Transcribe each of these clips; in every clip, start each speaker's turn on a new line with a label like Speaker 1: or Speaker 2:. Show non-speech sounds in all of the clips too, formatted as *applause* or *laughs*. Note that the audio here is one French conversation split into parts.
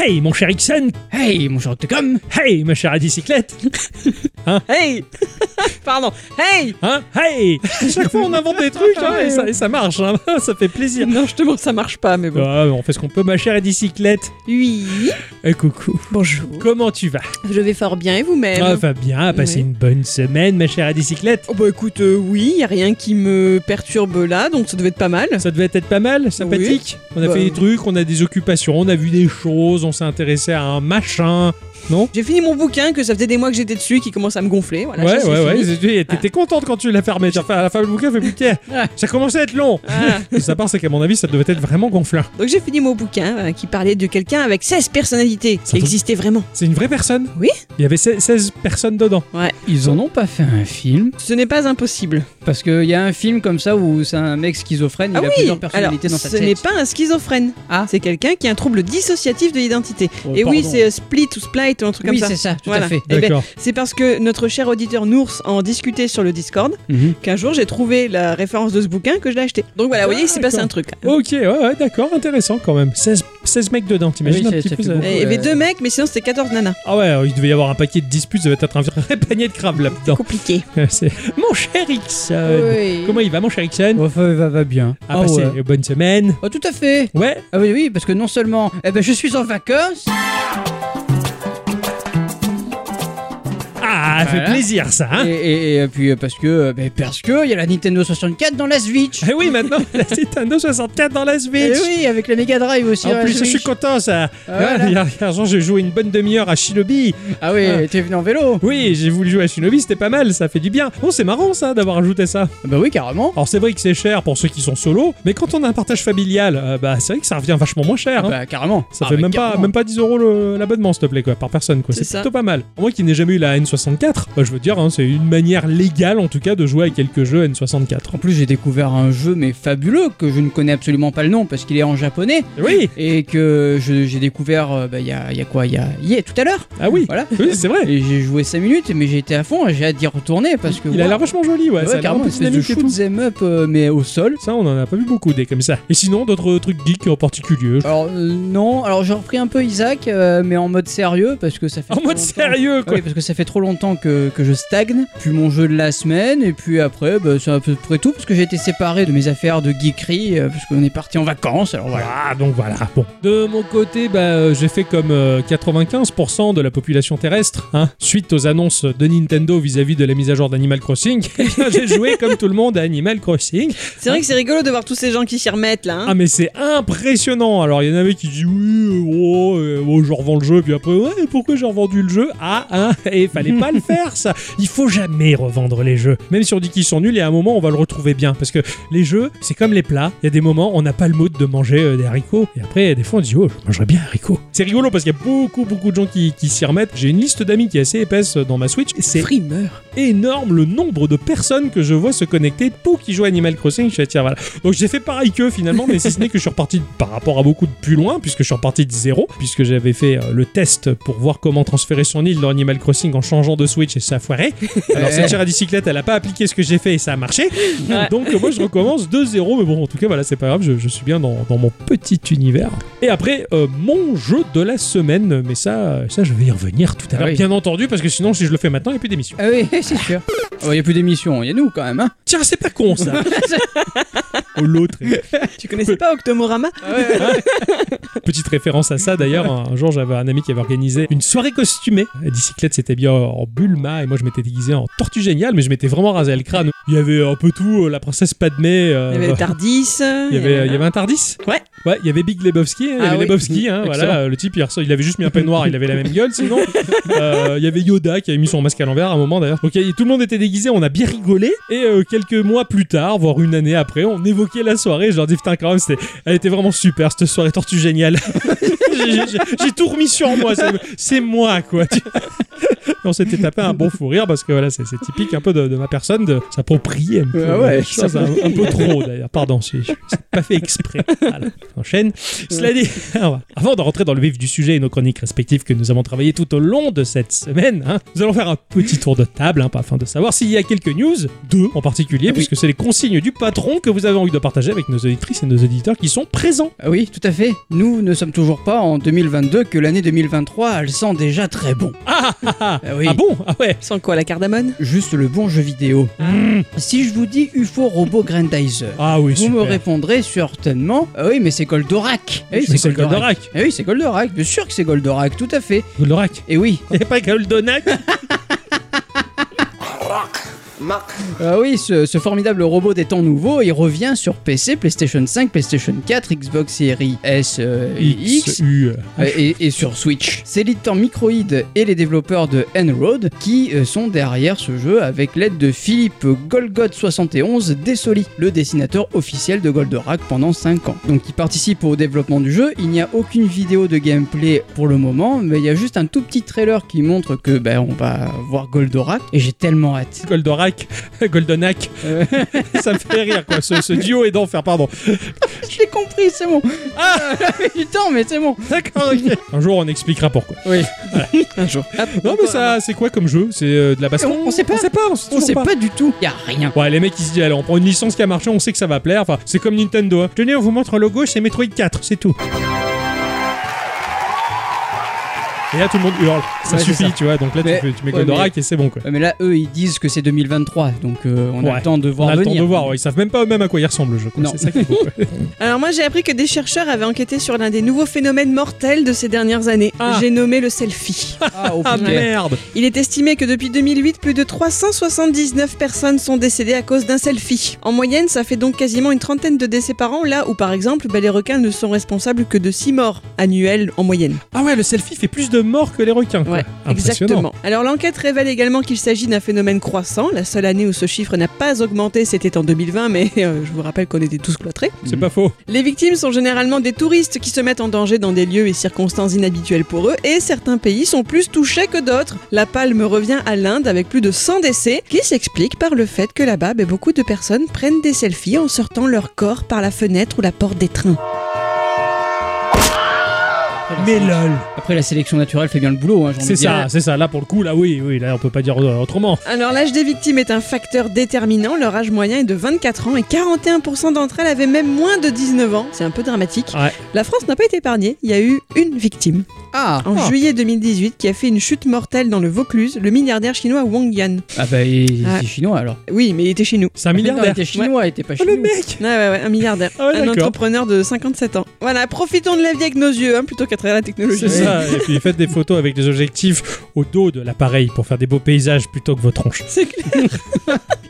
Speaker 1: Hey mon cher Ixon
Speaker 2: Hey, mon cher Octocom
Speaker 1: Hey ma chère à *laughs* bicyclette *laughs*
Speaker 2: Hey Pardon Hey
Speaker 1: hein Hey À chaque fois on invente *laughs* des trucs hein, et, ça, et ça marche, hein, *laughs* ça fait plaisir
Speaker 2: Non, justement, ça marche pas, mais bon.
Speaker 1: Ah, On fait ce qu'on peut ma chère à bicyclette
Speaker 2: Oui
Speaker 1: Eh, Coucou
Speaker 2: Bonjour
Speaker 1: Comment tu vas
Speaker 2: Je vais fort bien, et vous-même
Speaker 1: Ah, va bien, a passé
Speaker 2: Oui.
Speaker 1: une bonne semaine ma chère à bicyclette
Speaker 2: Oh bah écoute, euh, oui, y a rien qui me perturbe là, donc ça devait être pas mal.
Speaker 1: ça devait être pas mal, sympathique. On a
Speaker 2: Bah,
Speaker 1: fait des trucs, on a des occupations, on a vu des choses, on s'est intéressé à un machin. Non
Speaker 2: J'ai fini mon bouquin, que ça faisait des mois que j'étais dessus, qui commence à me gonfler, voilà.
Speaker 1: Ouais,
Speaker 2: ça, c'est
Speaker 1: ouais, ouais.
Speaker 2: fini.
Speaker 1: c'était- T'étais contente quand tu l'as fermé. T'as fait- à la fin du bouquin, *laughs* fait putain,
Speaker 2: Ouais.
Speaker 1: ça commençait à être long.
Speaker 2: Voilà.
Speaker 1: Et sa part, c'est qu'à mon avis, ça devait être vraiment gonflant.
Speaker 2: Ah, Donc j'ai fini mon bouquin euh, qui parlait de quelqu'un avec 16 personnalités, qui
Speaker 1: Surtout-
Speaker 2: existait vraiment.
Speaker 1: C'est une vraie personne
Speaker 2: Oui.
Speaker 1: Il y avait 16 16 personnes dedans.
Speaker 3: Ils en ont pas fait un film
Speaker 2: Ce n'est pas impossible.
Speaker 3: parce qu'il y a un film comme ça où c'est un mec schizophrène,
Speaker 2: ah
Speaker 3: il a
Speaker 2: oui
Speaker 3: plusieurs
Speaker 2: Alors,
Speaker 3: personnalités dans sa
Speaker 2: ce
Speaker 3: tête.
Speaker 2: n'est pas un schizophrène.
Speaker 3: Ah.
Speaker 2: C'est quelqu'un qui a un trouble dissociatif de l'identité. et oui, c'est euh, split ou split ou un truc
Speaker 3: oui,
Speaker 2: comme ça.
Speaker 3: c'est ça, tout
Speaker 2: Voilà.
Speaker 3: à fait.
Speaker 2: Eh ben-
Speaker 1: Oh, D'accord.
Speaker 2: C'est parce que notre cher auditeur Nours en discutait sur le Discord
Speaker 3: Mhm.
Speaker 2: qu'un jour j'ai trouvé la référence de ce bouquin que je l'ai acheté. Donc voilà, vous voyez, il s'est passé
Speaker 1: D'accord.
Speaker 2: un truc.
Speaker 1: Ok, ouais, ouais, d'accord, intéressant quand même. 16, 16 mecs dedans, t'imagines
Speaker 3: Oui,
Speaker 1: un
Speaker 3: ça-
Speaker 1: petit
Speaker 3: ça
Speaker 1: peu
Speaker 3: fait
Speaker 1: ça-
Speaker 3: beaucoup.
Speaker 2: Et Il y avait
Speaker 3: Euh,
Speaker 2: deux mecs, mais sinon c'était 14 nanas.
Speaker 1: Ah ouais, il devait y avoir un paquet de disputes, ça devait être un vrai *laughs* panier de crabes là-dedans.
Speaker 2: Compliqué.
Speaker 1: C'est- Mon cher Ixon Ah Comment il va, mon cher Ixon
Speaker 3: Ouais, va, va- va bien.
Speaker 1: A passé
Speaker 3: Oh, ouais.
Speaker 1: une bonne semaine
Speaker 3: Oh, tout à fait.
Speaker 1: Ouais
Speaker 3: Ah oui, oui, parce que non seulement, eh ben, je suis en vacances.
Speaker 1: Ah, ça fait
Speaker 3: Voilà.
Speaker 1: plaisir ça, hein
Speaker 3: et, et- et puis euh, parce que, euh, ben, parce que il y a la Nintendo 64 dans la Switch.
Speaker 1: Eh oui, maintenant, *laughs* c'est un 64 dans la
Speaker 3: Eh
Speaker 1: Switch
Speaker 3: oui, avec la Mega Drive aussi. dans
Speaker 1: En
Speaker 3: la
Speaker 1: plus, je suis
Speaker 3: Switch.
Speaker 1: content ça
Speaker 3: Ah,
Speaker 1: Ah,
Speaker 3: voilà.
Speaker 1: Il y a- il y a un jour, j'ai joué une bonne demi-heure à Shinobi
Speaker 3: Ah oui,
Speaker 1: Ah.
Speaker 3: t'es venu en vélo.
Speaker 1: Oui, j'ai voulu jouer à Shinobi, c'était pas mal, ça fait du bien Bon, c'est marrant ça, d'avoir ajouté ça
Speaker 3: Ah Bah oui, carrément.
Speaker 1: Alors c'est vrai que c'est cher pour ceux qui sont solos, mais quand on a un partage familial, euh, bah c'est vrai que ça revient vachement moins cher. hein.
Speaker 3: Bah carrément.
Speaker 1: Ça
Speaker 3: Ah,
Speaker 1: fait
Speaker 3: bah,
Speaker 1: même pas,
Speaker 3: carrément.
Speaker 1: même pas 10 euros le- l'abonnement, s'il te plaît, quoi, par personne. quoi.
Speaker 2: C'est
Speaker 1: C'est
Speaker 2: ça.
Speaker 1: plutôt pas mal. Moi qui n'ai jamais eu la N64, bah, je veux dire, hein, c'est une manière légale en tout cas de jouer à quelques jeux N64.
Speaker 3: En plus, j'ai découvert un jeu mais fabuleux que je ne connais absolument pas le nom parce qu'il est en japonais
Speaker 1: Oui,
Speaker 3: et que je- j'ai découvert euh, bah, il y, a, il y a quoi Il y a hier tout à l'heure.
Speaker 1: ah oui,
Speaker 3: Voilà.
Speaker 1: oui c'est vrai.
Speaker 3: Et j'ai joué 5 minutes mais j'ai été à fond, j'ai hâte d'y retourner parce que
Speaker 1: Il a
Speaker 3: waouh.
Speaker 1: l'air vachement joli, ouais.
Speaker 3: Ouais,
Speaker 1: ça a l'air
Speaker 3: carrément
Speaker 1: un
Speaker 3: une
Speaker 1: peu
Speaker 3: espèce de
Speaker 1: dynamique et tout.
Speaker 3: shoot them up euh, mais au sol.
Speaker 1: Ça, on en a pas vu beaucoup des comme ça. Et sinon, d'autres trucs geeks en particulier.
Speaker 3: Alors euh, non, alors j'ai repris un peu Isaac euh, mais en mode sérieux parce que ça fait
Speaker 1: En
Speaker 3: trop
Speaker 1: mode
Speaker 3: longtemps-
Speaker 1: sérieux,
Speaker 3: Ah
Speaker 1: quoi.
Speaker 3: Oui, parce que ça fait trop longtemps que, que je stagne. Puis mon jeu de la semaine, et puis après, bah, c'est à peu près tout, parce que j'ai été séparé de mes affaires de geekery, euh, parce qu'on est parti en vacances, alors voilà.
Speaker 1: Voilà, Ah, donc voilà. Bon. De mon côté, bah, euh, j'ai fait comme euh, 95% de la population terrestre, hein, suite aux annonces de Nintendo vis-à-vis de la mise à jour d'Animal Crossing. *laughs* eh bien, j'ai joué comme tout le monde à Animal Crossing.
Speaker 2: C'est vrai que c'est rigolo de voir tous ces gens qui s'y remettent là. hein.
Speaker 1: Ah, mais c'est impressionnant. Alors, il y en avait qui disent oui, euh, oh, euh, oh, je revends le jeu, puis après, ouais, pourquoi j'ai revendu le jeu Ah, hein, *laughs* et fallait pas le faire, ça. Il faut jamais revendre les jeux. Même si on dit qu'ils sont nuls, et à un moment, on va le retrouver bien. Parce que les jeux, c'est comme les plats. Il y a des moments, on n'a pas le mot de manger euh, des haricots. Et après, des fois, on dit, oh, je mangerais bien un haricot. C'est rigolo parce qu'il y a beaucoup, beaucoup de gens qui, qui s'y remettent. J'ai une liste d'amis qui est assez épaisse dans ma Switch. et C'est
Speaker 2: Frimeur.
Speaker 1: énorme le nombre de personnes que je vois se connecter pour qui jouent à Animal Crossing. Je suis là, tiens, voilà. Donc j'ai fait pareil qu'eux finalement, mais si ce n'est que je suis reparti par rapport à beaucoup de plus loin, puisque je suis reparti de zéro, puisque j'avais fait euh, le test pour voir comment transférer son île dans Animal Crossing en changeant de Switch et ça a foiré. Alors cette chère à bicyclette, elle a pas appliqué ce que j'ai fait et ça a marché.
Speaker 2: Ouais.
Speaker 1: Donc euh, moi je recommence de zéro, mais bon, en tout cas, voilà, c'est pas grave, je, je suis bien dans, dans mon petit univers. Et après, euh, mon jeu de la semaine, mais ça, euh, ça je vais y revenir tout à
Speaker 3: Ah
Speaker 1: l'heure,
Speaker 3: oui.
Speaker 1: bien entendu, parce que sinon si je le fais maintenant, il n'y a plus d'émission.
Speaker 3: Ah oui, c'est sûr. Il n'y a plus d'émission, il y a nous quand même. Hein
Speaker 1: Tiens, c'est pas con *laughs*
Speaker 3: *laughs*
Speaker 1: ça. Oh, L'autre.
Speaker 2: *laughs* Tu connaissais pas
Speaker 1: Euh,
Speaker 2: Octomorama
Speaker 1: Ah Petite référence à ça d'ailleurs. Un jour, j'avais un ami qui avait organisé une soirée costumée. La bicyclette s'était bien en Bulma et moi je m'étais déguisé en Tortue Géniale, mais je m'étais vraiment rasé le crâne. Il y avait un peu tout, euh, la princesse Padmé. euh,
Speaker 2: Il y avait Tardis.
Speaker 1: *laughs*
Speaker 2: euh,
Speaker 1: il y avait, euh, il y avait un Tardis
Speaker 2: Ouais.
Speaker 1: Ouais, il y avait Big Lebowski. hein, il y
Speaker 2: Ah
Speaker 1: avait
Speaker 2: oui.
Speaker 1: Lebowski, hein,
Speaker 3: Excellent.
Speaker 1: voilà. euh, Le type, il, ressemble- il avait juste mis un peignoir, il avait la même gueule
Speaker 2: *laughs*
Speaker 1: sinon. Euh, il y avait Yoda qui avait mis son masque à l'envers à un moment d'ailleurs. Donc il y- tout le monde était déguisé, on a bien rigolé. Et euh, quelques mois plus tard, voire une année après, on évoquait la soirée. Je leur dis, putain, quand même, c'était- elle était vraiment super cette soirée tortue géniale. *laughs* J'ai- j'ai- J'ai tout remis sur moi, c'est- c'est moi quoi. *laughs* tu vois. Et on s'était tapé un bon fou rire parce que voilà, c'est c'est typique un peu de, de ma personne de s'approprier un peu euh,
Speaker 3: Ah ouais,
Speaker 1: les choses, un, un peu trop d'ailleurs. Pardon, c'est c'est pas fait exprès. Voilà. enchaîne. Cela dit, alors, Ah avant de rentrer dans le vif du sujet et nos chroniques respectives que nous avons travaillées tout au long de cette semaine, hein, nous allons faire un petit tour de table hein, afin de savoir s'il y a quelques news, deux en particulier,
Speaker 3: Ah oui.
Speaker 1: puisque c'est les consignes du patron que vous avez envie de partager avec nos auditrices et nos auditeurs qui sont présents.
Speaker 3: Ah oui, tout à fait. Nous ne sommes toujours pas en 2022, que l'année 2023, elle sent déjà très bon.
Speaker 1: Ah ah, ah,
Speaker 3: Ah oui.
Speaker 1: ah bon Ah ouais
Speaker 2: Sans quoi, la cardamone
Speaker 3: Juste le bon jeu vidéo.
Speaker 1: Mmh.
Speaker 3: Si je vous dis UFO Robot Grandizer,
Speaker 1: Ah oui,
Speaker 3: vous
Speaker 1: super.
Speaker 3: me répondrez certainement Ah oui, mais c'est Goldorak. Ah oui,
Speaker 1: Mais c'est Goldorak.
Speaker 3: Ah oui, c'est Goldorak. Bien sûr que c'est Goldorak, tout à fait.
Speaker 1: Goldorak.
Speaker 3: Et oui,
Speaker 1: Et pas Goldorak *laughs*
Speaker 3: Ah oui, ce, ce formidable robot des temps nouveaux, il revient sur PC, PlayStation 5, PlayStation 4, Xbox Series S euh, et X.
Speaker 1: U.
Speaker 3: euh, Et, et sur Switch. C'est l'éditeur Microïd et les développeurs de Enroad qui euh, sont derrière ce jeu avec l'aide de Philippe Golgot71 Dessoli, le dessinateur officiel de Goldorak pendant 5 ans. Donc il participe au développement du jeu, il n'y a aucune vidéo de gameplay pour le moment, mais il y a juste un tout petit trailer qui montre que ben, on va voir Goldorak et j'ai tellement hâte. *laughs*
Speaker 1: Goldorak. *laughs* Goldonak.
Speaker 3: Euh,
Speaker 1: *laughs* Ça me fait rire, quoi. Ce, ce duo est d'enfer, pardon.
Speaker 3: Je l'ai compris, c'est bon. *laughs*
Speaker 1: Ah
Speaker 3: Mais du temps, mais c'est bon.
Speaker 1: D'accord, ok. Ah, Un jour, on expliquera pourquoi.
Speaker 3: Oui. Un jour.
Speaker 1: Non, mais ça, c'est quoi comme jeu C'est euh, de la baston
Speaker 3: On- on sait pas.
Speaker 1: On sait pas, on sait,
Speaker 3: On
Speaker 1: toujours
Speaker 3: sait pas. du tout. Y a rien.
Speaker 1: Ouais, les mecs ils se disent, allez, on prend une licence qui a marché, on sait que ça va plaire. Enfin, c'est comme Nintendo. hein. Tenez, on vous montre un logo, c'est Metroid 4, c'est tout. Et là, tout le monde hurle. Ça
Speaker 3: Ouais, c'est
Speaker 1: suffit,
Speaker 3: ça.
Speaker 1: tu vois. Donc là, tu
Speaker 3: Mais-
Speaker 1: fais- tu mets
Speaker 3: ouais,
Speaker 1: Goldorak et c'est bon, quoi.
Speaker 3: Ouais, mais là, eux, ils disent que c'est 2023, donc euh, on
Speaker 1: Ouais.
Speaker 3: attend de
Speaker 1: On
Speaker 3: voir
Speaker 1: a le temps
Speaker 3: venir.
Speaker 1: de voir, ouais, ils savent même pas eux-mêmes à quoi ils ressemblent le jeu. quoi.
Speaker 3: Non.
Speaker 1: C'est ça qui est beau, quoi.
Speaker 2: Alors moi j'ai appris que des chercheurs avaient enquêté sur l'un des nouveaux phénomènes mortels de ces dernières années.
Speaker 1: Ah.
Speaker 2: J'ai nommé le selfie.
Speaker 3: Ah, oh,
Speaker 1: Ah
Speaker 3: putain.
Speaker 1: merde
Speaker 2: Il est estimé que depuis 2008, plus de 379 personnes sont décédées à cause d'un selfie. En moyenne, ça fait donc quasiment une trentaine de décès par an, là où par exemple bah, les requins ne sont responsables que de 6 morts annuelles en moyenne.
Speaker 1: Ah ouais, le selfie fait plus de morts que les requins. quoi.
Speaker 2: Ouais,
Speaker 1: Impressionnant.
Speaker 2: exactement. Alors l'enquête révèle également qu'il s'agit d'un phénomène croissant. La seule année où ce chiffre n'a pas augmenté, c'était en 2020, mais euh, je vous rappelle qu'on était tous cloîtrés.
Speaker 1: C'est pas faux.
Speaker 2: Les victimes sont généralement des touristes qui se mettent en danger dans des lieux et circonstances inhabituelles pour eux, et certains pays sont plus touchés que d'autres. La palme revient à l'Inde avec plus de 100 décès, qui s'explique par le fait que là-bas, ben, beaucoup de personnes prennent des selfies en sortant leur corps par la fenêtre ou la porte des trains.
Speaker 3: Après, la
Speaker 1: Mais
Speaker 3: sélection-
Speaker 1: lol
Speaker 3: Après, la sélection naturelle fait bien le boulot. hein, j'ai envie
Speaker 1: C'est
Speaker 3: de dire.
Speaker 1: ça, c'est ça. Là, pour le coup, là, oui, oui, là, on peut pas dire euh, autrement.
Speaker 2: Alors l'âge des victimes est un facteur déterminant, leur âge moyen est de 24 ans et 41% d'entre elles avaient même moins de 19 ans, c'est un peu dramatique.
Speaker 1: Ouais.
Speaker 2: La France n'a pas été épargnée, il y a eu une victime
Speaker 3: Ah,
Speaker 2: en
Speaker 1: Oh.
Speaker 3: ah.
Speaker 2: juillet 2018 qui a fait une chute mortelle dans le Vaucluse, le milliardaire chinois Wang Yan.
Speaker 3: Ah bah, il
Speaker 2: Ouais.
Speaker 3: c'est chinois alors.
Speaker 2: Oui, mais il était chez nous.
Speaker 1: C'est un
Speaker 3: Non, il
Speaker 1: milliardaire.
Speaker 3: était chinois, il était pas
Speaker 1: Oh,
Speaker 3: chinois.
Speaker 1: le mec
Speaker 2: Ouais, ouais, ouais, un milliardaire.
Speaker 1: Ah ouais,
Speaker 2: un
Speaker 1: d'accord.
Speaker 2: entrepreneur de 57 ans. Voilà, profitons de la vie avec nos yeux hein, plutôt qu'à travers la technologie.
Speaker 1: C'est ça. Et puis faites des photos avec des objectifs au dos de l'appareil pour faire des beaux paysages plutôt que vos tronches.
Speaker 2: C'est clair.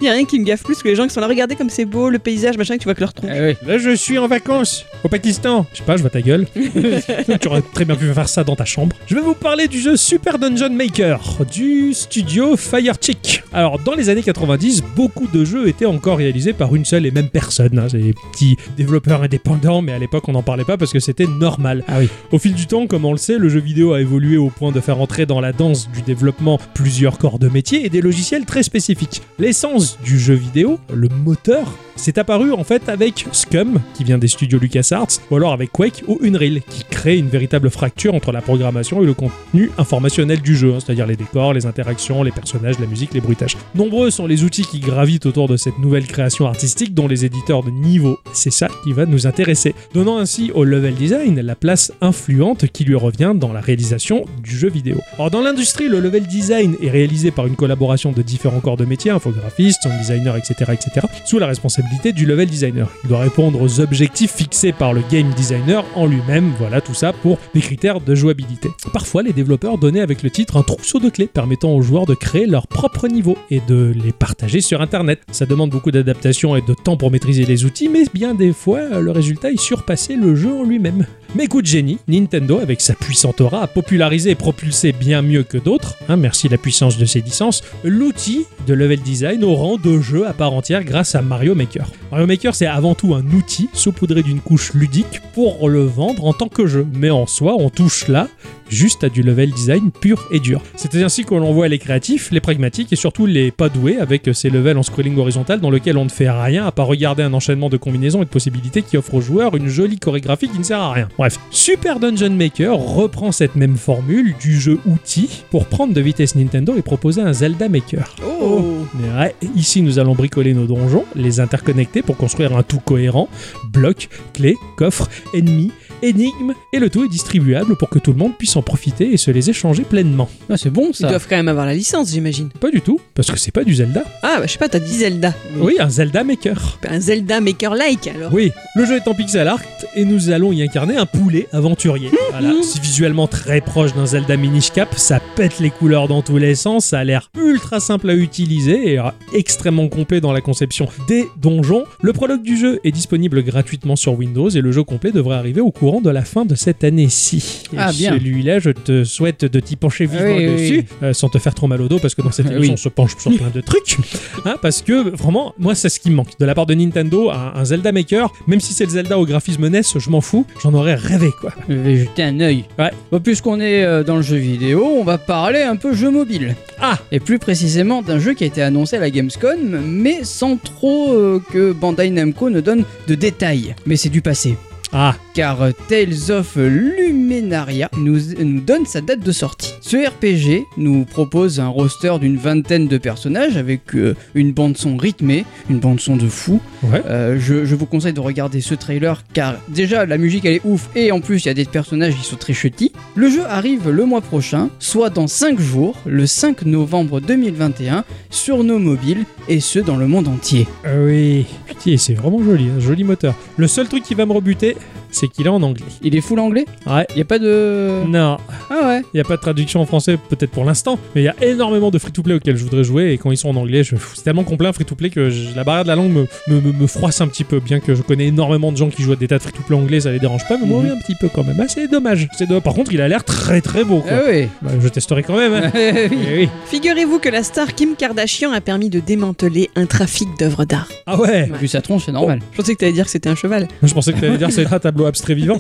Speaker 2: Il y a rien qui me gaffe plus que les gens qui sont là. Regardez comme c'est beau, le paysage, machin, que tu vois que leur tronc.
Speaker 3: Ah, oui.
Speaker 1: Là, je suis en vacances au Pakistan. Je sais pas, je vois ta gueule. *laughs* tu aurais très bien pu faire ça dans ta chambre. Je vais vous parler du jeu Super Dungeon Maker du studio Firechick. Alors, dans les années 90, beaucoup de jeux étaient encore réalisés par une seule et même personne. hein. C'est des petits développeurs indépendants, mais à l'époque, on n'en parlait pas parce que c'était normal.
Speaker 3: Ah oui.
Speaker 1: Au fil du temps, comme on le sait, le jeu vidéo a évolué au point de faire entrer dans la danse du développement plusieurs corps de métier et des logiciels très spécifiques. L'essence du jeu vidéo, le moteur, s'est apparu en fait avec Scum, qui vient des studios LucasArts, ou alors avec Quake ou Unreal, qui crée une véritable fracture entre la programmation et le contenu informationnel du jeu, hein, c'est-à-dire les décors, les interactions, les personnages, la musique, les bruitages. Nombreux sont les outils qui gravitent autour de cette nouvelle création artistique dont les éditeurs de niveau. C'est ça qui va nous intéresser, donnant ainsi au level design la place influente qui lui revient dans la réalisation du jeu vidéo. Or, dans l'industrie, le level design est réalisé par une collaboration de différents corps de métier, infographistes, sound designer, etc., etc., sous la responsabilité du level designer. Il doit répondre aux objectifs fixés par le game designer en lui-même, voilà tout ça pour des critères de jouabilité. Parfois, les développeurs donnaient avec le titre un trousseau de clés permettant aux joueurs de créer leur propre niveau et de les partager sur internet. Ça demande beaucoup d'adaptation et de temps pour maîtriser les outils, mais bien des fois, le résultat est surpassé le jeu en lui-même. Mais coup de génie, Nintendo, avec sa puissante aura, a popularisé et propulsé bien mieux que d'autres, hein, merci la puissance de ses licences, l'outil de level design au rang de jeu à part entière grâce à Mario Maker. Mario Maker, c'est avant tout un outil saupoudré d'une couche ludique pour le vendre en tant que jeu, mais en soi, on touche là juste à du level design pur et dur. C'est ainsi que l'on voit les créatifs, les pragmatiques et surtout les pas doués avec ces levels en scrolling horizontal dans lequel on ne fait rien à part regarder un enchaînement de combinaisons et de possibilités qui offre aux joueurs une jolie chorégraphie qui ne sert à rien. Bref, Super Dungeon Maker reprend cette même formule du jeu outil pour prendre de vitesse Nintendo et proposer un Zelda Maker.
Speaker 2: Oh
Speaker 1: Mais ouais, ici nous allons bricoler nos donjons, les interconnecter pour construire un tout cohérent, blocs, clés, coffres, ennemis, énigmes, et le tout est distribuable pour que tout le monde puisse en profiter et se les échanger pleinement.
Speaker 3: Ah, c'est bon
Speaker 2: Ils
Speaker 3: ça.
Speaker 2: doivent quand même avoir la licence, j'imagine.
Speaker 1: Pas du tout, parce que c'est pas du Zelda.
Speaker 2: Ah, bah, je sais pas, t'as dit Zelda.
Speaker 1: Oui, un Zelda Maker.
Speaker 2: Un Zelda Maker-like alors.
Speaker 1: Oui, le jeu est en pixel art et nous allons y incarner un poulet
Speaker 3: Hum,
Speaker 1: aventurier. Voilà, c'est visuellement très proche d'un Zelda Minish Cap, ça pète les couleurs dans tous les sens, ça a l'air ultra simple à utiliser et euh, extrêmement complet dans la conception des donjons. Le prologue du jeu est disponible gratuitement sur Windows et le jeu complet devrait arriver au courant de la fin de cette année-ci. Et
Speaker 3: Ah, bien.
Speaker 1: Celui-là, je te souhaite de t'y pencher vivement
Speaker 3: Oui, oui,
Speaker 1: dessus,
Speaker 3: oui.
Speaker 1: euh, sans te faire trop mal au dos parce que dans cette émission
Speaker 3: Oui.
Speaker 1: on se penche sur plein de trucs. Hein, parce que vraiment, moi, c'est ce qui me manque. De la part de Nintendo, un, un Zelda Maker, même si c'est le Zelda au graphisme NES, je m'en fous, j'en aurais rêvé, quoi.
Speaker 3: Je vais jeter un œil.
Speaker 1: Ouais.
Speaker 3: Bon, puisqu'on est euh, dans le jeu vidéo, on va parler un peu jeu mobile.
Speaker 1: Ah
Speaker 3: Et plus précisément d'un jeu qui a été annoncé à la Gamescom, mais sans trop euh, que Bandai Namco ne donne de détails. Mais c'est du passé.
Speaker 1: Ah,
Speaker 3: car euh, Tales of Lumenaria nous, nous donne sa date de sortie. Ce RPG nous propose un roster d'une vingtaine de personnages avec euh, une bande son rythmée, une bande son de fou.
Speaker 1: Ouais.
Speaker 3: Euh, je, je vous conseille de regarder ce trailer car déjà la musique elle est ouf et en plus il y a des personnages qui sont très chutis. Le jeu arrive le mois prochain, soit dans 5 jours, le 5 novembre 2021, sur nos mobiles et ce dans le monde entier.
Speaker 1: euh, oui. Putain, c'est vraiment joli, un joli moteur. Le seul truc qui va me rebuter, c'est qu'il est en anglais.
Speaker 3: Il est full anglais
Speaker 1: Ouais. Mm.
Speaker 3: Il n'y a pas de...
Speaker 1: Non,
Speaker 3: Ah ouais
Speaker 1: il n'y a pas de traduction en français, peut-être pour l'instant, mais il y a énormément de free-to-play auxquels je voudrais jouer, et quand ils sont en anglais, je... c'est tellement complet un free-to-play que je- la barrière de la langue me, me, me- me froisse un petit peu, bien que je connais énormément de gens qui jouent à des tas de free-to-play anglais, ça les dérange pas, mais moi,
Speaker 3: Mhm.
Speaker 1: oui, un petit peu quand même. Ah, c'est dommage. C'est dommage. Par contre, il a l'air très très beau, quoi.
Speaker 3: Ah ouais *laughs* Ah
Speaker 1: Bah, je testerai quand même. hein. Eh oui.
Speaker 2: Figurez-vous que la star Kim Kardashian a permis de démanteler un trafic d'œuvres d'art.
Speaker 1: Ah ouais
Speaker 3: Vu sa tronche, c'est normal.
Speaker 2: Je pensais que t'allais dire que c'était un cheval.
Speaker 1: Je pensais que t'allais dire c'est un tableau abstrait vivant.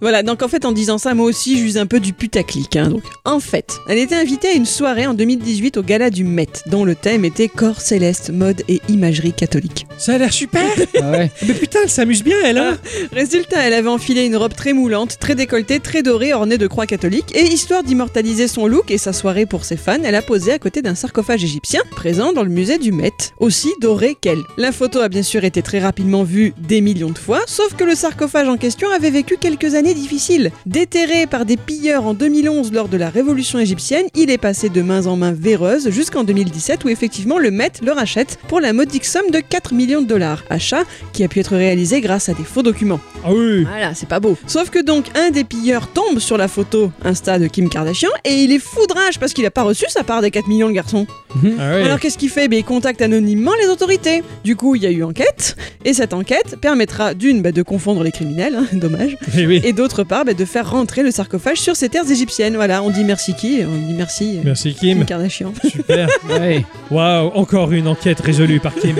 Speaker 2: Voilà, donc en fait, en disant ça, moi aussi, j'use un peu du putaclic. hein. Donc, en fait, elle était invitée à une soirée en 2018 au gala du Met, dont le thème était corps céleste, mode et imagerie catholique.
Speaker 1: Ça a l'air super
Speaker 3: Ah ouais.
Speaker 1: Mais putain, elle s'amuse bien, elle hein
Speaker 2: Résultat, elle avait enfilé une robe très moulante, très décolletée, très dorée, ornée de croix catholiques, et histoire d'immortaliser son look et sa soirée pour ses fans, elle a posé à côté d'un sarcophage égyptien présent dans le musée du Met, aussi doré qu'elle. La photo a bien sûr été très rapidement vue des millions de fois, sauf que le sarcophage en question avait vécu quelques années difficiles. Déterré par des pilleurs en 2011 lors de la révolution égyptienne, il est passé de mains en mains véreuses jusqu'en 2017 où effectivement le Met le rachète pour la modique somme de 4 millions de dollars, achat qui a pu être réalisé grâce à des faux documents.
Speaker 1: Ah oui
Speaker 2: Voilà, c'est pas beau. Sauf que donc un des pilleurs tombe sur la photo Insta de Kim Kardashian et il est foudrage parce qu'il a pas reçu sa part des 4 millions le garçon.
Speaker 1: Ah oui
Speaker 2: Alors qu'est-ce qu'il fait ben, Il contacte anonymement les autorités. Du coup, il y a eu enquête et cette enquête permettra d'une bah, de confondre les criminels, hein, *laughs* dommage,
Speaker 1: Eh oui.
Speaker 2: et d'autre part bah, de faire rentrer le sarcophage sur ses terres égyptiennes. Voilà, on dit merci qui On dit merci. euh,
Speaker 1: Merci Kim,
Speaker 2: Kim Kardashian.
Speaker 1: super.
Speaker 3: ah Ouais.
Speaker 1: Waouh, encore une enquête résolue par Kim.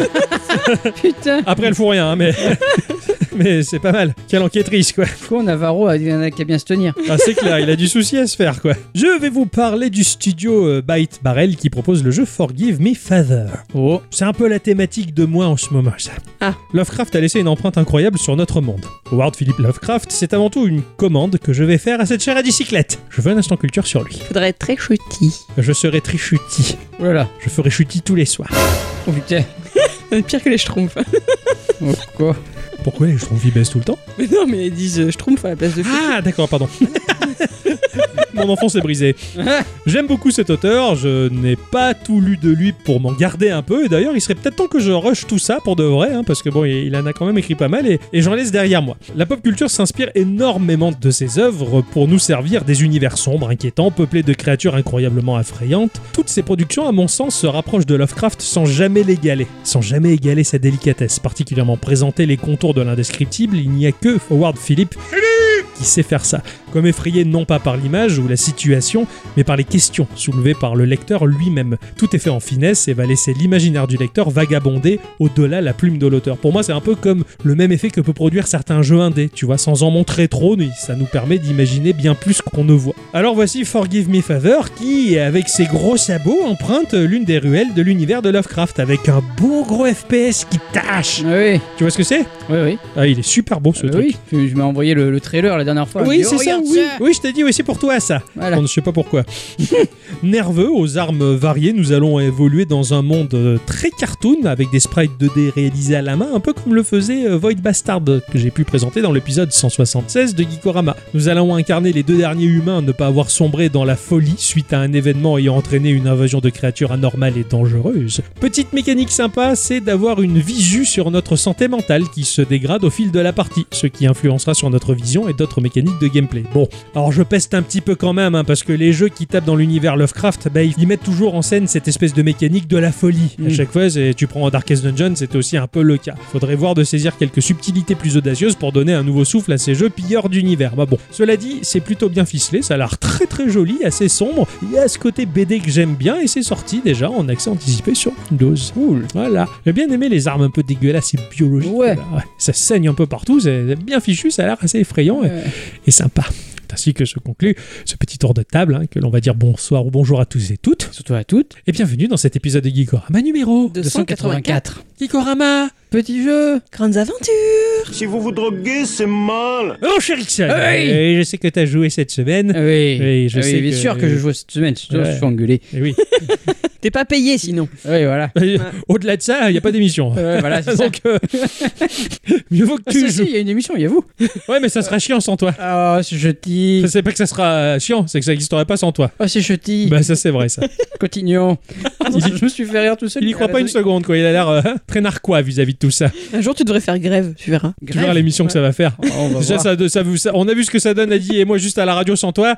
Speaker 3: Putain.
Speaker 1: Après, elle fout rien, hein, mais. *laughs* Mais c'est pas mal. Quelle enquêtrice, quoi.
Speaker 3: Pourquoi Navarro a, euh, il y en a qu'à bien se tenir
Speaker 1: Ah, c'est clair, il a du souci à se faire, quoi. Je vais vous parler du studio euh, Byte Barrel qui propose le jeu Forgive Me Father.
Speaker 3: Oh.
Speaker 1: C'est un peu la thématique de moi en ce moment, ça.
Speaker 2: Ah.
Speaker 1: Lovecraft a laissé une empreinte incroyable sur notre monde. Howard Philip Lovecraft, c'est avant tout une commande que je vais faire à cette chère à bicyclette. Je veux un instant culture sur lui.
Speaker 2: Faudrait être très chutis.
Speaker 1: Je serai très chuti.
Speaker 3: Oh là là.
Speaker 1: Je ferai chuti tous les soirs.
Speaker 3: Oh putain.
Speaker 2: *laughs* Pire que les schtroumpfs. *laughs*
Speaker 3: Oh, quoi
Speaker 1: Pourquoi les trouve baissent tout le temps
Speaker 2: mais non, mais ils disent euh, schtroumpf à la place de fou.
Speaker 1: Ah, d'accord, pardon. *laughs* Mon enfant s'est brisé. J'aime beaucoup cet auteur, je n'ai pas tout lu de lui pour m'en garder un peu, et d'ailleurs il serait peut-être temps que je rush tout ça pour de vrai, hein, parce que bon, il en a quand même écrit pas mal, et, et j'en laisse derrière moi. La pop culture s'inspire énormément de ses œuvres pour nous servir des univers sombres, inquiétants, peuplés de créatures incroyablement effrayantes. Toutes ces productions, à mon sens, se rapprochent de Lovecraft sans jamais l'égaler, sans jamais égaler sa délicatesse, particulièrement présenter les contours de l'indescriptible, il n'y a que Howard Philip qui sait faire ça. Comme effrayé non pas par l'image ou la situation, mais par les questions soulevées par le lecteur lui-même. Tout est fait en finesse et va laisser l'imaginaire du lecteur vagabonder au-delà la plume de l'auteur. Pour moi, c'est un peu comme le même effet que peut produire certains jeux indés, tu vois, sans en montrer trop, mais ça nous permet d'imaginer bien plus qu'on ne voit. Alors voici Forgive Me Favor qui, avec ses gros sabots, emprunte l'une des ruelles de l'univers de Lovecraft avec un beau gros FPS qui tâche.
Speaker 3: Ah oui,
Speaker 1: Tu vois ce que c'est
Speaker 3: oui, oui.
Speaker 1: Ah, il est super beau ce
Speaker 3: Ah bah
Speaker 1: truc.
Speaker 3: oui, tu- je m'ai envoyé le, le trailer la dernière fois.
Speaker 1: Oui,
Speaker 3: Elle me dit,
Speaker 1: c'est
Speaker 3: Oh,
Speaker 1: ça,
Speaker 3: regarde
Speaker 1: oui. Oui, je t'ai dit, oui, c'est pour toi ça.
Speaker 3: Voilà.
Speaker 1: On ne sait pas pourquoi. *laughs* Nerveux, aux armes variées, nous allons évoluer dans un monde euh, très cartoon avec des sprites 2D réalisés à la main, un peu comme le faisait euh, Void Bastard que j'ai pu présenter dans l'épisode 176 de Geekorama. Nous allons incarner les deux derniers humains à ne pas avoir sombré dans la folie suite à un événement ayant entraîné une invasion de créatures anormales et dangereuses. Petite mécanique sympa, c'est d'avoir une visu sur notre santé mentale qui se dégrade au fil de la partie, ce qui influencera sur notre vision et d'autres mécaniques de gameplay. Bon, alors je peste un petit peu quand même, hein, parce que les jeux qui tapent dans l'univers Lovecraft, bah, ils ils mettent toujours en scène cette espèce de mécanique de la folie. À
Speaker 3: Mm.
Speaker 1: chaque fois, c'est- tu prends Darkest Dungeon, c'était aussi un peu le cas. Faudrait voir de saisir quelques subtilités plus audacieuses pour donner un nouveau souffle à ces jeux pilleurs d'univers. Bah bon, cela dit, c'est plutôt bien ficelé, ça a l'air très très joli, assez sombre. Il y a ce côté BD que j'aime bien et c'est sorti déjà en accès anticipé sur Windows.
Speaker 3: Cool.
Speaker 1: Voilà. J'ai bien aimé les armes un peu dégueulasses et biologiques.
Speaker 3: Ouais.
Speaker 1: là. Ça saigne un peu partout, c'est bien fichu, ça a l'air assez effrayant et-
Speaker 3: Ouais.
Speaker 1: et, sympa. C'est Ainsi que se conclut ce petit tour de table, hein, que l'on va dire bonsoir ou bonjour à tous et toutes,
Speaker 3: Surtout à toutes.
Speaker 1: et bienvenue dans cet épisode de Geekorama numéro
Speaker 2: 284.
Speaker 1: Geekorama
Speaker 3: Petit jeu.
Speaker 2: Grandes aventures
Speaker 4: Si vous vous droguez, c'est mal.
Speaker 1: Oh cher Ixon
Speaker 3: Hey
Speaker 1: Euh, Je sais que t'as joué cette semaine.
Speaker 3: Oui,
Speaker 1: *laughs* Oui, je
Speaker 3: Ah
Speaker 1: sais
Speaker 3: bien
Speaker 1: que-
Speaker 3: sûr que je joue cette semaine, sinon
Speaker 1: Ouais.
Speaker 3: je suis engueulé. Ah
Speaker 1: Eh *laughs* oui. Euh,
Speaker 2: T'es pas payé sinon.
Speaker 3: Oui, voilà. Ah
Speaker 1: Au-delà de ça, il n'y a pas d'émission.
Speaker 3: Ouais,
Speaker 1: *laughs*
Speaker 3: voilà, c'est ça.
Speaker 1: Donc, euh, mieux vaut que
Speaker 3: Ah,
Speaker 1: tu
Speaker 3: si, si,
Speaker 1: joues.
Speaker 3: il y a une émission, il y a vous.
Speaker 1: Ouais, mais ça sera chiant sans toi.
Speaker 3: Ah, c'est chouti.
Speaker 1: C'est pas que ça sera euh, chiant, c'est que ça n'existerait pas sans toi.
Speaker 3: Ah, c'est chouti.
Speaker 1: Bah ça c'est vrai *laughs* ça.
Speaker 3: Cotignon. *laughs* je me suis fait rire tout seul.
Speaker 1: Il y croit pas une seconde quoi, il a l'air euh, très narquois vis-à-vis de tout ça.
Speaker 2: Un jour tu devrais faire grève, tu verras.
Speaker 1: Tu verras l'émission que ça va faire.
Speaker 3: Oh, on va
Speaker 1: Déjà
Speaker 3: voir.
Speaker 1: ça, de- ça vous- ça- on a vu ce que ça donne à dit et moi juste à la radio sans
Speaker 3: *laughs*
Speaker 1: toi.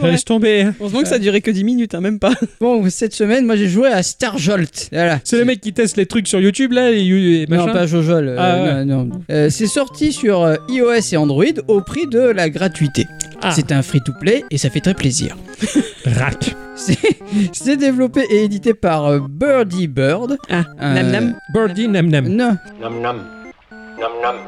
Speaker 2: vrai.
Speaker 1: Laisse tomber. hein.
Speaker 2: Heureusement que ça durait que 10 minutes, hein, même pas.
Speaker 3: Bon, cette semaine, moi j'ai joué à Starjolt. Voilà.
Speaker 1: C'est le mec qui teste les trucs sur YouTube là et, et machin.
Speaker 3: Non, pas Jojol. euh,
Speaker 1: Ah, ouais.
Speaker 3: non, non. Euh, c'est sorti sur euh, iOS et Android au prix de la gratuité.
Speaker 1: Ah.
Speaker 3: C'est un free-to-play et ça fait très plaisir. *laughs*
Speaker 1: Rac.
Speaker 3: C'est c'est développé et édité par euh, Birdie Bird.
Speaker 2: Ah,
Speaker 3: Euh,
Speaker 2: nam nam.
Speaker 1: Birdie nam nam.
Speaker 3: Non,
Speaker 4: Nom nom. Nom nom.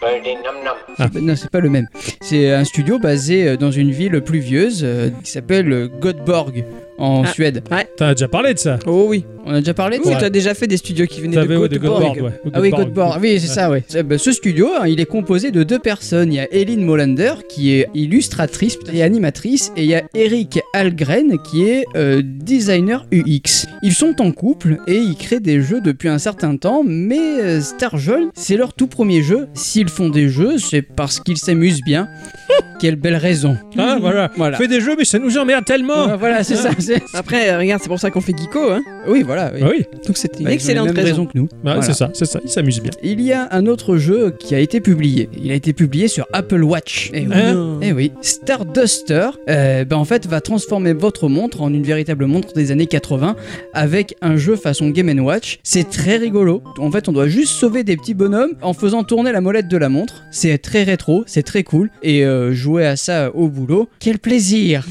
Speaker 4: Birdie nom nom.
Speaker 1: Ah.
Speaker 3: Bah, Non, c'est pas le même. C'est un studio basé euh, dans une ville pluvieuse euh, qui s'appelle euh, Göteborg en
Speaker 2: Ah.
Speaker 3: Suède.
Speaker 1: T'as déjà parlé de ça.
Speaker 2: Oh oui.
Speaker 3: On a déjà parlé de
Speaker 2: Oui,
Speaker 3: ça
Speaker 2: t'as déjà fait des studios qui venaient
Speaker 1: T'avais
Speaker 2: de
Speaker 1: ouais, de
Speaker 2: Göteborg.
Speaker 1: Godborg, ouais.
Speaker 3: Ah oui,
Speaker 1: Göteborg.
Speaker 3: Göteborg. Oui, c'est ça, oui. C'est- bah, ce studio, hein, il est composé de deux personnes. Il y a Eline Molander qui est illustratrice et animatrice, et il y a Eric Algren qui est euh, designer UX. Ils sont en couple et ils créent des jeux depuis un certain temps, mais euh, Starjol, c'est leur tout premier jeu. S'ils font des jeux, c'est parce qu'ils s'amusent *laughs* bien. Quelle belle raison.
Speaker 1: Ah voilà.
Speaker 3: Voilà.
Speaker 1: Fais des jeux mais ça nous emmerde tellement.
Speaker 3: Ouais, voilà, c'est ça. *laughs* c'est-
Speaker 2: Après, euh, regarde, c'est pour ça qu'on fait Geeko. Hein.
Speaker 3: Oui, voilà. oui.
Speaker 1: Ah oui.
Speaker 2: Donc c'était une
Speaker 3: Bah, ils ont les
Speaker 2: excellente
Speaker 3: mêmes
Speaker 2: raison.
Speaker 3: raisons que nous.
Speaker 1: Ouais,
Speaker 3: Voilà.
Speaker 1: C'est ça, c'est ça. Il s'amuse bien.
Speaker 3: Il y a un autre jeu qui a été publié. Il a été publié sur Apple Watch. Eh oui.
Speaker 1: Hein
Speaker 2: Non.
Speaker 3: Eh oui, Starduster, euh, ben en fait, va transformer votre montre en une véritable montre des années 80 avec un jeu façon Game Watch. C'est très rigolo. En fait, on doit juste sauver des petits bonhommes en faisant tourner la molette de la montre. C'est très rétro, c'est très cool. Et euh, jouer à ça au boulot,
Speaker 1: *laughs*
Speaker 3: quel plaisir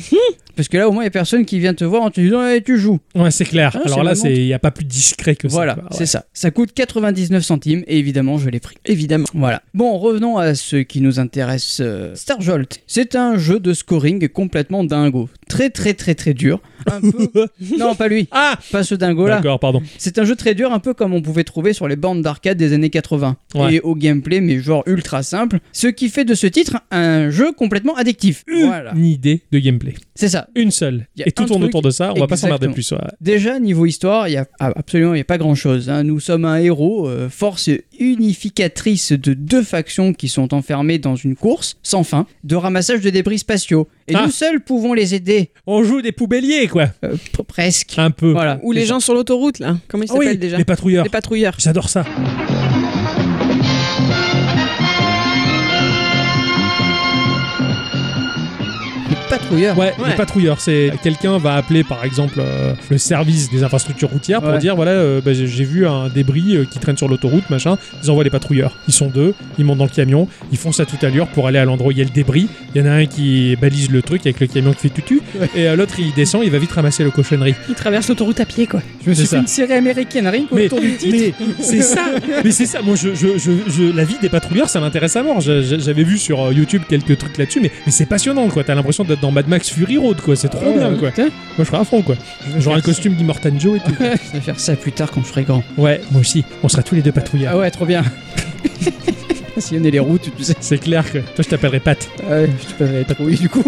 Speaker 3: Parce que là, au moins, il n'y a personne qui vient te voir en te disant Eh, tu joues.
Speaker 1: Ouais, c'est clair.
Speaker 3: Ah, c'est
Speaker 1: Alors là,
Speaker 3: vraiment-
Speaker 1: c'est il n'y a pas plus discret que ça.
Speaker 3: Voilà,
Speaker 1: quoi. Ouais.
Speaker 3: c'est ça. Ça coûte 99 centimes et évidemment, je l'ai pris.
Speaker 2: Évidemment.
Speaker 3: Voilà. Bon, revenons à ce qui nous intéresse. euh, Starjolt. C'est un jeu de scoring complètement dingo. Très, très, très, très dur. Un peu- *laughs* non, pas lui.
Speaker 1: Ah
Speaker 3: Pas ce dingo-là.
Speaker 1: D'accord, pardon.
Speaker 3: C'est un jeu très dur, un peu comme on pouvait trouver sur les bornes d'arcade des années 80.
Speaker 1: Ouais.
Speaker 3: Et au gameplay, mais genre ultra simple. Ce qui fait de ce titre un jeu complètement addictif.
Speaker 1: Une
Speaker 3: Voilà.
Speaker 1: idée de gameplay.
Speaker 3: C'est ça.
Speaker 1: Une seule.
Speaker 3: Y a
Speaker 1: Et tout
Speaker 3: un
Speaker 1: tourne
Speaker 3: truc-
Speaker 1: autour de ça, on va pas s'emmerder
Speaker 3: Exactement.
Speaker 1: plus. ouais.
Speaker 3: Déjà, niveau histoire, il y a ah, absolument il y a pas grand-chose. hein. Nous sommes un héros, euh, force unificatrice de deux factions qui sont enfermées dans une course sans fin de ramassage de débris spatiaux. Et
Speaker 1: Ah.
Speaker 3: nous seuls pouvons les aider.
Speaker 1: On joue des poubelliers, quoi.
Speaker 3: Euh, p- presque.
Speaker 1: Un peu.
Speaker 3: Voilà.
Speaker 2: Ou les gens sur l'autoroute, là. Comment ils
Speaker 1: Ah
Speaker 2: s'appellent
Speaker 1: oui,
Speaker 2: déjà
Speaker 1: les patrouilleurs.
Speaker 2: Les patrouilleurs.
Speaker 1: J'adore ça.
Speaker 3: Les patrouilleur.
Speaker 1: Ouais,
Speaker 2: Ouais.
Speaker 1: le patrouilleur, c'est quelqu'un va appeler par exemple euh, le service des infrastructures routières pour
Speaker 3: Ouais.
Speaker 1: dire voilà euh, bah, j'ai j'ai vu un débris euh, qui traîne sur l'autoroute machin. Ils envoient les patrouilleurs. Ils sont deux, ils montent dans le camion, ils foncent à toute allure pour aller à l'endroit où il y a le débris. Il y en a un qui balise le truc avec le camion qui fait tutu
Speaker 3: Ouais.
Speaker 1: et euh, l'autre il descend, il va vite ramasser le cochonnerie.
Speaker 5: Il traverse l'autoroute à pied, quoi.
Speaker 3: Je me
Speaker 1: C'est
Speaker 3: suis
Speaker 1: ça.
Speaker 3: fait une série américaine, rien
Speaker 1: Mais-
Speaker 3: qu'autour du titre.
Speaker 1: Mais c'est ça, mais c'est ça. Moi, je, je- je- je- la vie des patrouilleurs, ça m'intéresse à mort. Je- je- J'avais vu sur euh, YouTube quelques trucs là-dessus, mais, mais c'est passionnant, quoi. T'as l'impression d'être dans Mad Max Fury Road, quoi. C'est trop
Speaker 3: Ouais,
Speaker 1: bien, quoi.
Speaker 3: putain,
Speaker 1: Moi, je ferais à fond, quoi. J'aurais un costume d'Immortanjo et tout.
Speaker 3: Je vais faire ça plus tard quand je serai grand.
Speaker 1: Ouais, moi aussi. On sera tous les deux patrouilleurs.
Speaker 3: Ah ouais, trop bien. *laughs* Sillonner les routes, tu sais. Ah
Speaker 1: C'est clair que toi, je t'appellerai Pat.
Speaker 3: Ouais, je te la patrouille du coup.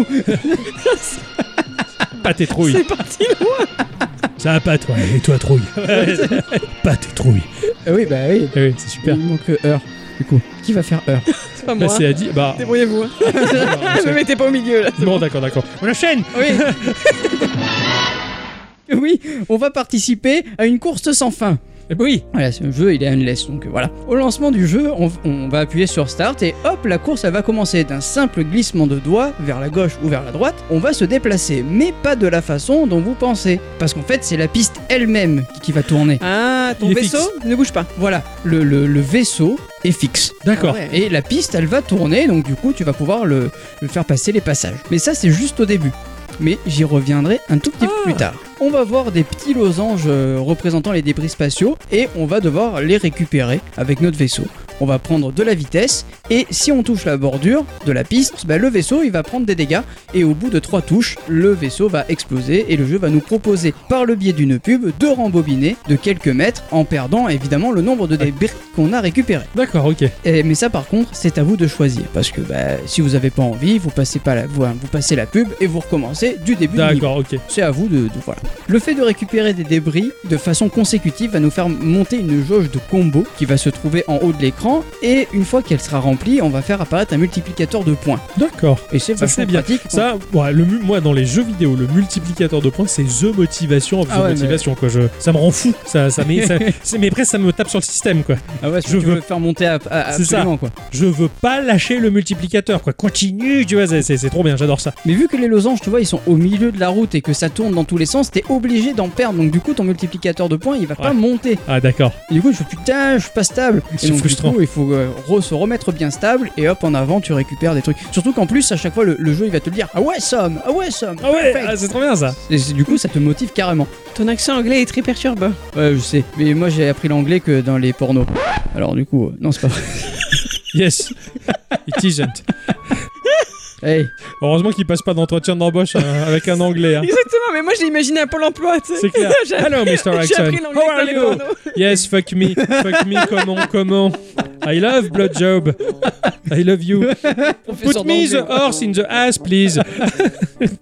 Speaker 1: Pat et Trouille.
Speaker 2: C'est parti
Speaker 1: Ça va, Pat, ouais. Et toi,
Speaker 3: *laughs*
Speaker 1: Trouille. Pat et Trouille.
Speaker 3: Ah oui, bah oui.
Speaker 1: Ah oui, c'est super.
Speaker 3: Il manque Heur, du coup. Qui va faire Heur
Speaker 2: C'est pas
Speaker 1: Là,
Speaker 2: moi. hein.
Speaker 1: c'est à dire. Bah.
Speaker 2: Débrouillez-vous. hein. *laughs* Ne me mettez pas au milieu là.
Speaker 1: Bon, d'accord, d'accord. On enchaîne
Speaker 2: Oui.
Speaker 3: *laughs* Oui, on va participer à une course sans fin.
Speaker 1: Eh ben Oui
Speaker 3: Voilà, ce jeu, il est endless, donc euh, voilà. Au lancement du jeu, on, on va appuyer sur Start et hop, la course, elle va commencer d'un simple glissement de doigt vers la gauche ou vers la droite. On va se déplacer, mais pas de la façon dont vous pensez. Parce qu'en fait, c'est la piste elle-même qui- qui va tourner.
Speaker 2: Ah, ton
Speaker 1: Il est
Speaker 2: vaisseau ne bouge pas.
Speaker 3: Voilà, le, le- le vaisseau est fixe.
Speaker 1: D'accord.
Speaker 2: Ah ouais.
Speaker 3: Et la piste, elle va tourner, donc du coup, tu vas pouvoir le, le faire passer les passages. Mais ça, c'est juste au début. Mais j'y reviendrai un tout petit peu plus tard. On va voir des petits losanges euh, représentant les débris spatiaux et on va devoir les récupérer avec notre vaisseau. On va prendre de la vitesse et si on touche la bordure de la piste, bah, le vaisseau il va prendre des dégâts et au bout de trois touches, le vaisseau va exploser et le jeu va nous proposer par le biais d'une pub de rembobiner de quelques mètres en perdant évidemment le nombre de débris qu'on a récupérés.
Speaker 1: D'accord, ok.
Speaker 3: Eh, mais ça, par contre, c'est à vous de choisir. Parce que bah, si vous avez pas envie, vous passez, pas la, vous, hein, vous passez la pub et vous recommencez du début du niveau.
Speaker 1: D'accord, ok.
Speaker 3: C'est à vous de, de- Voilà. Le fait de récupérer des débris de façon consécutive va nous faire monter une jauge de combo qui va se trouver en haut de l'écran. Et une fois qu'elle sera remplie, on va faire apparaître un multiplicateur de points.
Speaker 1: D'accord.
Speaker 3: Et c'est
Speaker 1: Ça, c'est
Speaker 3: vachement
Speaker 1: bien.
Speaker 3: pratique.
Speaker 1: Ça, ouais, le mu- moi dans les jeux vidéo, le multiplicateur de points, c'est the motivation of the
Speaker 3: Ah ouais,
Speaker 1: motivation quoi. Je, ça me rend fou. Ça, ça, m'é-
Speaker 2: *laughs*
Speaker 1: ça- c'est- mais après ça me tape sur le système quoi.
Speaker 3: Ah ouais, si
Speaker 1: je
Speaker 3: tu
Speaker 1: veux-
Speaker 3: veux le faire monter à, à-
Speaker 1: C'est ça.
Speaker 3: absolument quoi.
Speaker 1: Je veux pas lâcher le multiplicateur quoi. Continue, tu vois, c'est- c'est c'est trop bien. J'adore ça.
Speaker 3: Mais vu que les losanges, tu vois, ils sont au milieu de la route et que ça tourne dans tous les sens, t'es obligé d'en perdre. Donc du coup, ton multiplicateur de points, il va
Speaker 1: Ouais.
Speaker 3: pas monter.
Speaker 1: Ah d'accord.
Speaker 3: Et du coup, je fais putain, je suis pas stable.
Speaker 1: C'est
Speaker 3: Et donc,
Speaker 1: frustrant.
Speaker 3: Du coup, il faut euh, re- se remettre bien stable et hop en avant, tu récupères des trucs. Surtout qu'en plus, à chaque fois, le, le jeu il va te le dire Ah ouais, somme Ah ouais, somme
Speaker 1: Ah ouais,
Speaker 3: Perfect.
Speaker 1: ah, c'est trop bien ça.
Speaker 3: Et c'est- du coup, ça te motive carrément.
Speaker 2: Ton accent anglais est très perturbant.
Speaker 3: Ouais, je sais. Mais moi, j'ai appris l'anglais que dans les pornos. Alors, du coup, euh, non, c'est pas vrai. *laughs*
Speaker 2: *laughs*
Speaker 1: Yes. It isn't.
Speaker 3: Hey,
Speaker 1: Heureusement qu'il passe pas d'entretien d'embauche hein, avec un anglais.
Speaker 2: *laughs*
Speaker 1: hein.
Speaker 2: Exactement, mais moi j'ai imaginé un Pôle emploi, tu sais.
Speaker 1: C'est clair.
Speaker 2: *laughs* J'ai-
Speaker 1: Hello, Mr.
Speaker 2: J'ai
Speaker 1: Axon.
Speaker 2: appris l'anglais
Speaker 1: How
Speaker 2: dans
Speaker 1: are
Speaker 2: les
Speaker 1: you?
Speaker 2: pornos.
Speaker 1: Yes, fuck me, fuck me, comment, comment. I love Bloodjob. I love you. Put
Speaker 3: professeur
Speaker 1: me the
Speaker 3: d'anglais.
Speaker 1: horse in the ass, please.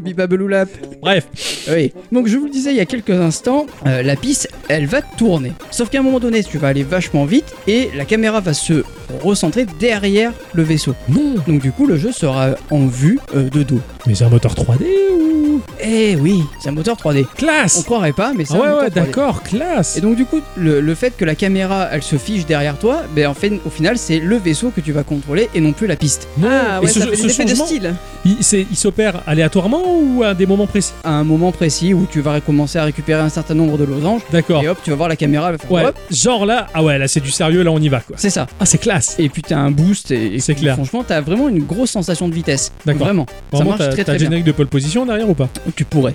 Speaker 3: Bibabeloulap.
Speaker 1: Bref,
Speaker 3: Oui. Donc je vous le disais il y a quelques instants, euh, la piste, elle va tourner. Sauf qu'à un moment donné, tu vas aller vachement vite et la caméra va se recentrer derrière le vaisseau.
Speaker 1: non.
Speaker 3: Donc du coup, le jeu sera en vue euh, de dos.
Speaker 1: Mais c'est un moteur 3D ou
Speaker 3: Eh oui, c'est un moteur 3D. On
Speaker 1: classe
Speaker 3: croirait pas, mais c'est
Speaker 1: Ah
Speaker 3: un
Speaker 1: ouais,
Speaker 3: moteur
Speaker 1: ouais,
Speaker 3: 3D.
Speaker 1: d'accord, classe.
Speaker 3: Et donc du coup, le, le fait que la caméra, elle se fiche derrière toi, ben en fait, au final, c'est le vaisseau que tu vas contrôler et non plus la piste.
Speaker 1: Non,
Speaker 2: Ah ouais,
Speaker 1: et ce,
Speaker 2: ça fait
Speaker 1: ce
Speaker 2: des effets de
Speaker 1: changement,
Speaker 2: style.
Speaker 1: il c'est- il s'opère aléatoirement ou à des moments précis
Speaker 3: À un moment précis où tu vas commencer à récupérer un certain nombre de losanges
Speaker 1: D'accord.
Speaker 3: et hop, tu vas voir la caméra, elle va faire
Speaker 1: Ouais,
Speaker 3: hop,
Speaker 1: genre là, ah ouais, là c'est du sérieux, là on y va quoi.
Speaker 3: c'est ça.
Speaker 1: Ah, c'est classe.
Speaker 3: Et puis t'as un boost et, et
Speaker 1: C'est
Speaker 3: puis,
Speaker 1: clair.
Speaker 3: franchement, t'as vraiment une grosse sensation de vitesse.
Speaker 1: D'accord.
Speaker 3: Vraiment,
Speaker 1: Vraiment,
Speaker 3: marche
Speaker 1: t'as-
Speaker 3: très,
Speaker 1: t'as le
Speaker 3: très
Speaker 1: générique de pole position derrière ou pas
Speaker 2: Bah
Speaker 3: tu pourrais.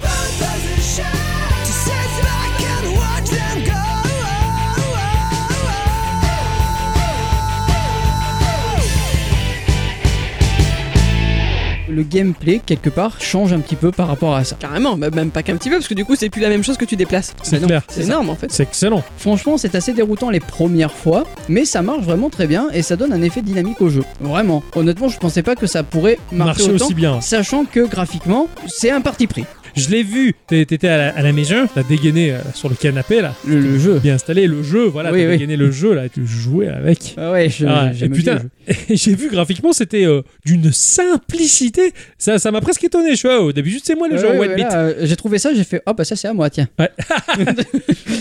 Speaker 3: Le gameplay quelque part change un petit peu par rapport à ça.
Speaker 2: Carrément, bah, même pas qu'un petit peu, parce que du coup c'est plus la même chose que tu déplaces.
Speaker 1: C'est
Speaker 3: non,
Speaker 1: clair.
Speaker 2: C'est énorme en fait.
Speaker 1: C'est excellent.
Speaker 3: Franchement, c'est assez déroutant les premières fois, mais ça marche vraiment très bien et ça donne un effet dynamique au jeu. Vraiment. Honnêtement, je pensais pas que ça pourrait marcher
Speaker 1: Marcher
Speaker 3: autant.
Speaker 1: aussi bien.
Speaker 3: Sachant que graphiquement, c'est un parti pris.
Speaker 1: Je l'ai vu. T'é- T'étais à, la- à la maison, t'as dégainé euh, sur le canapé là,
Speaker 3: Le, le jeu.
Speaker 1: bien installé le jeu, voilà,
Speaker 3: Oui,
Speaker 1: t'as
Speaker 3: oui.
Speaker 1: dégainé le jeu là, et tu jouais avec.
Speaker 3: Ah ouais, je,
Speaker 1: Ah, et
Speaker 3: j'aime
Speaker 1: putain,
Speaker 3: bien le jeu.
Speaker 1: Et *laughs* j'ai vu graphiquement, c'était euh, d'une simplicité. Ça, ça m'a presque étonné. Je suis au début, c'est moi le jeu
Speaker 3: Ouais,
Speaker 1: en
Speaker 3: ouais,
Speaker 1: one bit.
Speaker 3: là, euh, j'ai trouvé ça, j'ai fait, oh bah ça c'est à moi, tiens.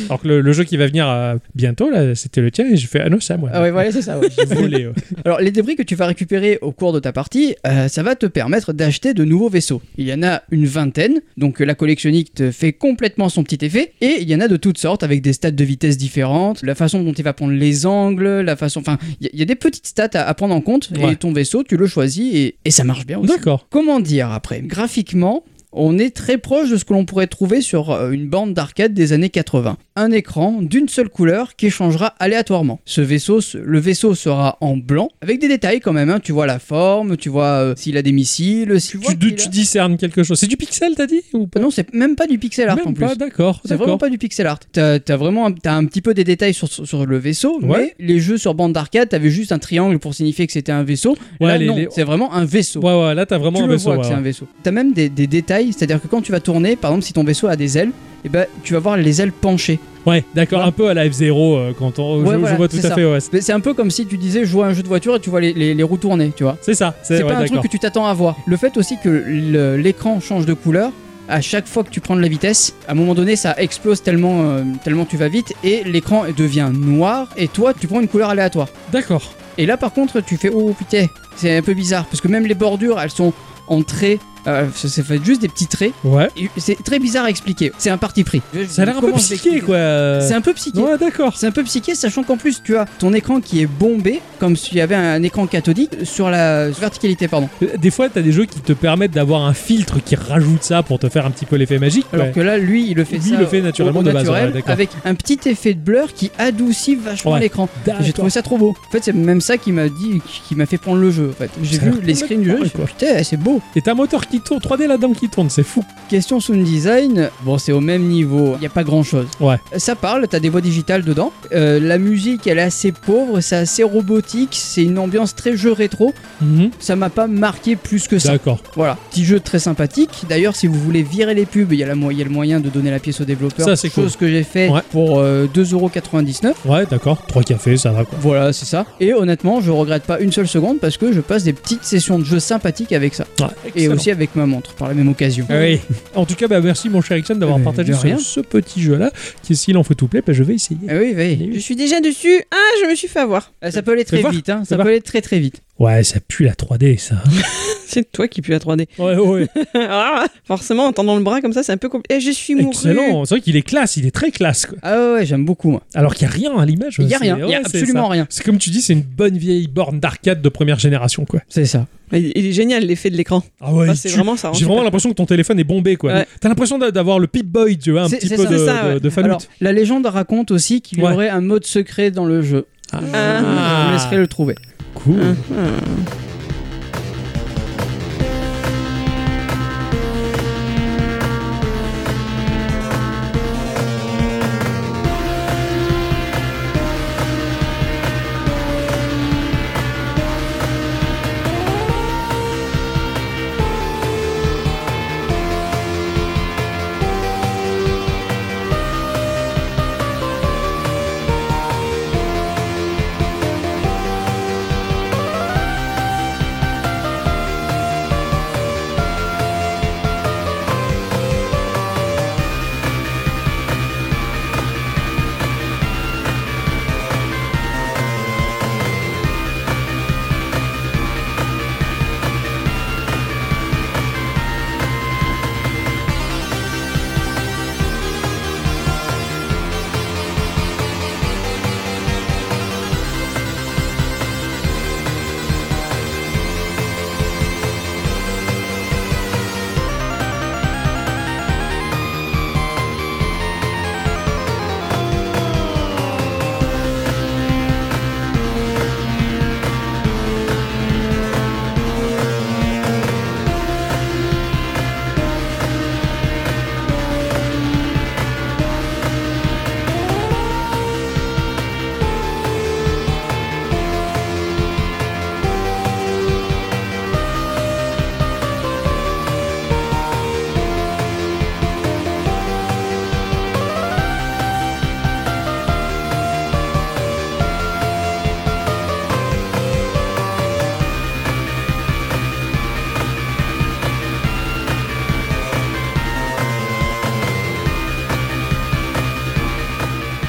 Speaker 1: Alors que le, le jeu qui va venir euh, bientôt là, c'était le tien et j'ai fait ah non c'est à moi.
Speaker 3: Ah ouais, voilà, c'est ça. ouais. *laughs*
Speaker 1: J'ai volé. ouais.
Speaker 3: Alors, les débris que tu vas récupérer au cours de ta partie, euh, ça va te permettre d'acheter de nouveaux vaisseaux. Il y en a une vingtaine, donc euh, la collectionniste te fait complètement son petit effet, et il y en a de toutes sortes, avec des stats de vitesse différentes, la façon dont il va prendre les angles, la façon... Enfin, il y, a- il y a des petites stats à, à prendre en compte,
Speaker 1: Ouais.
Speaker 3: et ton vaisseau, tu le choisis, et, et ça marche bien aussi.
Speaker 1: D'accord.
Speaker 3: Comment dire après Graphiquement, on est très proche de ce que l'on pourrait trouver sur euh, une bande d'arcade des années 80. Un écran d'une seule couleur qui changera aléatoirement. Ce vaisseau, se- le vaisseau sera en blanc, avec des détails quand même. hein. Tu vois la forme, tu vois euh, s'il a des missiles. Si
Speaker 1: Tu, tu discernes quelque chose. C'est du pixel t'as dit ou pas
Speaker 3: Non, c'est même pas du pixel art
Speaker 1: Même
Speaker 3: en plus.
Speaker 1: pas. D'accord.
Speaker 3: C'est vraiment
Speaker 1: D'accord.
Speaker 3: pas du pixel art. T'as as vraiment un, t'as un petit peu des détails sur, sur- sur le vaisseau,
Speaker 1: Ouais.
Speaker 3: mais les jeux sur bande d'arcade, t'avais juste un triangle pour signifier que c'était un vaisseau.
Speaker 1: Ouais,
Speaker 3: Là,
Speaker 1: les-
Speaker 3: non,
Speaker 1: les-
Speaker 3: c'est vraiment un vaisseau
Speaker 1: Ouais ouais. Là t'as vraiment
Speaker 3: tu
Speaker 1: un
Speaker 3: le
Speaker 1: vaisseau.
Speaker 3: vois que
Speaker 1: ouais,
Speaker 3: c'est un
Speaker 1: ouais.
Speaker 3: vaisseau. T'as même des, des détails, c'est-à-dire que quand tu vas tourner, par exemple, si ton vaisseau a des ailes, et ben, tu vas voir les ailes penchées.
Speaker 1: Ouais, d'accord. Un peu à la F0 euh, quand on. je-
Speaker 3: Ouais,
Speaker 1: je,
Speaker 3: voilà,
Speaker 1: vois tout à
Speaker 3: c'est ça.
Speaker 1: fait. Ouais.
Speaker 3: Mais C'est un peu comme si tu disais, je vois un jeu de voiture et tu vois les, les- les roues tourner, tu vois.
Speaker 1: C'est ça.
Speaker 3: C'est
Speaker 1: ouais,
Speaker 3: pas un truc
Speaker 1: d'accord.
Speaker 3: que tu t'attends à voir. Le fait aussi que le- l'écran change de couleur à chaque fois que tu prends de la vitesse, à un moment donné, ça explose tellement, euh, tellement tu vas vite et l'écran devient noir et toi, tu prends une couleur aléatoire.
Speaker 1: D'accord.
Speaker 3: Et là, par contre, tu fais oh putain, c'est un peu bizarre parce que même les bordures, elles sont en traits. euh, ça ça fait juste des petits traits
Speaker 1: Ouais.
Speaker 3: Et C'est très bizarre à expliquer. C'est un parti pris.
Speaker 1: Ça a l'air un peu
Speaker 3: Comment
Speaker 1: psyché
Speaker 3: l'expliquer
Speaker 1: quoi. euh.
Speaker 3: C'est un peu psyché.
Speaker 1: Ouais d'accord.
Speaker 3: C'est un peu psyché, sachant qu'en plus tu as ton écran qui est bombé, comme s'il y avait un écran cathodique sur la verticalité, pardon.
Speaker 1: Des fois t'as des jeux qui te permettent d'avoir un filtre qui rajoute ça pour te faire un petit peu l'effet magique.
Speaker 3: Alors
Speaker 1: ouais.
Speaker 3: que là, lui, il le fait
Speaker 1: Lui,
Speaker 3: ça
Speaker 1: il le fait
Speaker 3: au-
Speaker 1: naturellement
Speaker 3: au
Speaker 1: de base,
Speaker 3: naturel,
Speaker 1: ouais, d'accord.
Speaker 3: avec un petit effet de blur qui adoucit vachement
Speaker 1: Ouais.
Speaker 3: l'écran.
Speaker 1: D'accord.
Speaker 3: J'ai trouvé ça trop beau. En fait, c'est même ça qui m'a dit, qui m'a fait prendre le jeu. En fait, j'ai
Speaker 1: Ça a
Speaker 3: vu
Speaker 1: l'air
Speaker 3: les screens du jeu.
Speaker 1: complètement
Speaker 3: j'ai fait, Putain, c'est beau.
Speaker 1: Et t'as un moteur qui tourne 3D là-dedans qui tourne. C'est fou.
Speaker 3: Question sound design, bon c'est au même niveau, il n'y a pas grand chose.
Speaker 1: Ouais.
Speaker 3: Ça parle, t'as des voix digitales dedans. Euh, la musique elle est assez pauvre, c'est assez robotique, c'est une ambiance très jeu rétro.
Speaker 1: Mhm.
Speaker 3: Ça m'a pas marqué plus que ça.
Speaker 1: D'accord.
Speaker 3: Voilà, petit jeu très sympathique. D'ailleurs, si vous voulez virer les pubs, il y, a la mo- il y a le moyen de donner la pièce au développeur.
Speaker 1: Ça, c'est
Speaker 3: chose que j'ai fait
Speaker 1: Ouais.
Speaker 3: pour euh, 2,99€.
Speaker 1: Ouais d'accord. Trois cafés ça va quoi.
Speaker 3: Voilà, c'est ça. Et honnêtement, je regrette pas une seule seconde parce que je passe des petites sessions de jeu sympathiques avec ça.
Speaker 1: Ouais,
Speaker 3: Et
Speaker 1: excellent.
Speaker 3: aussi avec ma montre par la même occasion.
Speaker 1: Ah oui. *laughs* En tout cas, bah, merci mon cher Ixon d'avoir
Speaker 3: Mais
Speaker 1: partagé
Speaker 3: Euh, de
Speaker 1: ce,
Speaker 3: rien.
Speaker 1: ce petit jeu-là, qui est s'il en faut tout plaît, bah, je vais essayer.
Speaker 3: Ah oui, oui.
Speaker 2: Je suis déjà dessus. Ah, je me suis fait avoir.
Speaker 3: Ah, Ça peut aller
Speaker 1: Fais
Speaker 3: très
Speaker 1: voir,
Speaker 3: vite, hein.
Speaker 1: fais
Speaker 3: ça peut
Speaker 1: voir.
Speaker 3: aller très très vite.
Speaker 1: Ouais, ça pue la 3D, ça. hein.
Speaker 3: *laughs*
Speaker 2: C'est toi qui pue la *laughs* 3D.
Speaker 1: ouais, ouais.
Speaker 2: Ah, forcément, en tendant le bras comme ça, c'est un peu compliqué. je suis mouru.
Speaker 1: Excellent. C'est vrai qu'il est classe, il est très classe. quoi.
Speaker 3: Ah ouais, ouais, j'aime beaucoup. moi.
Speaker 1: Alors qu'il n'y a rien à l'image.
Speaker 3: Il y a
Speaker 1: Euh, c'est-
Speaker 3: rien, il y a
Speaker 1: ouais, c'est
Speaker 3: absolument
Speaker 1: ça.
Speaker 3: rien.
Speaker 1: C'est comme tu dis, c'est une bonne vieille borne d'arcade de première génération, quoi.
Speaker 3: C'est ça.
Speaker 2: Il, il est génial l'effet de l'écran.
Speaker 1: Ah ouais,
Speaker 2: Ça,
Speaker 1: il
Speaker 2: c'est
Speaker 1: tue.
Speaker 2: vraiment ça. hein.
Speaker 1: j'ai vraiment l'impression que ton téléphone est bombé, quoi.
Speaker 2: Ouais.
Speaker 1: T'as l'impression d'a- d'avoir le Pip Boy, tu vois, un
Speaker 3: C'est-
Speaker 1: petit
Speaker 3: c'est
Speaker 1: peu
Speaker 3: ça,
Speaker 1: de,
Speaker 2: c'est ça,
Speaker 1: de-
Speaker 2: ouais.
Speaker 1: de fanoute.
Speaker 3: Alors, la légende raconte aussi qu'il
Speaker 1: Ouais.
Speaker 3: y aurait un mode secret dans le jeu.
Speaker 2: Ah.
Speaker 3: euh, Je vous laisserai le trouver.
Speaker 1: cool.
Speaker 2: Hein,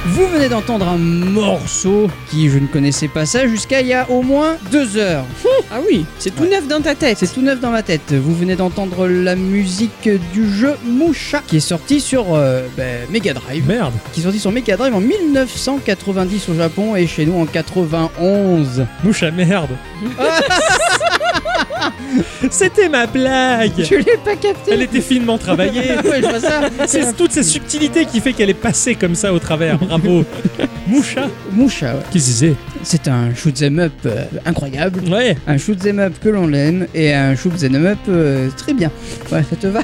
Speaker 3: Vous venez d'entendre un morceau qui je ne connaissais pas ça jusqu'à il y a au moins deux heures.
Speaker 2: Ah oui, c'est tout
Speaker 3: Ouais.
Speaker 2: neuf dans ta tête.
Speaker 3: C'est tout neuf dans ma tête. Vous venez d'entendre la musique du jeu Moucha qui est sorti sur euh, ben, Mega Drive,
Speaker 1: Merde.
Speaker 3: qui est sorti sur Mega Drive en 1990 au Japon et chez nous en 91.
Speaker 1: Mouche à merde. C'était ma blague.
Speaker 3: Je l'ai pas capté.
Speaker 1: Elle était finement travaillée.
Speaker 3: *laughs* Ouais, je vois ça.
Speaker 1: C'est toute cette subtilité qui fait qu'elle est passée comme ça au travers. Bravo. Moucha.
Speaker 3: Moucha, ah ouais.
Speaker 1: Qu'est-ce que c'est
Speaker 3: c'est un shoot'em up euh, incroyable.
Speaker 1: Ouais.
Speaker 3: un shoot'em up que l'on l'aime et un shoot'em up euh, très bien. Ouais, ça te va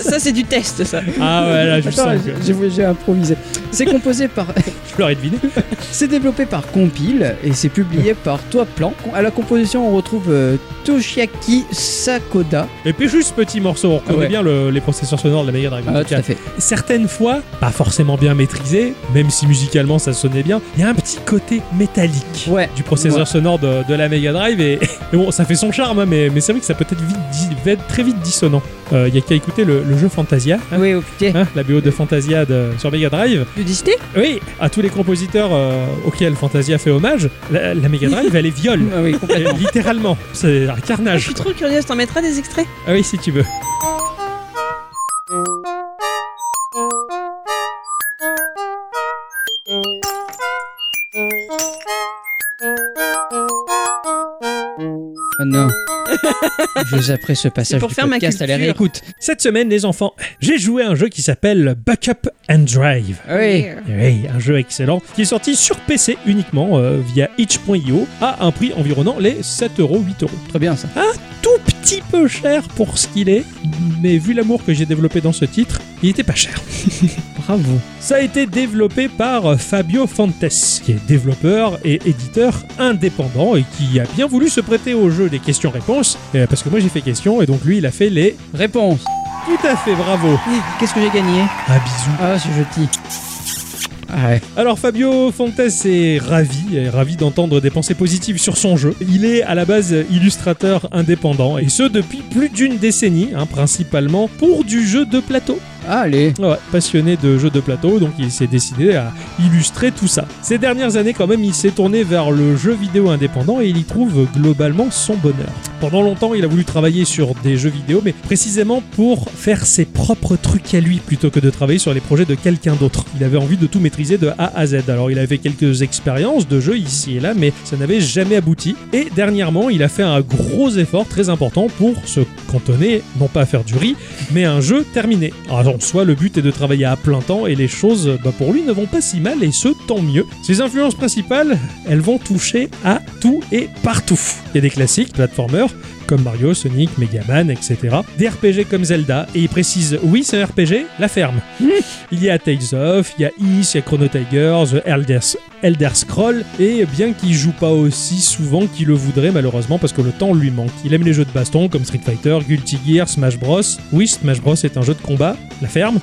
Speaker 2: Ça, c'est du test, ça.
Speaker 1: Ah ouais, là, je
Speaker 3: Attends,
Speaker 1: sens que
Speaker 3: j'ai- j'ai- j'ai improvisé. C'est composé par, *laughs*
Speaker 1: je l'aurais deviné.
Speaker 3: c'est développé par Compile et c'est publié par Toi Plan. À la composition, on retrouve euh, Toshiaki Sakoda.
Speaker 1: Et puis juste petit morceau, on reconnaît
Speaker 3: Ah Ouais.
Speaker 1: bien le- les processeurs sonores de la Mega Drive. en
Speaker 3: Ah,
Speaker 1: tout cas.
Speaker 3: fait.
Speaker 1: Certaines fois, pas forcément bien maîtrisé, même si musicalement ça sonnait bien, il y a un petit côté métallique.
Speaker 3: Ouais.
Speaker 1: du processeur
Speaker 3: Ouais.
Speaker 1: sonore de, de la Mega Drive et, *laughs* et bon ça fait son charme hein, mais, mais c'est vrai que ça peut être, vite, dis- va être très vite dissonant. Il y a qu'à écouter le, le jeu Fantasia, hein,
Speaker 3: Oui, oh putain.
Speaker 1: hein, la BO de Fantasia de- sur Mega Drive.
Speaker 2: Du Disney
Speaker 1: Oui, à tous les compositeurs euh, auxquels Fantasia fait hommage, la, la
Speaker 3: *laughs*
Speaker 1: Mega Drive elle les viole.
Speaker 3: Ah oui,
Speaker 1: Euh, *laughs*
Speaker 3: complètement.
Speaker 1: Littéralement, c'est un
Speaker 2: Ah,
Speaker 3: *laughs*
Speaker 2: Je
Speaker 1: carnage.
Speaker 2: suis trop curieuse, t'en mettras des extraits
Speaker 1: Ah oui, si tu veux.
Speaker 3: Oh non. Je vous apprête ce passage
Speaker 2: pour
Speaker 3: du
Speaker 2: faire ma
Speaker 3: podcast à la
Speaker 2: culture.
Speaker 3: réécoute.
Speaker 1: Cette semaine, les enfants, j'ai joué à un jeu qui s'appelle Backup and Drive.
Speaker 3: Ah Oui.
Speaker 2: euh,
Speaker 1: Oui, un jeu excellent qui est sorti sur PC uniquement euh, via itch.io à un prix environnant les 7 euros, 8 euros.
Speaker 3: Très bien ça.
Speaker 1: Tout petit peu cher pour ce qu'il est, mais vu l'amour que j'ai développé dans ce titre, il était pas cher.
Speaker 3: Bravo.
Speaker 1: Ça a été développé par euh, Fabio Fantes, qui est développeur et éditeur indépendant et qui a bien voulu se prêter au jeu des questions-réponses, euh, parce que moi j'ai fait question et donc lui il a fait les
Speaker 3: Réponse.
Speaker 1: tout à fait bravo.
Speaker 3: Qu'est-ce que j'ai gagné
Speaker 1: Un bisou.
Speaker 3: Ah, ce joli. Ah ouais.
Speaker 1: Alors Fabio Fontes est ravi, est ravi d'entendre des pensées positives sur son jeu. Il est à la base illustrateur indépendant et ce depuis plus d'une décennie, hein, principalement pour du jeu de plateau.
Speaker 3: Allez.
Speaker 1: Ouais, passionné de jeux de plateau, donc il s'est décidé à illustrer tout ça. Ces dernières années, quand même, il s'est tourné vers le jeu vidéo indépendant et il y trouve globalement son bonheur. Pendant longtemps, il a voulu travailler sur des jeux vidéo, mais précisément pour faire ses propres trucs à lui plutôt que de travailler sur les projets de quelqu'un d'autre. Il avait envie de tout maîtriser de A à Z. Alors, il avait quelques expériences de jeux ici et là, mais ça n'avait jamais abouti. Et dernièrement, il a fait un gros effort très important pour se cantonner, non pas à faire du riz, mais un jeu terminé. Alors, en soi, le but est de travailler à plein temps et les choses, bah, pour lui, ne vont pas si mal et ce, tant mieux. Ses influences principales, elles vont toucher à tout et partout. Il y a des classiques, platformers, comme Mario, Sonic, Mega Man, etc. Des RPG comme Zelda, et il précise, oui, c'est un RPG, la ferme. il y a Tales of, il y a Is, il y a Chrono Tiger, The Elder, Elder Scroll, et bien qu'il joue pas aussi souvent qu'il le voudrait, malheureusement, parce que le temps lui manque. Il aime les jeux de baston comme Street Fighter, Guilty Gear, Smash Bros. Oui, Smash Bros est un jeu de combat, la ferme.